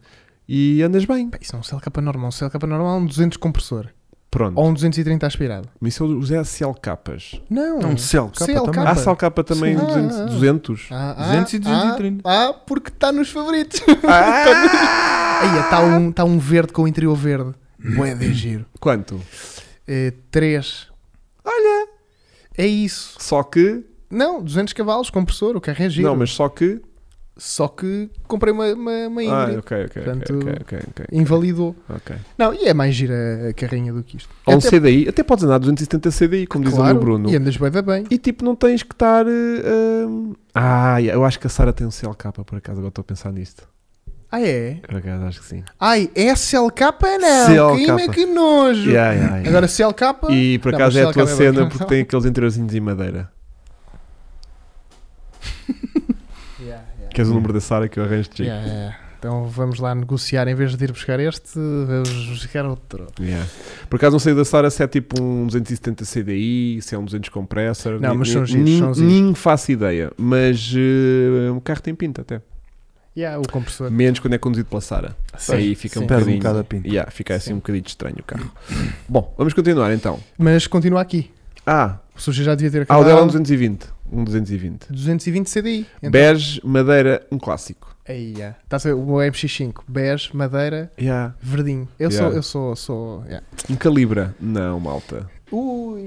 e andas bem.
Pá, isso é um CLK normal. Um CLK normal é um 200 compressor.
Pronto.
Ou um 230 aspirado.
Mas isso é os SLKs.
Não.
É um CLK
CLK.
também.
Há SLK também
Sim.
200,
Ah, ah,
200.
ah. Ah,
200 e 230.
Ah, ah, porque está nos favoritos.
Ah!
(laughs) Aí está um, tá um verde com o interior verde. Bué de giro.
Quanto?
3.
Olha!
É isso.
Só que.
Não, 200 cavalos, compressor, o carro é giro.
Não, mas só que.
Só que comprei uma, uma, uma
Ah,
Hybrid.
ok, ok,
Portanto,
ok, ok, ok.
Invalidou.
ok.
Não, e é mais gira a carrinha do que isto.
Ou um
Até-
CDI, até podes andar 270 CDI, como diz ali o
claro,
meu Bruno.
E andas bué da bem.
E tipo, não tens que estar. eh, hum, Ah, eu acho que a Sara tem um CLK, por acaso, agora estou a pensar nisto.
Ah, é?
Por acaso, acho que sim.
Ai, é SLK não.
CLK.
Queima né? que nojo.
Yeah, yeah, yeah.
Agora CLK.
E por
Não,
acaso
mas
é a tua
CLK é bem
cena
bacana.
porque tem aqueles interiorzinhos em madeira.
Yeah, yeah.
Queres o número da Sara que eu arranjo tipo. de
Hum. Yeah, yeah. Então vamos lá negociar. Em vez de ir buscar este, vamos buscar outro.
Por acaso não sei da Sara se é tipo um 270 CDI, se é um 200 compressor.
Não,
ni-
mas são
ni-
giros,
nem-
são giros.
Nem faço ideia, mas eh, o carro tem pinta até.
Yeah, o compressor.
Menos quando é conduzido pela Sara.
Sim,
Aí fica um
sim.
Perde um
bocadinho.
bocado a pinta.
Yeah, fica assim
Sim.
um bocadinho estranho o
(coughs)
carro. Bom, vamos continuar então.
Mas continua aqui.
Ah,
O sujeito já devia
ah
ter
o
acabado.
dela é um 220. Um 220.
220 CDI. Então,
Bege, madeira, um clássico.
Aí, yeah. Tá a ver, o MX5, bege, madeira,
Yeah.
verdinho. Eu
Yeah.
sou, eu sou, sou. yeah.
Um calibra. Não, malta. (laughs)
Ui.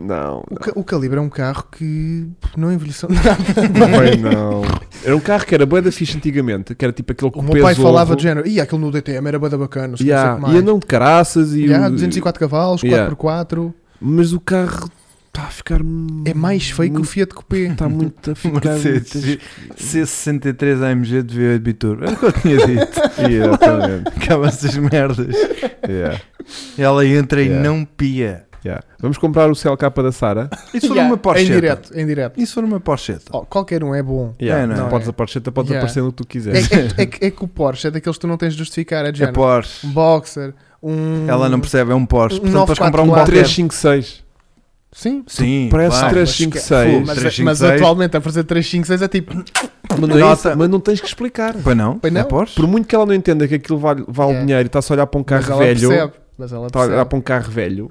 não.
O, ca- o Calibre é um carro que não envelheceu (laughs) nada.
Não foi, não. Era um carro que era bué da fixe antigamente, que era tipo aquele que
O meu pai
peso
falava
ovo.
de género, e aquele no DTM era bada bacana, não sei
Yeah,
o que mais.
E andam de caraças e.
Yeah,
o-
204 cavalos,
Yeah.
4x4,
Mas o carro está a ficar. mu-
é mais feio que o
muito,
Fiat Coupé.
Está
(laughs)
muito a ficar.
Mercedes. C63 AMG de V8 Bitur. Era É o que eu (laughs) tinha dito.
Exatamente.
Acaba essas merdas.
Yeah,
Ela entra e
Yeah.
não pia.
yeah. Vamos comprar o CLK da Sara.
Isso for
Yeah,
uma Porsche.
Em direto, em direto.
Isso for uma Porsche.
Oh, qualquer um é bom.
Yeah.
Não,
tu
não,
podes
é.
a Porsche, podes
Yeah.
aparecer no que tu
É,
quiseres.
é- é que- é que o Porsche é daqueles que tu não tens de justificar, é de
É
género.
Porsche.
um boxer, um.
Ela não percebe, é um Porsche.
um
Portanto, podes comprar um
944.
qualquer.
356.
Sim.
Sim,
Parece
claro.
356.
Fogo,
Mas, é-
356.
mas atualmente a fazer 356 é tipo.
Mas não, é
Nota.
isso, mas não tens que explicar.
Pois não,
Pois
é
não.
Porsche.
Por muito que ela não entenda que aquilo vale, vale
Yeah.
dinheiro e está-se a olhar para um
É. mas
carro
ela
velho.
percebe. Mas ela
está a olhar
percebe.
para um carro velho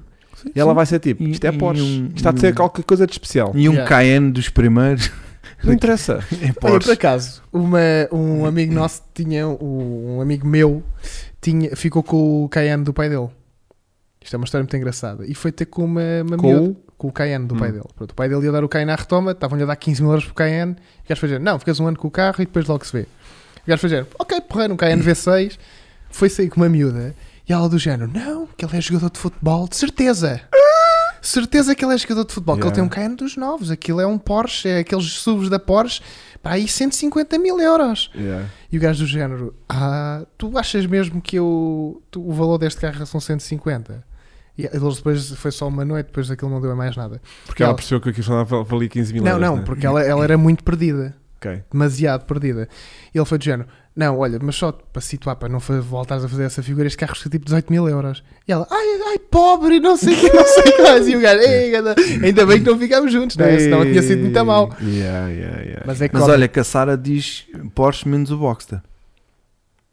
e ela vai ser tipo,
E-
isto é
e
Porsche,
um-
isto está a
e
ser
um-
qualquer coisa de
(laughs)
especial.
E um
Yeah.
Cayenne dos
(laughs)
primeiros.
Não interessa.
É
Olha, por
Porsche.
acaso, uma, um amigo nosso tinha, um um amigo meu, tinha, ficou com o Cayenne do pai dele. Isto é uma história muito engraçada. E foi ter com uma, uma miúda-
Com o...
com o Cayenne do pai
Hum.
dele. Pronto, o pai dele ia dar o Cayenne à retoma, estavam-lhe a dar 15 mil euros para o Cayenne. E o gajo foi dizer, não, ficas um ano com o carro e depois logo se vê. O gajo foi dizer, ok, porreiro, um Cayenne V6. Foi sair com uma miúda e ela do género, não, que ele é jogador de futebol, de certeza. Certeza que ele é jogador de futebol, que ele
Yeah.
tem um Cayenne dos novos, aquilo é um Porsche, é aqueles subs da Porsche, pá, aí 150 mil euros.
Yeah.
E o gajo do género, ah, tu achas mesmo que eu, tu- o valor deste carro é são 150? E eles depois, foi só uma noite, depois daquilo não deu mais nada.
Porque ela
Ela-
percebeu que aquilo só dava- valia 15 mil
Não,
euros,
não,
né?
porque ela, ela era muito perdida,
Ok.
demasiado perdida. E ele foi do género: Não, olha, mas só para situar, para não fa- voltares a fazer essa figura, este carro custa tipo 18 mil euros. E ela, ai, ai, pobre, não sei o que, não sei o que mais. E o gajo,
(laughs)
"Ei, ganda, ainda bem que não ficámos juntos, não é? Senão eu tinha sido muito a mal.
Yeah, yeah, yeah.
Mas é que
Mas
olha,
olha, que a Sara diz Porsche menos o Boxster.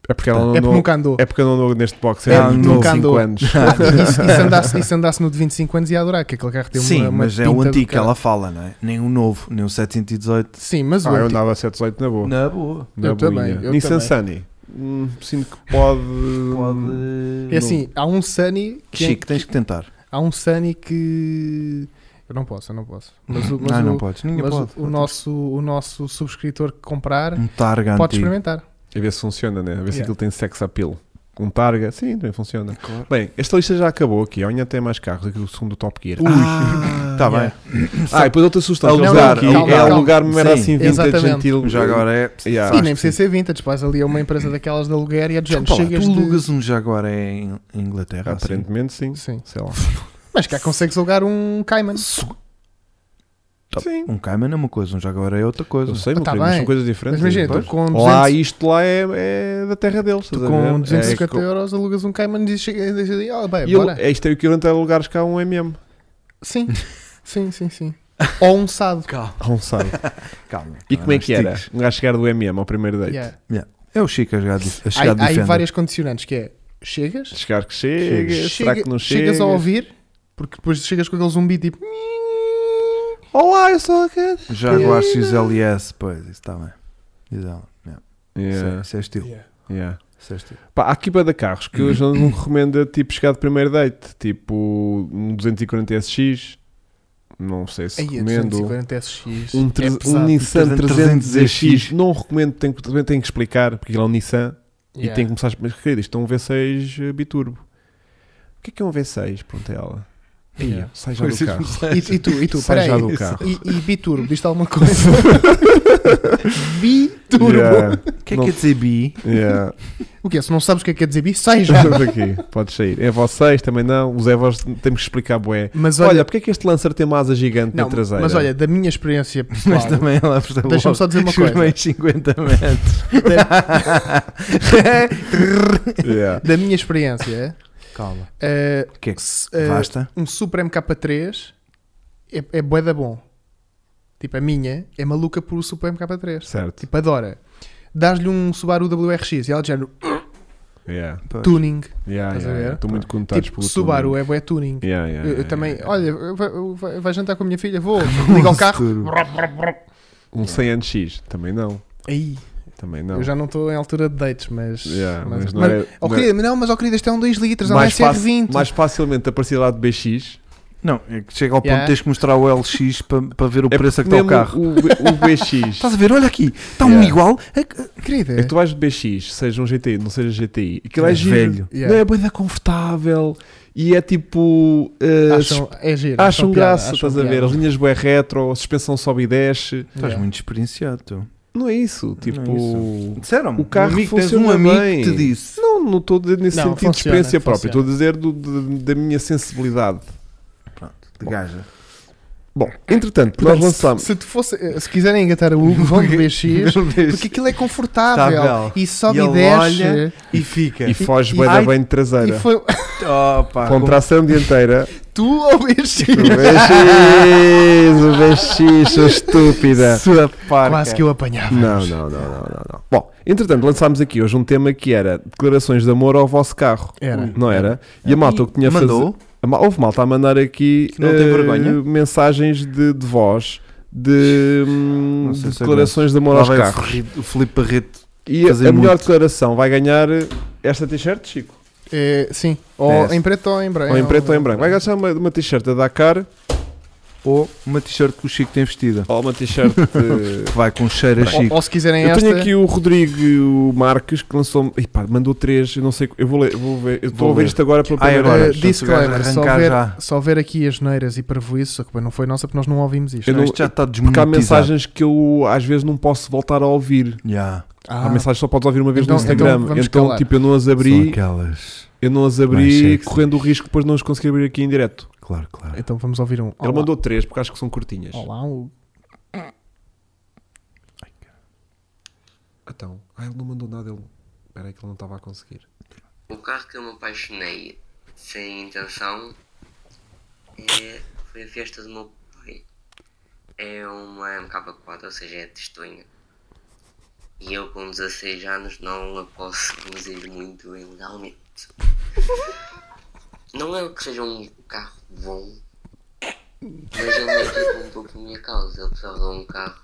É porque ela não
é porque
andou,
nunca andou.
é porque não andou neste box
É,
há
nunca
5
andou.
anos.
E se- e se andasse- E se andasse no de 25 anos ia adorar, que aquele carro tem uma.
Sim,
uma
mas é
pinta
o
do
antigo que
caralho.
ela fala, não é? Nem o novo, nem o 718.
Sim, mas o.
Ah, eu
antigo-
andava a 718 na boa.
Na boa.
Na
Eu também,
boinha.
eu
Nissan
também.
Sunny. Hum, sinto que pode...
Pode.
É assim, há um Sunny
Que
que.
chique, tens que tentar.
Há um Sunny que. Eu não posso, eu não posso. Mas o, mas
ah,
o-
não podes. Ninguém
Mas
pode.
o, o nosso, o nosso subscritor que comprar
Um Targa
pode
antigo.
experimentar.
A ver se funciona, né? A ver se
Yeah.
aquilo tem sex appeal. Um targa, sim, também funciona.
Claro.
Bem, esta lista já acabou aqui. A Unha tem mais carros aqui do segundo do Top Gear.
Ui, Está
yeah.
bem.
Ah, e depois outra sugestão. que eles
Alugar,
dão aqui
alugar.
é alugar merda
Sim,
assim vintage
exatamente. (laughs) né?
gentil.
Já agora é.
Yeah.
E nem precisa ser vintage, vais ali a uma
Hum.
empresa daquelas de aluguer e é de género.
Desculpa lá,
Chegas
tu
de-
alugas um Jaguar em em Inglaterra. assim?
um- Aparentemente sim.
Sim.
Sei lá.
Mas cá consegues alugar um Cayman.
Top.
Sim.
Um Cayman é uma coisa, um Jaguar é outra coisa.
Eu sei, meu
tá
querido, mas
bem.
são coisas
Mas
diferentes. né?
imagina, tu
Pois.
com 200,
Lá, isto lá é, é da terra deles.
tu
estás a
com
ver?
250
é,
euros alugas um Cayman e chega- deixa ali, ó, bem,
E eu,
bora.
é isto é o equivalente a lugares cá um MM.
(laughs)
(laughs)
Sim, sim, sim, sim. Ou um sado.
Calma.
A um site.
Calma.
E como é que era?
Estiques.
Um gajo chegar do MM ao primeiro date.
Yeah.
É o Chico a chegar, de- a chegar
Há,
de
há aí
Defender.
várias condicionantes que é, chegas,
Chegar que chega,
Chega.
será
Chega-
que não chega?
chegas a ouvir, porque depois chegas com aquele zumbi tipo.
Olá, eu sou a Cat.
Jaguar XLS, pois, isso está bem. Diz ela. Yeah. Isso, é,
Yeah,
isso é estilo.
yeah.
Isso é estilo.
Pá, há aqui para carros que hoje não (coughs) não recomenda tipo chegar de primeiro date, tipo um 240 SX, não sei se
Aí, é
recomendo.
240 SX.
Um,
é
tre- um
pesado.
Nissan 300
300
ZX, não recomendo, tenho, que- também tenho que explicar, porque ele é um Nissan e
Yeah. (laughs)
tem que começar a explicar, querido, isto é um V6 biturbo. O que é que é um V6? Pronto, é ela.
Yeah.
Yeah. assim, Sai já do (laughs) carro.
E, e tu, e tu,
Sai
peraí.
já do carro.
E, e biturbo, diz-te alguma coisa? biturbo.
Yeah,
O que é
Não-
que é dizer bi?
(laughs) yeah.
O que é? Se não sabes o que é que quer dizer bi,
(laughs)
sai já.
Estamos aqui, podes sair. É vocês também não, os Evos temos que explicar bué.
Mas
Olha,
olha,
porque é que este Lancer tem é. uma asa gigante
não,
na traseira?
mas olha, da minha experiência
(laughs)
pessoal,
Mas também ela percebe
Deixa-me
logo
só dizer uma
que os
coisa.
meios 50
(laughs)
metros.
Yeah.
da minha experiência,
Calma.
eh,
O que é que
se, eh,
Basta.
um Super MK3 é, é bué da bom. Tipo, a minha é maluca por o Super MK3.
Certo.
Tipo, adora. Dás-lhe um Subaru WRX e ela de género,
Yeah.
tuning.
Yeah,
Estás
yeah,
a ver?
yeah. Estou muito contente
Tipo,
pelo
Subaru
tuning.
é bué tuning.
Yeah, yeah,
Eu- eu
yeah,
também,
yeah.
olha, eu- eu- vai, vai jantar com a minha filha, vou,
(laughs)
liga o carro.
Um 100 anos X, também não.
Aí,
Também não.
eu já não estou em altura de dates, mas.
Yeah,
mas,
mas não
mas-
é-
oh,
não é-
querido, mas não, mas oh, querido, este é um 2 litros, é um
mais,
SR20.
faci- mais facilmente aparecer lá de BX
Não, é que chega ao ponto
Yeah.
de teres que mostrar o LX para ver o
é
preço a que
porque
está o carro.
mesmo O, o
(laughs)
BX.
Estás a ver? Olha aqui, está um
Yeah.
igual. a que-
Querida,
É que tu vais de BX, seja um GTI, não seja GTI, aquilo é,
É
giro.
velho.
Yeah.
Não é bem da confortável e é tipo. eh,
acham, é giro.
acham
piada,
graça,
acham
estás a ver?
piada.
As linhas bué retro, a suspensão sobe e desce.
Estás
Yeah.
muito experienciado, tu.
Não é isso. Tipo.
Disseram-me.
O carro
um amigo, tens um
funciona
amigo
bem.
que te disse.
Não, não estou a dizer nesse
Não,
sentido de
funciona,
experiência própria. Estou a
funciona.
dizer do- de- da minha sensibilidade.
Pronto, de gaja.
Bom, entretanto,
Portanto,
nós lançámos.
Se, se, te fosse, eh, se quiserem
(laughs)
engatar a Hugo, vão de BX, porque aquilo é confortável.
Tá,
e sobe
E
e,
ele
desce.
olha- E fica.
E foge
e-
bué da
ai, Ah,
bem de
E
traseira.
foi (laughs)
Opa,
Com tração dianteira.
tu ou BX?
O BX, o BX, sou estúpida.
Sua parca.
Quase que eu apanhava.
Não, não, não, não, não, não. Bom, entretanto, lançámos aqui hoje um tema que era declarações de amor ao vosso carro.
Era.
Não era? E a malta o que tinha a fazer-
Mandou.
A ma- Houve malta a mandar aqui
Que não tem
eh,
vergonha?
mensagens de, de voz de, hum,
Não sei
de
se é
declarações de amor
Lá
aos
vai o
carros.
Ferri- o Felipe Barreto.
E a,
fazer
a melhor
muito.
declaração vai ganhar esta t-shirt, Chico?
Eh, sim, ou
É.
em preto ou em branco.
Ou em preto ou em branco? Vai ganhar uma, uma t-shirt da Dakar
Ou uma t-shirt que o Chico tem vestida.
ou uma t-shirt. eh,
(laughs) Que vai com cheiro a
Ou,
Chico.
ou se quiserem
Eu
esta.
tenho aqui o Rodrigo Marques que lançou. Epá, mandou três. Eu não sei. Eu vou ler. eu Vou ver, eu estou
Vou
a ver
ler.
isto agora pela
Ah, é
primeira
agora.
vez.
Eh,
portanto,
disclaimer,
vais
só
arrancar
ver,
já.
só ver aqui as neiras e parvoíço, a culpa não foi nossa porque nós não é ouvimos isto.
Eu
Não,
não-
isto já está
Porque há
desmonetizado.
mensagens que eu às vezes não posso voltar a ouvir.
Já.
Ah,
há mensagens que só podes ouvir uma vez
Então-
no Instagram.
então
Então,
vamos calar.
tipo, eu não as
São
abri.
aquelas.
Eu não as
Mais
abri,
sexy.
correndo o risco de depois não as conseguir abrir aqui em direto.
Claro, claro.
Então vamos ouvir um.
Ele
Olá.
mandou três porque acho que são curtinhas.
Olá, um- Hugo.
Então, ah, ele não mandou nada. Ele... Espera aí que ele não estava a conseguir.
O carro que eu me apaixonei sem intenção é, foi a festa do meu pai. É uma MK4, ou seja, é testemunha. E eu com 16 anos não a posso conduzir muito ilegalmente. Não é que seja um carro bom, mas ele meio que um pouco a minha causa. Eu precisava de um carro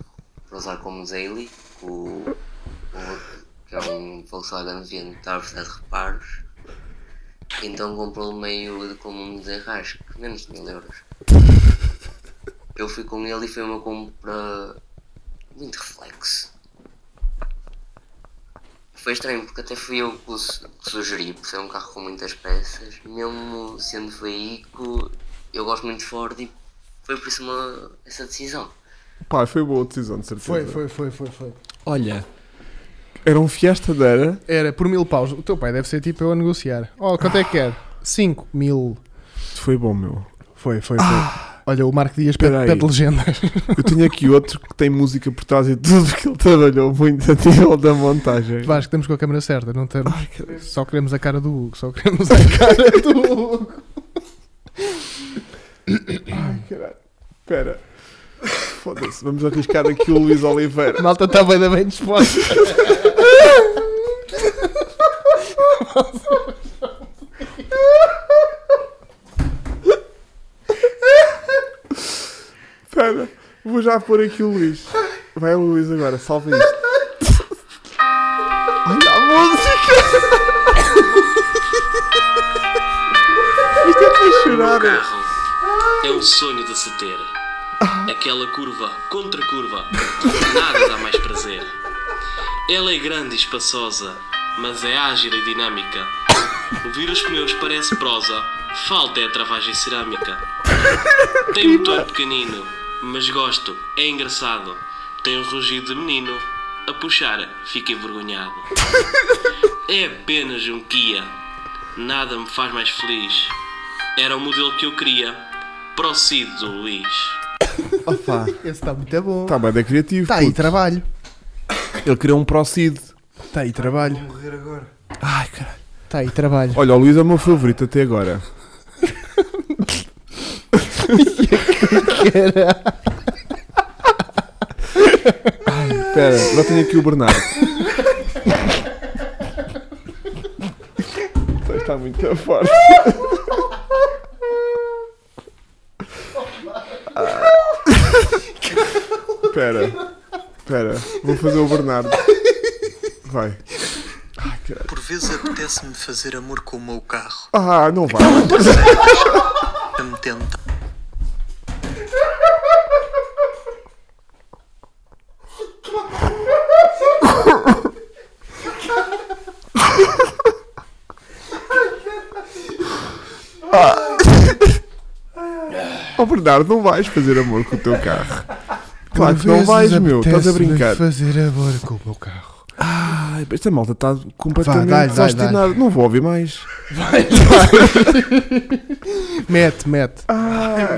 para usar como Zayli, com o outro, que é um Volkswagen Vento, estava a precisar de reparos. Então comprou meio de como um desenrasque, menos de mil euros. Eu fui com ele e foi uma compra muito reflexo. Foi estranho porque até fui eu que o su- que sugeri, porque é um carro com muitas peças, mesmo sendo veículo, eu gosto muito de Ford e foi por isso uma, essa decisão.
Pá, foi boa decisão, de certeza.
Foi, foi, foi, foi, foi.
Olha. Era um fiesta, não era?
Era por mil paus. O teu pai deve ser tipo eu a negociar. Oh, quanto é que quer? 5 é? mil.
Foi bom, meu.
Foi, foi, foi. Olha, o Marco Dias
Espera
pede,
aí.
pede
(laughs)
legendas.
Eu tenho aqui outro que tem música por trás e tudo (laughs) que ele trabalhou muito a nível da montagem.
Vasco, estamos com a câmera certa, não estamos.
Ai, caralho.
Só queremos a cara do Hugo, só queremos a (laughs) cara do Hugo.
Ai, caralho. Espera. Foda-se, vamos arriscar aqui o Luís
A
Oliveira.
malta está bem, bem disposta.
Espera, vou já pôr aqui o Luís. Vai o Luís agora, salva isto. Olha a música! Isto é para chorar.
carro é o sonho de se ter. Aquela curva, contra curva, nada dá mais prazer. Ela é grande e espaçosa, mas é ágil e dinâmica. Ouvir os pneus parece prosa, falta é a travagem cerâmica. Tem motor pequenino, mas gosto, é engraçado. Tem um rugido de menino, a puxar fica envergonhado. É apenas um Kia, nada me faz mais feliz. Era o modelo que eu queria. Prossido, Luís.
Opa.
Esse está muito bom.
Está
Está
bem, é criativo.
aí
puto.
trabalho.
Ele criou um Procid.
Está aí trabalho.
morrer agora.
Tá Ai, caralho.
Está Tá aí trabalho.
Olha, o Luís é o meu favorito até agora. Espera, já tenho aqui o Bernardo. Isto Então está muito forte. Espera, espera, vou fazer o Bernardo. Vai. Ai, caralho.
Por vezes apetece-me fazer amor com o meu carro,
Ah, não
(laughs)
vai.
a me tentar.
Oh Bernardo, não vais fazer amor com o teu carro. Claro que não vais, meu. Estás a brincar.
fazer amor com o meu carro.
Ai, esta malta está completamente
Vá, dá-lhe, dá-lhe,
desastinada. Não vou ouvir mais.
Mete, mete.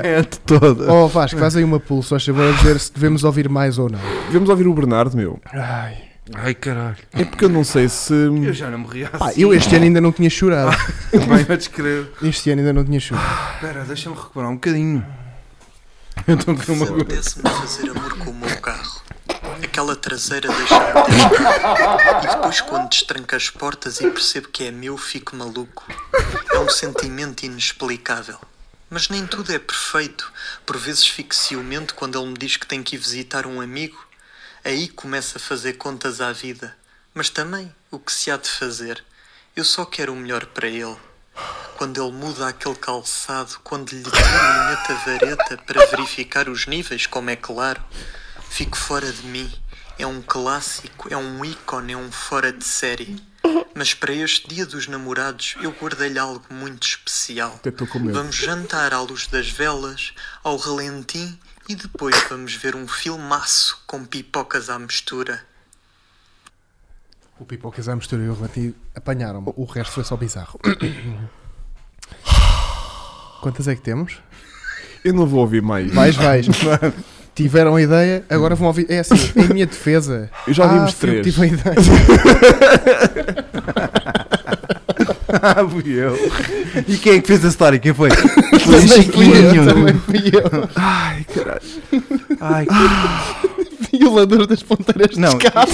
É de toda.
Oh Vasco, faz aí uma pulso, só favor, a dizer se devemos ouvir mais ou não.
Devemos ouvir o Bernardo, meu.
Ai.
Ai caralho.
É porque eu não sei se.
Eu já não morri assim.
Pá, eu este ano ainda não tinha chorado.
Vai a descrever.
Este ano ainda não tinha chorado.
Espera, deixa-me recuperar um bocadinho. Eu estou com
Por
uma
vezes apetece-me fazer amor com o meu carro, aquela traseira deixa-me descar. E depois, quando destranca as portas e percebo que é meu, fico maluco. É um sentimento inexplicável. Mas nem tudo é perfeito. Por vezes fico ciumento quando ele me diz que tem que ir visitar um amigo. Aí começo a fazer contas à vida. Mas também, o que se há de fazer? Eu só quero o melhor para ele. Quando ele muda aquele calçado, quando lhe tira a vareta para verificar os níveis, como é claro, fico fora de mim. É um clássico, é um ícone, é um fora de série. Mas para este dia dos namorados, eu guardei-lhe algo muito especial.
Até estou com medo.
Vamos jantar à luz das velas, ao relentim, e depois vamos ver um filmaço com pipocas à mistura.
O pipocas à mistura e o relativo apanharam-me. O resto foi só bizarro. Quantas é que temos?
Eu não vou ouvir mais.
Vais, (laughs) vais. Tiveram a ideia, agora vão ouvir. É assim, em minha defesa.
Eu já ouvimos
ah, fui eu que
três.
Tive a ideia.
Ah, fui eu. E quem é que fez a story? Quem (laughs) foi?
Também fui eu.
nenhum.
Também fui eu. Ah,
Ai, caralho.
Ai,
Violador das ponteiras
Não,
de escape.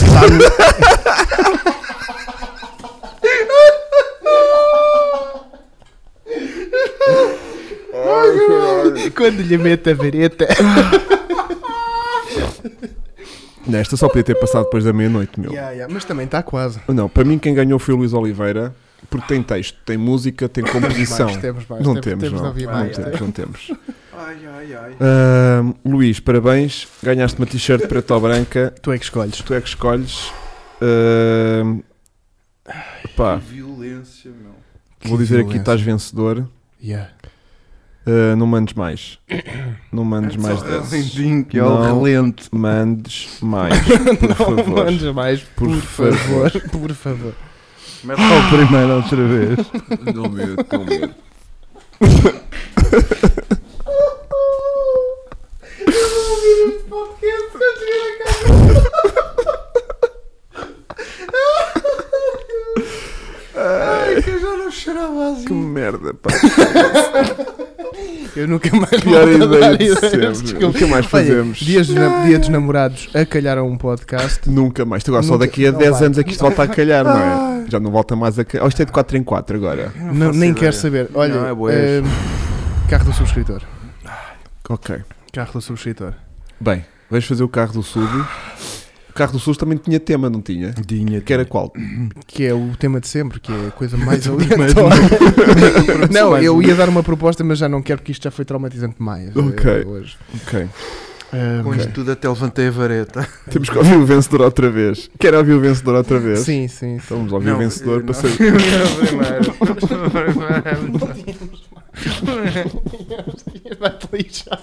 Quando lhe mete a vareta.
Nesta só podia ter passado depois da meia-noite, meu.
Ya, ya, Mas também está quase.
Não, para mim quem ganhou foi o Luís Oliveira. Porque tem texto, tem música, tem composição.
mais, temos mais,
não
temos-
temos,
temos de
não.
ouvir
Não
mais,
temos,
temos.
não temos.
(laughs) ai, ai, ai.
Ahm, Luís, parabéns. Ganhaste uma t-shirt preta ou branca.
Tu é que escolhes.
Tu é que escolhes. Ahm, pá,
Violência, meu.
vou dizer aqui: estás vencedor.
Ya.
Ah, não mandes mais. Não mandes
É
mais desses.
Lindinho, que é o
Não.
relento.
Mandes
(laughs)
mais, por
Não
favor.
mandes mais, por,
Por
favor. Por favor.
Mete só É o primeiro outra vez.
Não medo, não medo.
chorar
assim.
Que
vazio.
merda, pá.
Eu nunca mais
Pior
vou dar
ideia de
ideias,
sempre.
desculpa.
Nunca mais
Olha,
fazemos.
Dias, dos na- dia dos namorados a calhar a um podcast.
Nunca mais. Isto Agora só
Nunca-
daqui a
não
10
vai.
anos é que isto volta a calhar, não é? Já não volta mais a calhar. Oh, isto é de 4 em 4 agora.
Não
Não,
faço
nem
ideia.
quero saber. Olha,
Não, é boés.
hum, carro do subscritor.
Ok.
Carro do subscritor.
Bem, vamos fazer o carro do sul. O carro do sul também tinha tema, não tinha?
Dinha,
Que era qual?
Que é o tema de sempre, que é a coisa mais
Mais
(laughs) aleatória.
(laughs)
não, eu ia dar uma proposta, mas já não quero, porque isto já foi traumatizante demais. eh,
Ok.
Hoje.
Ok.
Hum,
Com isto tudo até levantei a vareta. (laughs)
Temos que ouvir o vencedor outra vez. Quero ouvir o vencedor outra vez.
Sim, sim. sim.
Então vamos ouvir o vencedor para saber.
primeiro.
Vai-te lixar.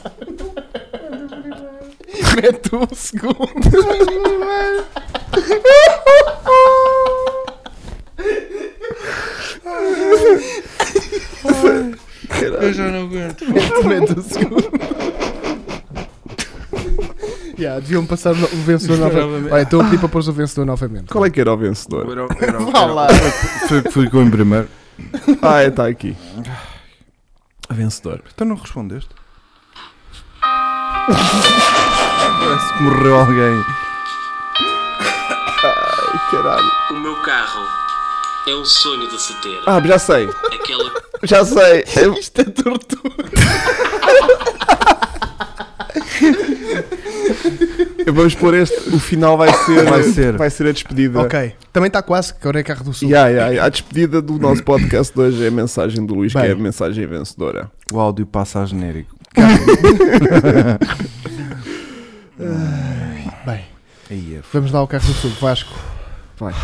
(laughs) Mete um segundo.
Eu já não aguento.
Mete um segundo. Yeah, deviam passar o vencedor novamente.
Novamente.
Olha, estou a pedir para pôr o vencedor novamente.
Qual é que era o vencedor?
Vá lá.
Foi que ficou em primeiro.
Ah, é, está aqui. Vencedor.
Então não respondeste? Parece que morreu alguém.
Ai, caralho.
O meu carro é um sonho de se ter.
Ah, já sei.
Aquela
Já
(laughs)
sei.
Isto é tortura.
Eu- Vamos pôr este. O final vai ser.
Vai ser.
Vai ser a despedida.
Ok, também está quase que agora é carro do sul.
Yeah, yeah, yeah. A despedida do nosso podcast de hoje é a mensagem do Luís, que
Bem.
é a mensagem vencedora.
O áudio passa a genérico.
Bem,
Aí é f-
vamos lá ao carro do sul, Vasco.
Vai.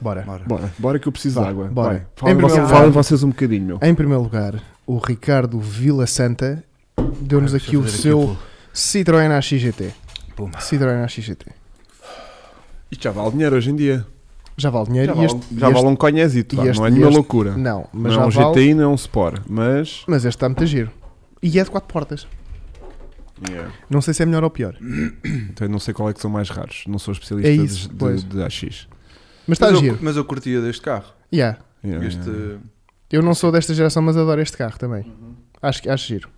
Bora.
Bora.
Bora, bora que eu preciso
Vá,
de água.
bora.
Vai. Falem,
Em
vocês,
primeiro
falem
lugar-
vocês um bocadinho, meu.
Em primeiro lugar, o Ricardo Vila Santa deu-nos
Deixa
aqui
eu
o
fazer
seu Citroën AXGT.
aquilo. Puma.
Citroën AXGT.
Isto já vale dinheiro hoje em dia.
Já vale
Já,
dinheiro e
vale,
este.
já
e
vale
este-
um conhezito.
e
vá,
este-
não é
e
nenhuma
este-
loucura.
Não, mas
não é um
já vale.
GTI, não é um Sport. Mas.
Mas este está muito a giro. E é de quatro portas.
Yeah.
Não sei se é melhor ou pior.
Então eu não sei qual é que são mais raros. Não sou especialista
É isso,
de-
pois.
de, de AX.
Mas está
Mas
Tá giro.
eu, mas eu curtia deste carro.
Yeah.
Yeah,
Este.
yeah.
Eu não sou desta geração, mas adoro este carro também.
Uhum.
Acho, que- acho giro.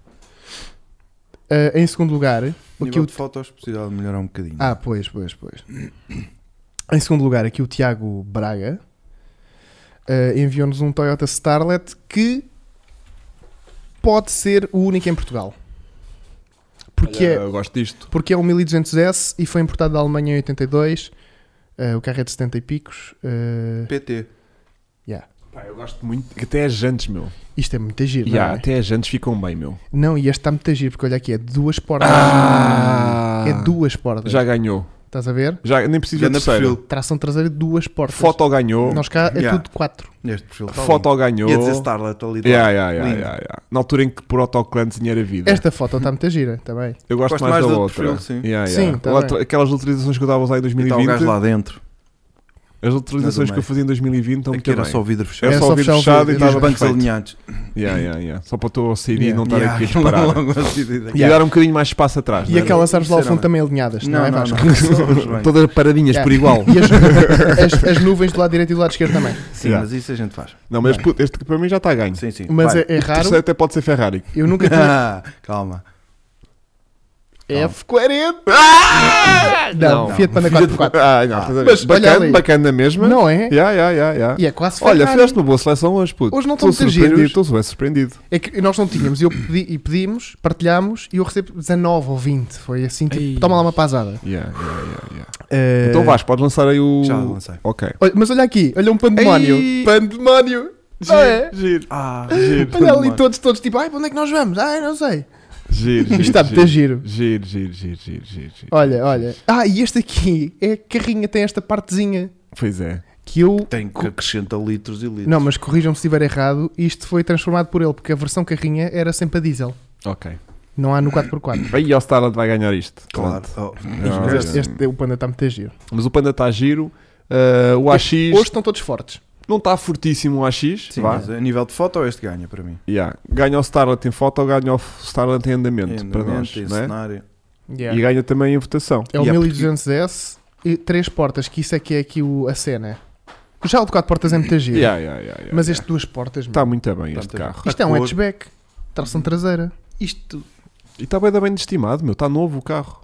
Ah, em segundo lugar, aqui
Nível
o
de fotos precisava de melhorar um bocadinho.
Ah, pois, pois, pois. Em segundo lugar, aqui o Tiago Braga eh, enviou-nos um Toyota Starlet que pode ser o único em Portugal. Porque,
Olha,
é,
Eu gosto disto.
porque é um 1200S e foi importado da Alemanha em 82. eh, o carro é de 70 e picos. eh,
PT.
Pá, eu gosto muito. Que até as jantes, meu.
isto é muito giro,
Yeah,
não é?
até as jantes ficam bem, meu.
Não, e este está muito giro porque olha aqui, é duas portas. É duas portas.
Ah! Já ganhou.
Estás a ver?
Já, nem preciso de
Ganda
terceiro.
perfil.
Tração traseira, duas portas.
Foto ganhou.
Nós cá é
Yeah.
tudo quatro.
Este perfil. está
Foto
lindo.
ganhou.
Ia dizer Starlet ali. do
Yeah,
lado.
yeah, yeah,
Lindo.
yeah, yeah. Na altura em que por autoclantes dinheiro a vida.
Esta foto está muito gira também.
eu gosto,
Gosto
mais,
mais
da
do
outra.
perfil, sim.
Yeah,
Sim,
yeah.
tá
Lá tu-
bem.
aquelas utilizações que eu estava a usar em
E está o
2020,
gajo lá dentro.
as utilizações
Nada
que eu
mais.
fazia em 2020 estão muito
Aqui era
bem.
só o vidro
Era
fechado.
Era
só
É só
o vidro
fechar o
fechado e
vidro.
E os
estava
bancos
perfeito.
alinhados.
Yeah, yeah, yeah. Só para o teu CD e (laughs)
Yeah.
não estar
Yeah,
aqui a
aquilo
disparar.
logo assim, daí-
E dar um bocadinho mais espaço atrás.
E
né? (laughs)
aquelas árvores lá ao fundo
Sinceramente.
também alinhadas, não, é Vasco?
Somos bem.
Todas paradinhas
Yeah.
por igual. (laughs)
E as, as- as nuvens do lado direito e do lado esquerdo também.
Sim,
Yeah.
mas isso a gente faz.
Não, mas puto, este para mim já está ganho.
Sim, sim.
Mas
vai.
é, é raro.
Isto até pode ser Ferrari.
Eu nunca tinha.
Ah, calma.
F40! Não,
Ah! Não.
Fiat Panda 4x4.
(laughs) Ah, não, estás a ver.
Mas olha
bacana,
ali.
bacana mesmo.
Não é?
Yeah, yeah, yeah, yeah.
E é quase Ferrari.
Olha, fizeste uma boa seleção hoje, puto.
Hoje não
Estou
estão muito
surpreendido,
giros.
Estou bem surpreendido.
É que nós não tínhamos. E eu pedi, e pedimos, partilhámos e eu recebo 19 ou 20. Foi assim, tipo,
Ei.
toma lá uma pasada.
Yeah, yeah, yeah, yeah.
Eh,
Então Vasco, podes lançar aí o.
Já lancei.
Ok.
olha, mas olha aqui, olha um pandemónio.
Ei.
Pandemónio! Não é?
Giro,
Ah,
Olha ali todos, todos, tipo, ai, para onde é que nós vamos? Ai, não sei.
giro,
Isto está muito giro.
Giro, giro, giro, giro, giro, giro.
Olha, olha. Ah, e este aqui é a carrinha, tem esta partezinha
Pois é.
que eu.
Tem que acrescentar litros e litros.
Não, mas corrijam-me se estiver errado. Isto foi transformado por ele, porque a versão carrinha era sempre a diesel.
Ok.
Não há no 4x4.
Aí o Starlet vai ganhar isto.
Claro.
Pronto.
Oh,
Não,
Mas este,
não.
este- o Panda está muito a giro.
Mas o Panda está giro. Ah, o AX
Hoje estão todos fortes.
não está fortíssimo o AX.
Sim,
vá.
mas é. a nível de foto, este ganha para mim.
Yeah. Ganha o Starlet em foto ou ganha o Starlet em andamento,
Em
para nós.
andamento, em
não é?
cenário.
E ganha também em votação.
É o
e é
1200S e três portas, que isso é que é aqui o, a cena. Já o de 4 portas é muito giro.
Yeah, yeah, yeah, yeah,
mas
yeah.
este de duas portas, meu.
Está muito bem
Tá
este
muito
carro.
isto é um
cor.
hatchback. Tração traseira.
Isto.
E está bem, bem estimado, meu. Está novo o carro.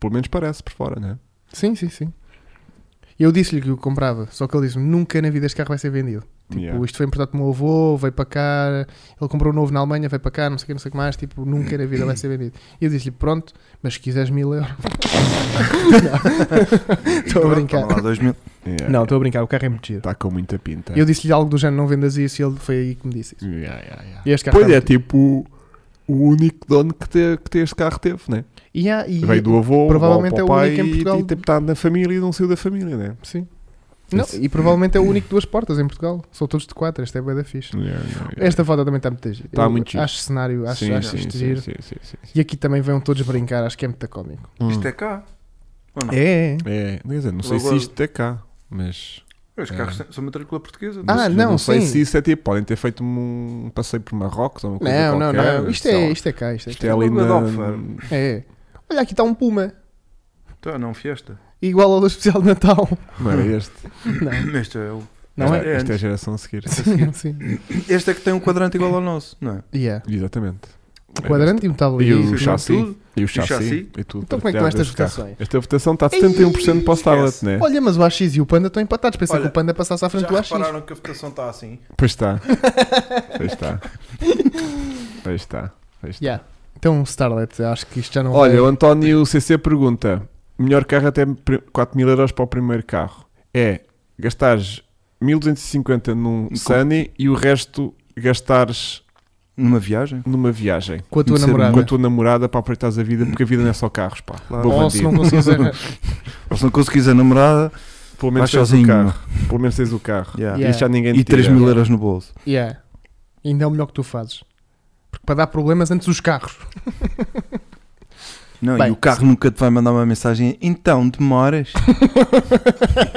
Pelo menos parece por fora, né?
Sim, sim, sim. Eu disse-lhe que o comprava, só que ele disse-me: nunca na vida este carro vai ser vendido. Tipo,
Yeah.
isto foi importado pelo meu avô, veio para cá, ele comprou um novo na Alemanha, veio para cá, não sei o que, não sei o que mais, tipo, nunca na vida vai ser vendido. E eu disse-lhe, pronto, mas se quiseres mil (laughs) euros. Não. (laughs) Estou a brincar.
Lá, 2000.
Yeah.
Não, estou a brincar, o carro é muito giro.
Está com muita pinta.
Eu disse-lhe algo do género, não vendas isso, e ele foi aí que me disse isso.
Yeah, yeah, yeah.
E este carro
Pois
está
é,
muito-
tipo o único dono que, te, que te este carro teve, né?
E há- e-
Veio do avô,
provavelmente
ao, ao
é o
pai
único em Portugal.
e, e tipo, está na família e não saiu da família, né?
Sim. Não, e provavelmente é o único de duas portas em Portugal. São todos de quatro, esta é bué da fixe.
Yeah, yeah, yeah.
Esta foto também está muito giro.
Está
Eu
muito giro.
Acho cenário, acho,
sim,
acho
sim,
isto
sim,
giro.
sim, sim, sim, sim.
E aqui também vão todos brincar, acho que é muito cómico.
Isto é cá. Ou não?
É.
É, quer dizer, não sei se
Lagoa-
isto é cá, mas
Os carros são- são matrícula portuguesa.
Ah,
mas
não,
não sei
sim.
se isso é tipo, podem ter feito um passeio por Marrocos ou uma coisa
Não, não,
qualquer.
não. Isto
sei
é,
lá.
isto é cá, isto é
Isto
cá.
é ali
Lagoa
na...
de Alfaro.
É. Olha, aqui está um puma.
Então, não, fiesta.
Igual ao do especial de
(laughs)
Natal.
Não era este.
(laughs)
Não,
Este é, o...
(laughs) não
Isto
é
é?
Isto é a
antes.
geração a seguir.
Sim.
(laughs) este é que tem um quadrante igual ao nosso, não é?
Yeah.
Exatamente.
O quadrante e um
E
tabuleiro.
o
Tudo.
chassi. E o chassi.
chassi.
E tudo.
Então como é que estão estas votações?
Esta votação está a 71% para o Starlet, né?
Olha, mas o AX e o Panda estão empatados. Pensei
Olha,
que o Panda passasse à frente do AX.
que a votação está assim?
Pois está. Pois está. Pois está. Pois está.
Yeah. Então, Starlet, acho que isto já não
Olha, o
vai...
António CC pergunta: melhor carro até 4 mil euros para o primeiro carro é gastares 1250 num
Com-
Sunny e o resto gastares
Numa viagem?
numa viagem
com a tua
ser um
namorada.
com a tua namorada para aproveitares a vida, porque a vida não é só carros, pá. Vou
Ou se
bandido.
não consegues arran- (laughs)
Ou se não conseguis a namorada,
Pelo
vais
menos tens
sozinho.
o carro. Pelo menos tens o carro.
Yeah.
Yeah.
Isto já ninguém te
E 3
tira.
mil euros no bolso.
Yeah. Ainda é o melhor que tu fazes. Porque para dar problemas antes os carros.
Não,
Bem,
e o carro nunca te vai mandar uma mensagem. Então, demoras?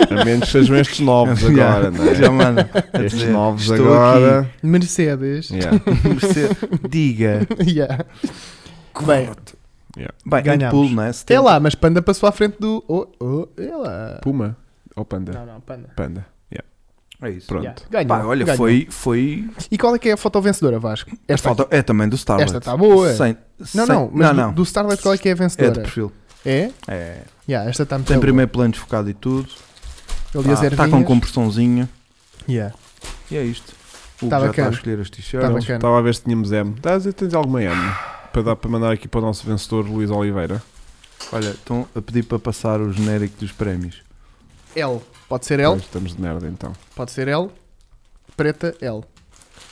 A menos que sejam estes
(laughs)
novos agora, não é?
Já manda. A
Estes
dizer,
novos
estou
agora.
Mercedes.
Yeah.
aqui. Você- Diga.
(laughs) Yeah. Bem,
Bem,
Ganhamos.
Ganhamos. pulo, não é?
é lá, mas Panda passou à frente do. Oh, oh, é lá.
Puma ou Panda?
Não, não, Panda.
Panda.
É isso.
Pronto.
Yeah. Ganhou.
Pá, olha,
ganhou.
foi, foi
E qual é que é a foto vencedora, Vasco? Esta
Falta- é também do Starlet.
Esta tá boa.
Sem-
Não,
sem-
não, mas
não,
do-
não.
Do, Starlet qual é que é
É
a
de
vencedora?
perfil.
É?
É.
Yeah, esta está muito
Tem
boa.
primeiro plano desfocado e tudo.
Ele e as
Está tá com
ervinhas.
compressãozinha.
Yeah.
E é isto. O Hugo
Tá
já está
bacana.
a escolher as
Tá
t-shirts.
bacana.
Estava a ver se tínhamos M. Estás a tens alguma M? Para, dar, para mandar aqui para o nosso vencedor Luís Oliveira.
Olha, estão a pedir para passar o genérico dos prémios.
L. Pode ser L,
Pois, Estamos de merda então.
pode ser L. Preta L.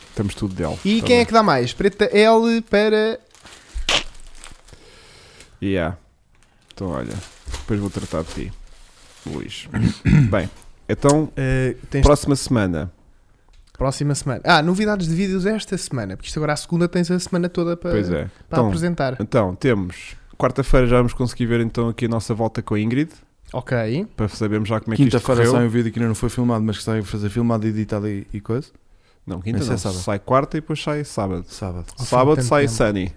Estamos tudo de L.
Tá
E quem é que dá mais? Preta L para.
Yeah. Então olha, depois vou tratar de ti,
(coughs)
Luís. Bem, então,
eh, tens
próxima semana.
Próxima semana. Ah, novidades de vídeos esta semana, porque isto agora à segunda tens a semana toda para,
Pois é.
para
Então,
apresentar.
então temos. Quarta-feira já vamos conseguir ver então aqui a nossa volta com a Ingrid.
Ok.
Para sabermos já como é que isto
Quinta-feira sai
correu.
um vídeo que ainda não foi filmado, mas que sai a fazer filmado, editado e, e coisa.
Não, quinta
Esse é
não.
sábado.
Sai quarta e depois sai sábado.
Sábado.
Sim,
sábado
tanto
sai
tempo.
Sunny.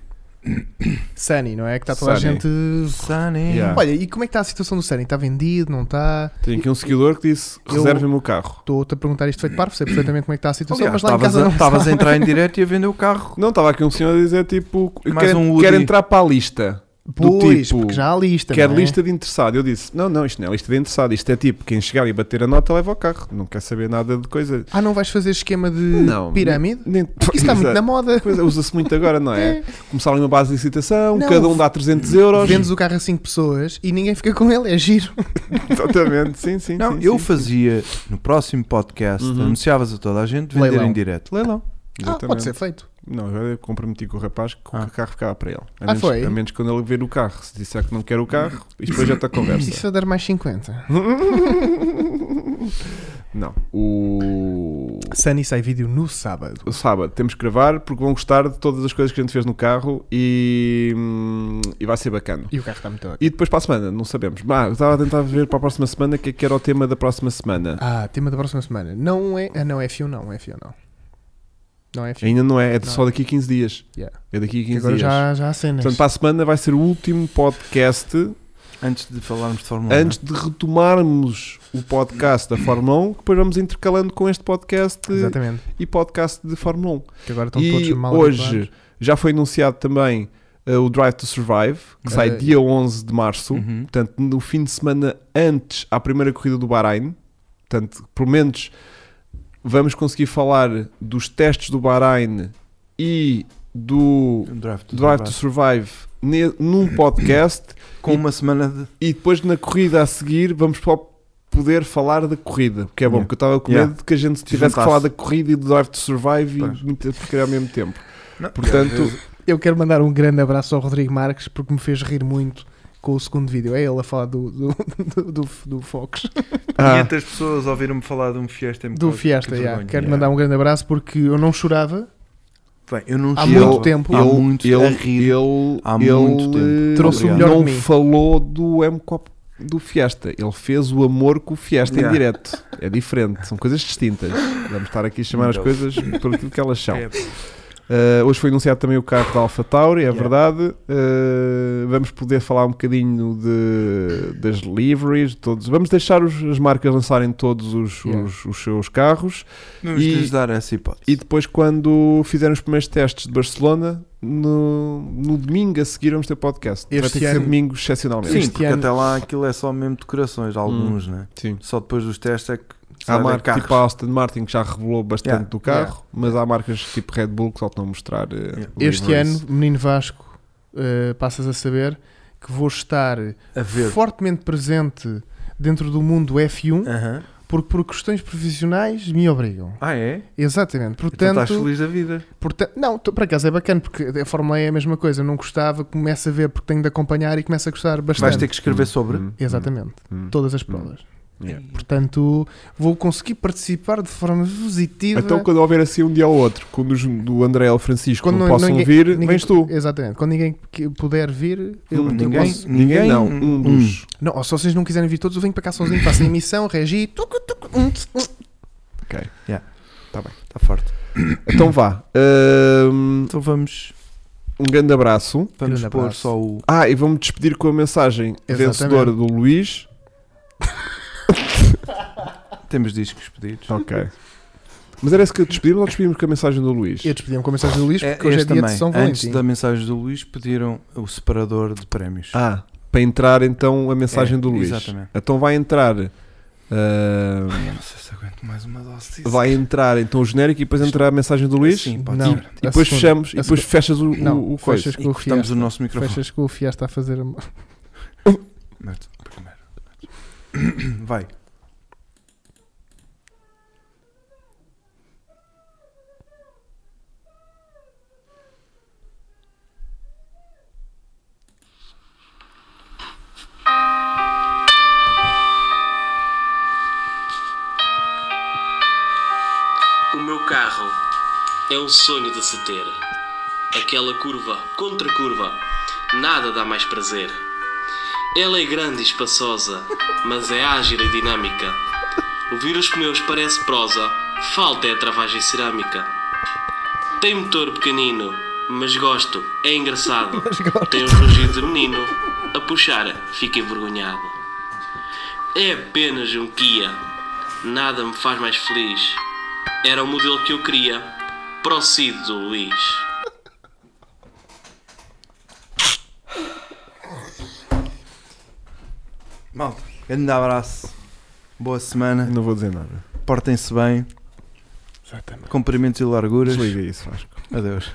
Sunny, não é? Que está toda a
Sunny.
gente.
Sunny.
Yeah.
Olha, e como é que está a situação do Sunny? Está vendido? Não tá? está?
Tenho aqui um seguidor que disse:
Eu-
reservem-me o carro.
Estou-te a perguntar isto feito parvo, sei perfeitamente como é que está a situação,
Aliás,
mas lá em
estavas
casa
a,
não
estavas a
está.
entrar em direto e a vender o carro.
Não, estava aqui um senhor a dizer tipo, eu
Mais
quero,
um Woody.
quero entrar para a lista. Do
Pois,
tipo,
porque já há lista.
quero
não é?
lista de interessado. Eu disse, não, não, isto não é lista de interessado. Isto é tipo, quem chegar e bater a nota leva o carro. Não quer saber nada de coisa.
Ah, não vais fazer esquema de
Não,
pirâmide?
nem-
Isso está muito
Exato.
na moda.
Pois é, usa-se muito agora, não
(laughs)
é? Começaram uma base de licitação,
Não,
cada um dá 300 euros.
Vendes o carro a 5 pessoas e ninguém fica com ele, é giro.
Exatamente, sim, sim.
Não,
sim,
eu
sim.
fazia no próximo podcast,
Uhum.
anunciavas a toda a gente, vender
Leilão.
em direto. Leilão.
Ah,
Exatamente.
pode ser feito.
Não, agora eu comprometi com o rapaz que
Ah.
o carro ficava para ele. A
Ah,
menos,
foi?
a menos quando ele ver o carro. Se disser que não quer o carro, isto depois já
(laughs)
está conversa.
Isso vai dar mais 50.
Não. O.
Sunny sai vídeo no sábado.
o sábado temos que gravar porque vão gostar de todas as coisas que a gente fez no carro e, hum, e vai ser bacana.
E o carro está muito bacana.
E depois para a semana, não sabemos. Ah, eu estava a tentar ver para a próxima semana o que é que era o tema da próxima semana.
Ah, tema da próxima semana. Não é. Ah, não, é F1 não, é F1 não. Não é F1.
Ainda não é, é de-
Não.
só daqui a 15 dias.
Yeah.
É daqui a
Que
15
agora
dias.
já, já há cenas. Uhum.
Portanto, para a semana vai ser o último podcast
Antes de falarmos de Fórmula 1.
Antes de retomarmos o podcast da Fórmula 1, que depois vamos intercalando com este podcast
Exatamente.
e podcast de Fórmula 1.
Que agora estão todos
e
Então mal
hoje
habituados.
já foi anunciado também eh, o Drive to Survive, que sai
Eh,
dia 11 de março,
Uhum.
portanto, no fim de semana antes à primeira corrida do Bahrein. Portanto, pelo menos vamos conseguir falar dos testes do Bahrein e do
Um Drive to
Drive to
Survive.
Survive ne- num podcast
Com uma semana de.
e depois na corrida a seguir vamos só poder falar da corrida, porque é bom,
Yeah.
porque eu estava com medo
Yeah.
de que a gente tivesse que
juntasse.
falar da corrida e do Drive to Survive
Pois.
e muita porcaria ao mesmo tempo.
Não,
Portanto,
Eu quero mandar um grande abraço ao Rodrigo Marques porque me fez rir muito com o segundo vídeo. É ele a falar do, do, do, do, do Fox.
ah,
500 pessoas ouviram-me falar de um Fiesta em
Do Fiesta, yeah. quero mandar um grande abraço porque eu não chorava.
Bem, eu não
Há
chorava.
muito tempo.
Há
ele,
muito
ele,
a rir.
ele,
Há muito
ele,
tempo.
eh,
Trouxe o melhor
não
de mim.
falou do MCOP do Fiesta, ele fez o amor com o Fiesta
Yeah.
em direto, é diferente, são coisas distintas. Vamos estar aqui a chamar as
Não.
coisas por aquilo que elas são.
É,
Uh, hoje foi anunciado também o carro da Alfa Tauri, é
Yeah.
verdade. Uh, vamos poder falar um bocadinho de, das liveries, de todos. Vamos deixar os- as marcas lançarem todos os,
Yeah.
os- os seus carros
Vamos
E-
lhes dar essa hipótese.
e depois, quando fizerem os primeiros testes de Barcelona, no, no domingo a seguir vamos ter podcast. Vai
Este
ter que ser
ano-
domingo excepcionalmente.
Sim,
este
porque
ano-
até lá aquilo é só mesmo decorações, alguns, né?
Sim.
Só depois dos testes é que.
Há
sai da
marcas
carros.
tipo a Aston Martin que já revelou bastante
Yeah.
do carro, mas há marcas tipo Red Bull que só estão a mostrar. uh,
Yeah.
Este
liveries.
ano, menino Vasco, eh, passas a saber que vou estar
A ver.
fortemente presente dentro do mundo F1
Aham.
porque por questões profissionais me obrigam.
Ah, é?
Exatamente.
Então estás
Portanto,
feliz da vida.
porta- não, tô- por acaso é bacana porque a Fórmula E é a mesma coisa. Eu não gostava, começo a ver porque tenho de acompanhar e começo a gostar bastante.
Vais ter que escrever sobre.
Hum, hum,
Exatamente.
hum. É.
Todas as provas.
Yeah.
Portanto, vou conseguir participar de forma positiva.
Então, quando houver assim um dia ou outro, quando os do André ou Francisco
é? Quando
não,
não-
possam
ninguém-
vir,
ninguém-
vens tu.
Exatamente. Quando ninguém que- puder vir, eu
Hum,
eu
ninguém-
posso-
ninguém?
não, um
Um.
dos.
Não, ou se vocês não quiserem vir todos, eu venho para cá sozinho, faço a emissão, regi. tucu, tucu, um, um.
Está Tá forte.
Então vá. hum,
Então vamos,
um grande abraço.
vamos
Grande
pôr
abraço.
só o.
Ah, e vou-me despedir com a mensagem
Exatamente.
vencedora do Luís.
Temos discos pedidos.
(laughs)
Ok. Mas era isso que despedimos ou despedimos com a mensagem do Luís?
Eu despedia-me com a mensagem do Luís,
É,
porque hoje é
este
dia de São
Antes
Valentim.
da mensagem do Luís, pediram o separador de prémios.
Ah, para entrar então a mensagem
É,
do Luís.
exatamente.
Então vai entrar. hum,
Não sei se aguento mais uma dose disso.
vai entrar então o genérico e depois entrar a mensagem do Luís.
Sim, pode
Não,
ser.
E
a
depois
segunda.
fechamos e
A
depois fechas o,
Não,
o, o coisa.
fechas
E
com o
cortamos
Fiesta.
o nosso microfone.
Fechas com o Fiesta a fazer. amor.
Mete primeiro. (coughs) Vai.
O meu carro é um sonho de se ter. Aquela curva, contra curva, nada dá mais prazer. Ela é grande e espaçosa, mas é ágil e dinâmica. Ouvir os pneus parece prosa, falta é a travagem cerâmica. Tem motor pequenino, mas gosto, é engraçado. Tem um rugido de menino, a puxar, fica envergonhado. É apenas um Kia, nada me faz mais feliz. Era o modelo que eu queria. Proceed do Luís.
Malta, grande abraço. Boa semana.
Não vou dizer nada.
Portem-se bem. Cumprimentos e larguras.
Desliga isso, Vasco.
Adeus.